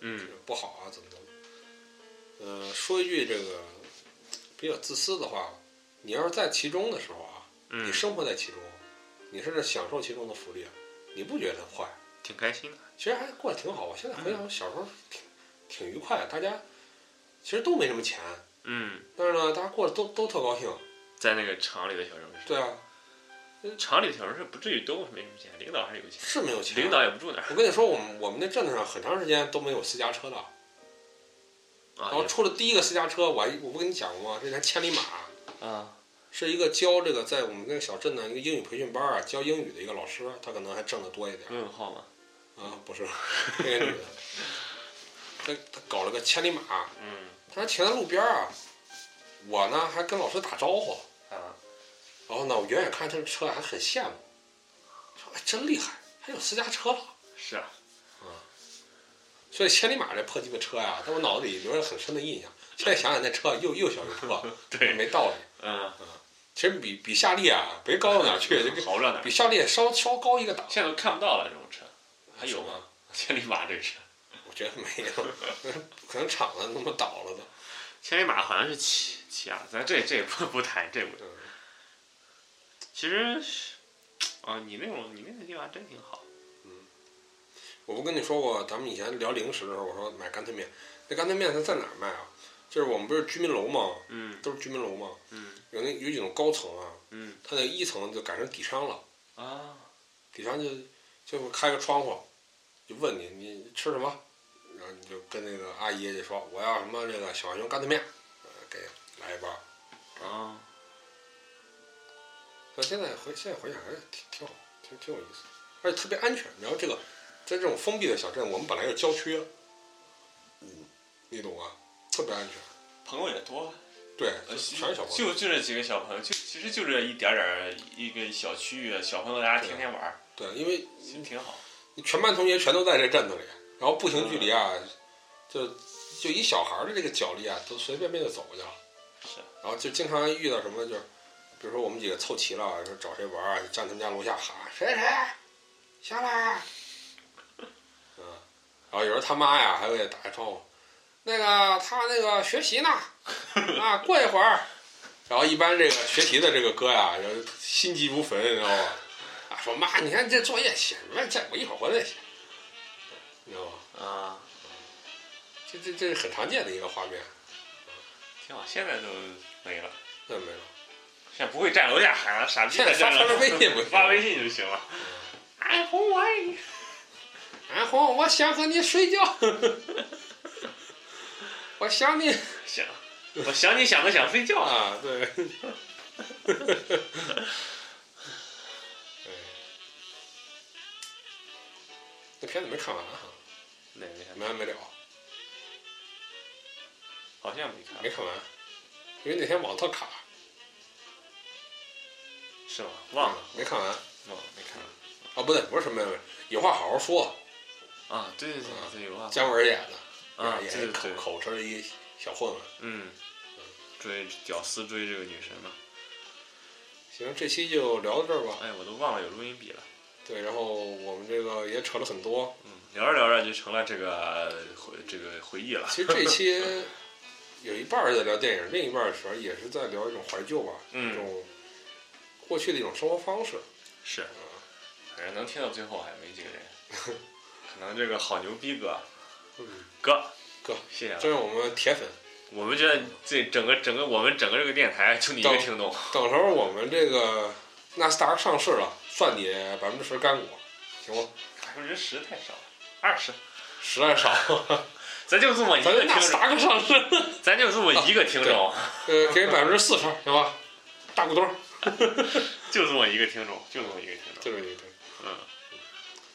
[SPEAKER 3] 嗯
[SPEAKER 2] 不好啊，怎么怎么。呃，说一句这个比较自私的话，你要是在其中的时候啊，你
[SPEAKER 3] 嗯，
[SPEAKER 2] 生活在其中，你是享受其中的福利，啊，你不觉得坏？
[SPEAKER 3] 挺开心的，
[SPEAKER 2] 其实还过得挺好。我现在
[SPEAKER 3] 嗯
[SPEAKER 2] 回想小时候挺挺愉快的，大家其实都没什么钱，
[SPEAKER 3] 嗯，
[SPEAKER 2] 但是呢，大家过得都都特高兴。
[SPEAKER 3] 在那个厂里的小城市，
[SPEAKER 2] 对啊，
[SPEAKER 3] 厂里的小城市不至于都没什么钱，领导还是有啊钱，
[SPEAKER 2] 是没有钱。
[SPEAKER 3] 领导也不住那儿
[SPEAKER 2] 我跟你说，我们我们那镇子上很长时间都没有私家车的，然后
[SPEAKER 3] 啊
[SPEAKER 2] 出了第一个私家车，我还我不跟你讲过吗？这台千里马
[SPEAKER 3] 也啊，
[SPEAKER 2] 是一个教这个在我们那个小镇的一个英语培训班啊，教英语的一个老师，他可能还挣得多一点
[SPEAKER 3] 罗永浩嘛，
[SPEAKER 2] 啊，不是那个女的，他他搞了个千里马，
[SPEAKER 3] 嗯
[SPEAKER 2] 他还停在路边儿啊，我呢还跟老师打招呼，
[SPEAKER 3] 啊，
[SPEAKER 2] 然后呢我远远看他的车还很羡慕，说哎真厉害，还有私家车了。
[SPEAKER 3] 是啊，
[SPEAKER 2] 所以千里马这破鸡巴车呀、在我脑子里留下很深的印象。现在想想那车又又小又破，
[SPEAKER 3] 对，
[SPEAKER 2] 没道理。
[SPEAKER 3] 嗯，
[SPEAKER 2] 其实比比夏利啊，没高到
[SPEAKER 3] (laughs)
[SPEAKER 2] 哪儿去，就比
[SPEAKER 3] 好不了哪儿，
[SPEAKER 2] 比夏利稍稍高一个档。
[SPEAKER 3] 现在都看不到了这种车，还有吗？千里马这个车，
[SPEAKER 2] 我觉得没有， (laughs) 可能厂子他妈倒了都。
[SPEAKER 3] 千里马好像是起起亚的，咱这这不不谈，这不
[SPEAKER 2] 嗯，
[SPEAKER 3] 其实是，啊，你那种你那个地方真挺好。
[SPEAKER 2] 我不跟你说过，咱们以前聊零食的时候，我说买干脆面，那干脆面它在哪儿卖啊？就是我们不是居民楼嘛，
[SPEAKER 3] 嗯
[SPEAKER 2] 都是居民楼嘛，
[SPEAKER 3] 嗯
[SPEAKER 2] 有那有几种高层啊，
[SPEAKER 3] 嗯
[SPEAKER 2] 它那一层就改成底商了，
[SPEAKER 3] 啊，
[SPEAKER 2] 底商就就开个窗户，就问你你吃什么，然后你就跟那个阿姨就说我要什么这个小浣熊干脆面，呃给来一包。
[SPEAKER 3] 啊，
[SPEAKER 2] 那现在回现在回想还是挺挺好，挺挺有意思，而且特别安全。然后这个在这种封闭的小镇，我们本来有郊区，嗯，你懂吗？特别安全，
[SPEAKER 3] 朋友也多，
[SPEAKER 2] 对，
[SPEAKER 3] 呃
[SPEAKER 2] 就全是小朋友。
[SPEAKER 3] 就就这几个小朋友，就其实就这一点点儿一个小区域，啊小朋友大家天天玩儿，
[SPEAKER 2] 对，因为
[SPEAKER 3] 其实挺好。
[SPEAKER 2] 你全班同学全都在这镇子里，然后步行距离啊，就就以小孩儿的这个脚力啊，都随便便就走过去了。
[SPEAKER 3] 是，
[SPEAKER 2] 然后就经常遇到什么，就是比如说我们几个凑齐了，说找谁玩儿啊，就站他们家楼下喊谁谁下来，嗯，然后有时候他妈呀还会打开窗户，那个他那个学习呢，啊，过一会儿。然后一般这个学习的这个哥呀，然后心急如焚，你知道吗？啊，说妈，你看这作业写什么？这我一会儿回来写，你知道吗？
[SPEAKER 3] 啊，
[SPEAKER 2] 这这这是很常见的一个画面，
[SPEAKER 3] 挺好。现在都没了，
[SPEAKER 2] 那没有。
[SPEAKER 3] 现在不会站楼下喊了，傻逼
[SPEAKER 2] 现在
[SPEAKER 3] 在
[SPEAKER 2] 发
[SPEAKER 3] 站
[SPEAKER 2] 发
[SPEAKER 3] 楼
[SPEAKER 2] 微信不行
[SPEAKER 3] 发微信就行了。哎，红我爱你。
[SPEAKER 2] 安红，我想和你睡觉， (laughs) 我想你
[SPEAKER 3] 想，我想你想的想睡觉。
[SPEAKER 2] 啊，对。哎那片子没看完啊，
[SPEAKER 3] 哪个呀？
[SPEAKER 2] 没完没了，
[SPEAKER 3] 好像没看
[SPEAKER 2] 没，看完，因为那天网特卡，
[SPEAKER 3] 是吗？忘了，
[SPEAKER 2] 嗯没看完
[SPEAKER 3] 忘了，没看了。
[SPEAKER 2] 啊，不对，不是什么呀，有话好好说，
[SPEAKER 3] 啊，对对对对，有啊。
[SPEAKER 2] 姜文演的，
[SPEAKER 3] 啊，
[SPEAKER 2] 嗯也
[SPEAKER 3] 对
[SPEAKER 2] 是
[SPEAKER 3] 对
[SPEAKER 2] 口
[SPEAKER 3] 对。
[SPEAKER 2] 口吃了一小混混。
[SPEAKER 3] 嗯，追屌丝追这个女神嘛，
[SPEAKER 2] 行，这期就聊到这儿吧。
[SPEAKER 3] 哎，我都忘了有录音笔了。
[SPEAKER 2] 对，然后我们这个也扯了很多。
[SPEAKER 3] 嗯，聊着聊着就成了这个回这个回忆了。
[SPEAKER 2] 其实这一期有一半儿在聊电影，另一半儿主要也是在聊一种怀旧吧，
[SPEAKER 3] 嗯
[SPEAKER 2] 一种过去的一种生活方式。
[SPEAKER 3] 是，嗯反正能听到最后还没几 (laughs) 个人，可能这个好牛逼哥
[SPEAKER 2] 嗯，
[SPEAKER 3] 哥
[SPEAKER 2] 哥，
[SPEAKER 3] 谢谢
[SPEAKER 2] 这
[SPEAKER 3] 了。
[SPEAKER 2] 是我们铁粉。
[SPEAKER 3] 我们觉得这整个整个我们整个这个电台就你一个听众，
[SPEAKER 2] 到时候我们这个纳斯达克上市了，算你百分之十干股，行吗？
[SPEAKER 3] 百分之十太少了，二十，
[SPEAKER 2] 实在少，
[SPEAKER 3] (laughs) 咱就这么一
[SPEAKER 2] 咱
[SPEAKER 3] 个
[SPEAKER 2] 就
[SPEAKER 3] 听
[SPEAKER 2] 纳斯
[SPEAKER 3] 众，
[SPEAKER 2] 达克上市，
[SPEAKER 3] 咱就这么一个听众，
[SPEAKER 2] 呃，给百分之四十，行吧？大股东，
[SPEAKER 3] 就这么一个听众，就这么一个听众。
[SPEAKER 2] 对对对。
[SPEAKER 3] 嗯，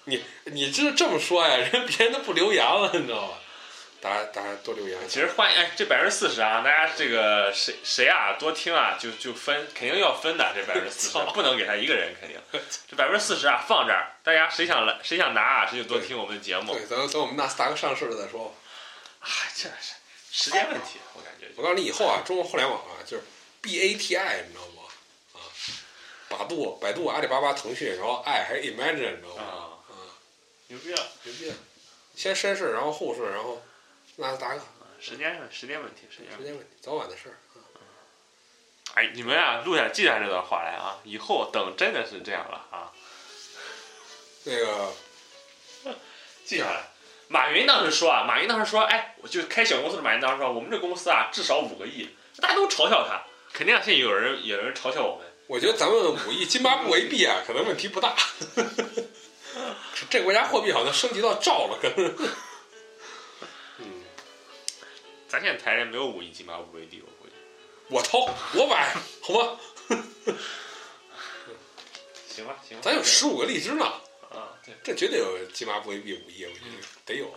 [SPEAKER 2] 你你这这么说呀，人别人都不留言了，你知道吧？大家大家多留言。
[SPEAKER 3] 其实欢迎哎，这百分之四十啊，大家这个谁谁啊多听啊，就就分，肯定要
[SPEAKER 2] (laughs)
[SPEAKER 3] 分的，这百分之四十
[SPEAKER 2] 操
[SPEAKER 3] 不能给他一个人，
[SPEAKER 2] (laughs)
[SPEAKER 3] 肯定。这百分之四十啊放这儿，大家谁想来谁想拿啊，谁就多听我们的节目。
[SPEAKER 2] 对，咱等我们纳斯达克上市了再说吧。
[SPEAKER 3] 啊，这是时间问题，我感觉
[SPEAKER 2] 我告诉你，以后啊，中国互联网啊，就是 B A T I，你知道吗？啊，百度、百度、阿里巴巴、腾讯，然后 I 还是 Imagine，你知道吗？
[SPEAKER 3] 啊
[SPEAKER 2] 嗯，
[SPEAKER 3] 牛逼啊！
[SPEAKER 2] 牛逼啊！先绅士，然后后士，然后纳斯达克，
[SPEAKER 3] 时间问时间问题，时间问
[SPEAKER 2] 时
[SPEAKER 3] 题。
[SPEAKER 2] 间问题，早晚的事儿。啊
[SPEAKER 3] 哎，你们啊，录下记下这段话来啊，以后等真的是这样了啊，
[SPEAKER 2] 那个
[SPEAKER 3] 记下来。马云当时说啊，马云当时说，哎，我就开小公司的马云当时说，我们这公司啊，至少五个亿，大家都嘲笑他，肯定现在有人有人嘲笑我们。
[SPEAKER 2] 我觉得咱们五亿津巴布韦币啊，可能问题不大。 (laughs) 这国家货币好像升级到兆了，可能。嗯，
[SPEAKER 3] 咱现在台里没有五亿金马五位帝，我估计。
[SPEAKER 2] 我掏，我买，好吗？
[SPEAKER 3] 行吧，行吧。
[SPEAKER 2] 咱有十五个荔枝呢，
[SPEAKER 3] 啊，对，
[SPEAKER 2] 这绝对有津巴布韦币五亿，我觉得得有。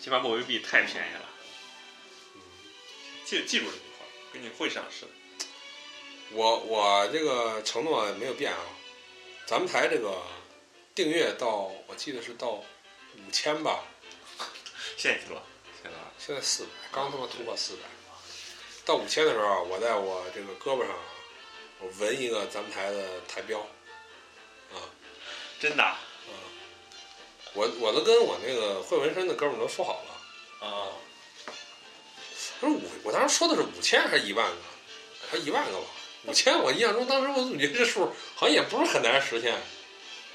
[SPEAKER 3] 金马五位币太便宜了。嗯记记住这句话，给你会上市的。
[SPEAKER 2] 我我这个承诺没有变啊，咱们台这个订阅到我记得是到五千吧，
[SPEAKER 3] 现在记住了，现在啊
[SPEAKER 2] 现在四百，刚他妈突破四百。到五千的时候啊，我在我这个胳膊上啊，我纹一个咱们台的台标。
[SPEAKER 3] 真的啊
[SPEAKER 2] 我我都跟我那个会纹身的哥们儿都说好了，
[SPEAKER 3] 啊，
[SPEAKER 2] 他说五，我当时说的是五千还是一万个，还是一万个吧？五千，我印象中当时我总觉得这数好像也不是很难实现，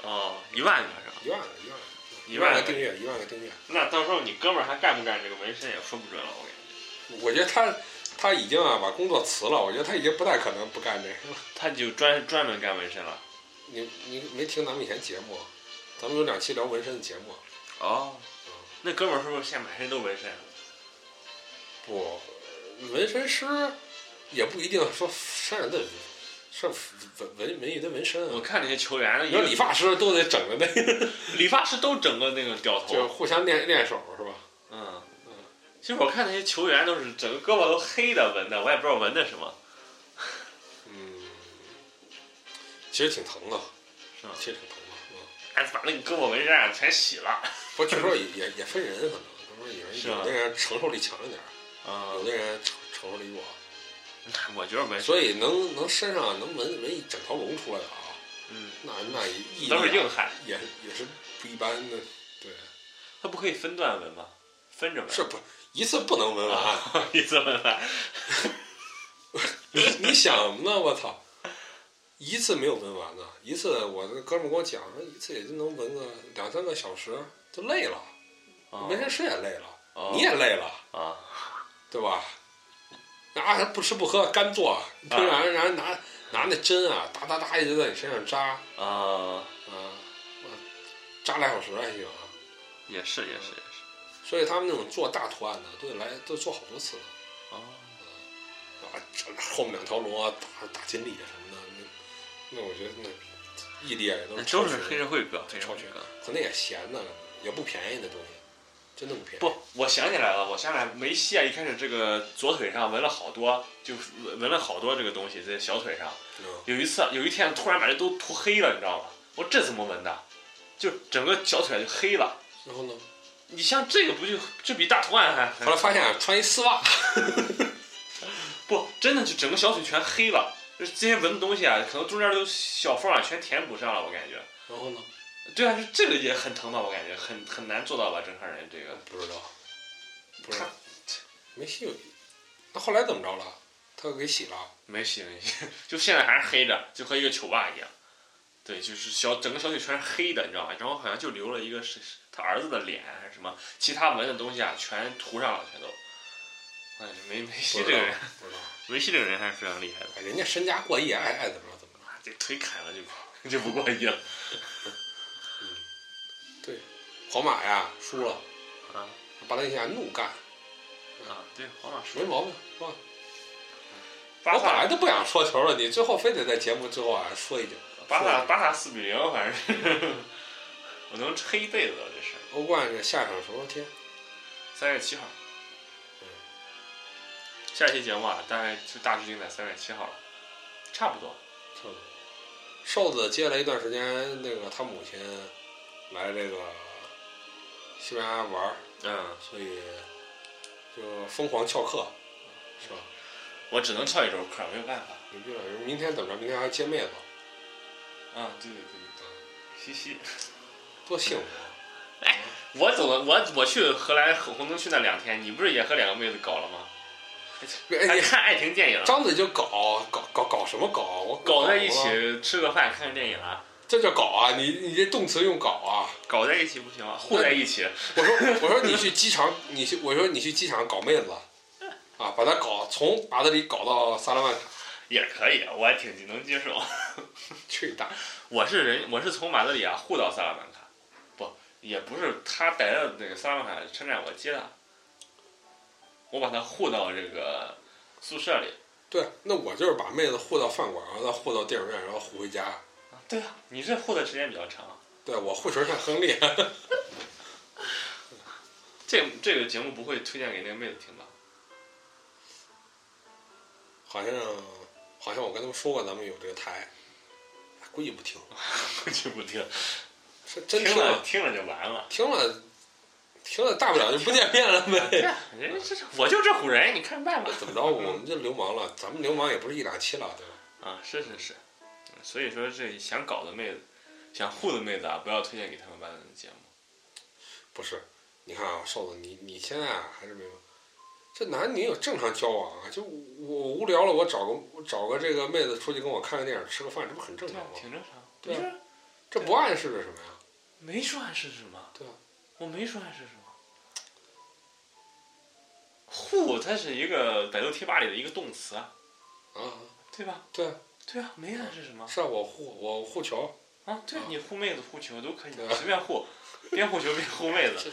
[SPEAKER 3] 哦一万个是吧？
[SPEAKER 2] 一万个，一万个，
[SPEAKER 3] 一
[SPEAKER 2] 万
[SPEAKER 3] 万
[SPEAKER 2] 个
[SPEAKER 3] 个
[SPEAKER 2] 订。阅，一万个订阅。
[SPEAKER 3] 那到时候你哥们儿还干不干这个纹身也说不准了，我感觉。
[SPEAKER 2] 我觉得他他已经啊把工作辞了，我觉得他已经不太可能不干这个。
[SPEAKER 3] 他就专专门干纹身了。
[SPEAKER 2] 你你没听咱们以前节目啊？咱们有两期聊纹身的节目啊，
[SPEAKER 3] 哦，那哥们儿是不是现在满身都纹身啊？
[SPEAKER 2] 不，纹身师也不一定说身上得是纹纹纹一堆纹身
[SPEAKER 3] 我
[SPEAKER 2] 啊。
[SPEAKER 3] 看那些球员的，
[SPEAKER 2] 你
[SPEAKER 3] 一
[SPEAKER 2] 说
[SPEAKER 3] 个
[SPEAKER 2] 理发师都得整个那个，
[SPEAKER 3] 理发师都整个那个掉
[SPEAKER 2] 就是
[SPEAKER 3] 头。
[SPEAKER 2] 互相练练手是吧？
[SPEAKER 3] 嗯
[SPEAKER 2] 嗯，
[SPEAKER 3] 其实我看那些球员都是整个胳膊都黑的纹的，我也不知道纹的什么。
[SPEAKER 2] 嗯，其实挺疼的，
[SPEAKER 3] 是吗
[SPEAKER 2] 其实挺疼的。嗯，
[SPEAKER 3] 哎，把那个胳膊纹身啊全洗了。
[SPEAKER 2] 不过据说也也也分人，可能他说有人
[SPEAKER 3] 是啊
[SPEAKER 2] 有
[SPEAKER 3] 吗
[SPEAKER 2] 的人承受力强一点，有
[SPEAKER 3] 嗯，
[SPEAKER 2] 的人承承受力弱。
[SPEAKER 3] 我觉得纹身，
[SPEAKER 2] 所以能能身上能纹纹一整条龙出来的啊，
[SPEAKER 3] 嗯，
[SPEAKER 2] 那那毅力
[SPEAKER 3] 都是硬汉，
[SPEAKER 2] 也也是不一般的，对，
[SPEAKER 3] 他不可以分段纹吗？分着纹。
[SPEAKER 2] 是不一次不能纹完、
[SPEAKER 3] 啊，一次纹完。
[SPEAKER 2] 你你想呢？我操，一次没有纹完呢，一次我那哥们儿跟我讲说，一次也就能纹个两三个小时，就累了，
[SPEAKER 3] 哦
[SPEAKER 2] 纹身师也累了，
[SPEAKER 3] 哦
[SPEAKER 2] 你也累了，
[SPEAKER 3] 啊，
[SPEAKER 2] 对吧？啊，不吃不喝干
[SPEAKER 3] 啊
[SPEAKER 2] 做，然后然后拿拿那针啊，哒哒哒一直在你身上扎，啊，
[SPEAKER 3] 啊，
[SPEAKER 2] 我扎俩小时还行啊。
[SPEAKER 3] 也是也是也是。
[SPEAKER 2] 所以他们那种做大图案的都得来，都做好多次
[SPEAKER 3] 哦，
[SPEAKER 2] 啊，这后面两条龙啊，大大锦鲤啊什么的，那那我觉得那毅力啊也都
[SPEAKER 3] 那
[SPEAKER 2] 是
[SPEAKER 3] 都
[SPEAKER 2] 超
[SPEAKER 3] 是黑
[SPEAKER 2] 群
[SPEAKER 3] 社会哥，黑社
[SPEAKER 2] 超
[SPEAKER 3] 会
[SPEAKER 2] 群
[SPEAKER 3] 哥。，
[SPEAKER 2] 可能也闲呢，也不便宜那东西，真的不便宜。
[SPEAKER 3] 不，我想起来了，我想起来梅西啊，一开始这个左腿上纹了好多，就纹了好多这个东西在小腿上。
[SPEAKER 2] 嗯，
[SPEAKER 3] 有一次，有一天突然把这都涂黑了，你知道吗？我这怎么纹的？就整个小腿就黑了。
[SPEAKER 2] 然后呢，
[SPEAKER 3] 你像这个不就这比大图案还？还
[SPEAKER 2] 后来发现啊穿一丝袜，
[SPEAKER 3] 不真的就整个小腿全黑了，就是这些纹的东西啊，可能中间都小缝啊全填补上了，我感觉。
[SPEAKER 2] 然后呢，
[SPEAKER 3] 对啊，就这个也很疼吧？我感觉很很难做到吧？正常人这个
[SPEAKER 2] 不知道，不知道
[SPEAKER 3] 他，
[SPEAKER 2] 梅西有，那后来怎么着了？他他给洗了。
[SPEAKER 3] 没洗没洗， (laughs) 就现在还是黑的，就和一个球袜一样。对，就是小整个小腿全是黑的，你知道吧？然后好像就留了一个是是他儿子的脸还是什么，其他纹的东西啊全涂上了，全都。哎，梅梅西这
[SPEAKER 2] 不知
[SPEAKER 3] 个
[SPEAKER 2] 道
[SPEAKER 3] 人，
[SPEAKER 2] 不知道，
[SPEAKER 3] 梅西这个人还是非常厉害的，
[SPEAKER 2] 哎人家身家过亿，爱爱怎么着怎么着。
[SPEAKER 3] 啊这腿砍了就就不 (laughs) 过瘾了。
[SPEAKER 2] 皇马呀，输了，
[SPEAKER 3] 啊
[SPEAKER 2] 巴伦西亚怒干，
[SPEAKER 3] 啊，对，皇马
[SPEAKER 2] 没
[SPEAKER 3] 输了。
[SPEAKER 2] 毛病。是吧
[SPEAKER 3] 巴
[SPEAKER 2] 我本
[SPEAKER 3] 萨
[SPEAKER 2] 来都不想说球了，你最后非得在节目之后啊说一句。
[SPEAKER 3] 巴萨巴萨四比零，反正是 (laughs) 我能黑一辈子了，这是
[SPEAKER 2] 欧冠这下一场什么时候踢？
[SPEAKER 3] 三月七号
[SPEAKER 2] 嗯。
[SPEAKER 3] 下一期节目啊，大概就大致定在三月七号了，差不多。
[SPEAKER 2] 嗯瘦子接了一段时间，那个他母亲来这个西班牙玩儿，
[SPEAKER 3] 嗯，
[SPEAKER 2] 所以就疯狂翘课，是吧？
[SPEAKER 3] 我只能翘一周课，没有办法。
[SPEAKER 2] 你这明天怎么着？明天还接妹子，
[SPEAKER 3] 啊，对对对对对，嘻嘻。
[SPEAKER 2] 多幸福！
[SPEAKER 3] 我走了，我我去荷兰红红灯区那两天，你不是也和两个妹子搞了吗？
[SPEAKER 2] 哎，
[SPEAKER 3] 还
[SPEAKER 2] 你
[SPEAKER 3] 看爱情电影，
[SPEAKER 2] 张嘴就搞搞搞搞什么搞？啊我
[SPEAKER 3] 搞在一
[SPEAKER 2] 了，
[SPEAKER 3] 起吃个饭，看个电影啊，
[SPEAKER 2] 这叫搞啊！你你这动词用搞啊！
[SPEAKER 3] 搞在一起不行啊，互在一起。
[SPEAKER 2] 我说我说你去机场，你去我说你去机场搞妹子，啊，把她搞从马德里搞到萨拉曼卡，
[SPEAKER 3] 也可以，我还挺能接受。
[SPEAKER 2] 去你大爷！
[SPEAKER 3] 我是人，我是从马德里啊互到萨拉曼卡，不，也不是他逮到那个萨拉曼卡车站，我接他，我把他护到这个宿舍里。
[SPEAKER 2] 对，那我就是把妹子护到饭馆，然后再护到电影院，然后护回家。
[SPEAKER 3] 啊对啊，你这护的时间比较长啊。
[SPEAKER 2] 对我护球像亨利，
[SPEAKER 3] 这这个节目不会推荐给那个妹子听吧？
[SPEAKER 2] 好像好像我跟他们说过咱们有这个台，估计不听，
[SPEAKER 3] 估计不听，
[SPEAKER 2] 是真
[SPEAKER 3] 听
[SPEAKER 2] 听
[SPEAKER 3] 了
[SPEAKER 2] 了
[SPEAKER 3] 听了就完了。
[SPEAKER 2] 听了听了，大不了就不见面了
[SPEAKER 3] 对
[SPEAKER 2] 呗。
[SPEAKER 3] 啊，人家这是我就这户人，你看办吧。
[SPEAKER 2] 怎么着？我们这流氓了，咱们流氓也不是一两期了，对吧？
[SPEAKER 3] 啊，是是是，所以说这想搞的妹子，想护的妹子啊，不要推荐给他们班的节目。
[SPEAKER 2] 不是，你看啊，瘦子，你你现在啊还是没有，这男女有正常交往啊，就我我无聊了，我找个我找个这个妹子出去跟我看个电影吃个饭，这不很正
[SPEAKER 3] 对
[SPEAKER 2] 常
[SPEAKER 3] 啊
[SPEAKER 2] 吗，？
[SPEAKER 3] 挺正常。
[SPEAKER 2] 对啊
[SPEAKER 3] 你说
[SPEAKER 2] 这不暗示着什么呀？
[SPEAKER 3] 没说暗示什么？
[SPEAKER 2] 对啊，
[SPEAKER 3] 我没说暗示什么。护，它是一个百度贴吧里的一个动词，啊，
[SPEAKER 2] 啊，
[SPEAKER 3] 对吧？
[SPEAKER 2] 对啊，
[SPEAKER 3] 对啊，没暗示什么
[SPEAKER 2] 是啊，我护我护球，
[SPEAKER 3] 啊。对啊，你护妹子、护球都可以，
[SPEAKER 2] 对啊
[SPEAKER 3] 随便护，边护球边护妹子。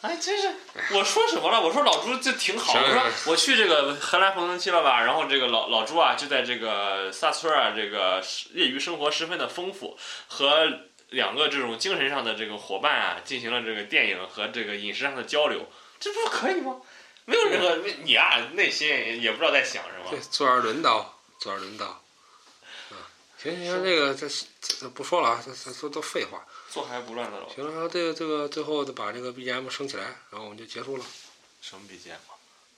[SPEAKER 3] 哎，真是，我说什么了？我说老朱这挺好。
[SPEAKER 2] 行
[SPEAKER 3] 我
[SPEAKER 2] 行
[SPEAKER 3] 说我去这个荷兰红灯区了吧，然后这个老老朱啊，就在这个萨斯尔啊，这个业余生活十分的丰富，和两个这种精神上的这个伙伴啊，进行了这个电影和这个饮食上的交流，这不是可以吗？没有任何你啊，内心也也不知道在想什么。
[SPEAKER 2] 坐二轮刀，坐二轮刀，啊，行行行，这个这这这不说了啊，这这这都废话。
[SPEAKER 3] 坐还不乱的老朱
[SPEAKER 2] 行了，然后这个这个最后再把这个 BGM 升起来，然后我们就结束了。
[SPEAKER 3] 什么啊 BGM？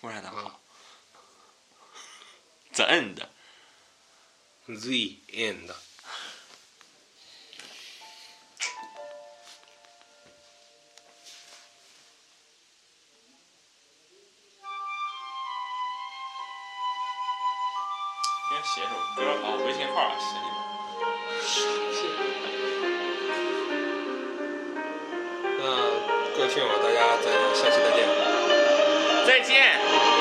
[SPEAKER 3] 共产党
[SPEAKER 2] 啊
[SPEAKER 3] 嗯怎摁的？
[SPEAKER 2] ，The end。
[SPEAKER 3] 应该写首歌啊，微信号啊写你们。
[SPEAKER 2] 那各位听友，大家再下期再见。
[SPEAKER 3] 再见。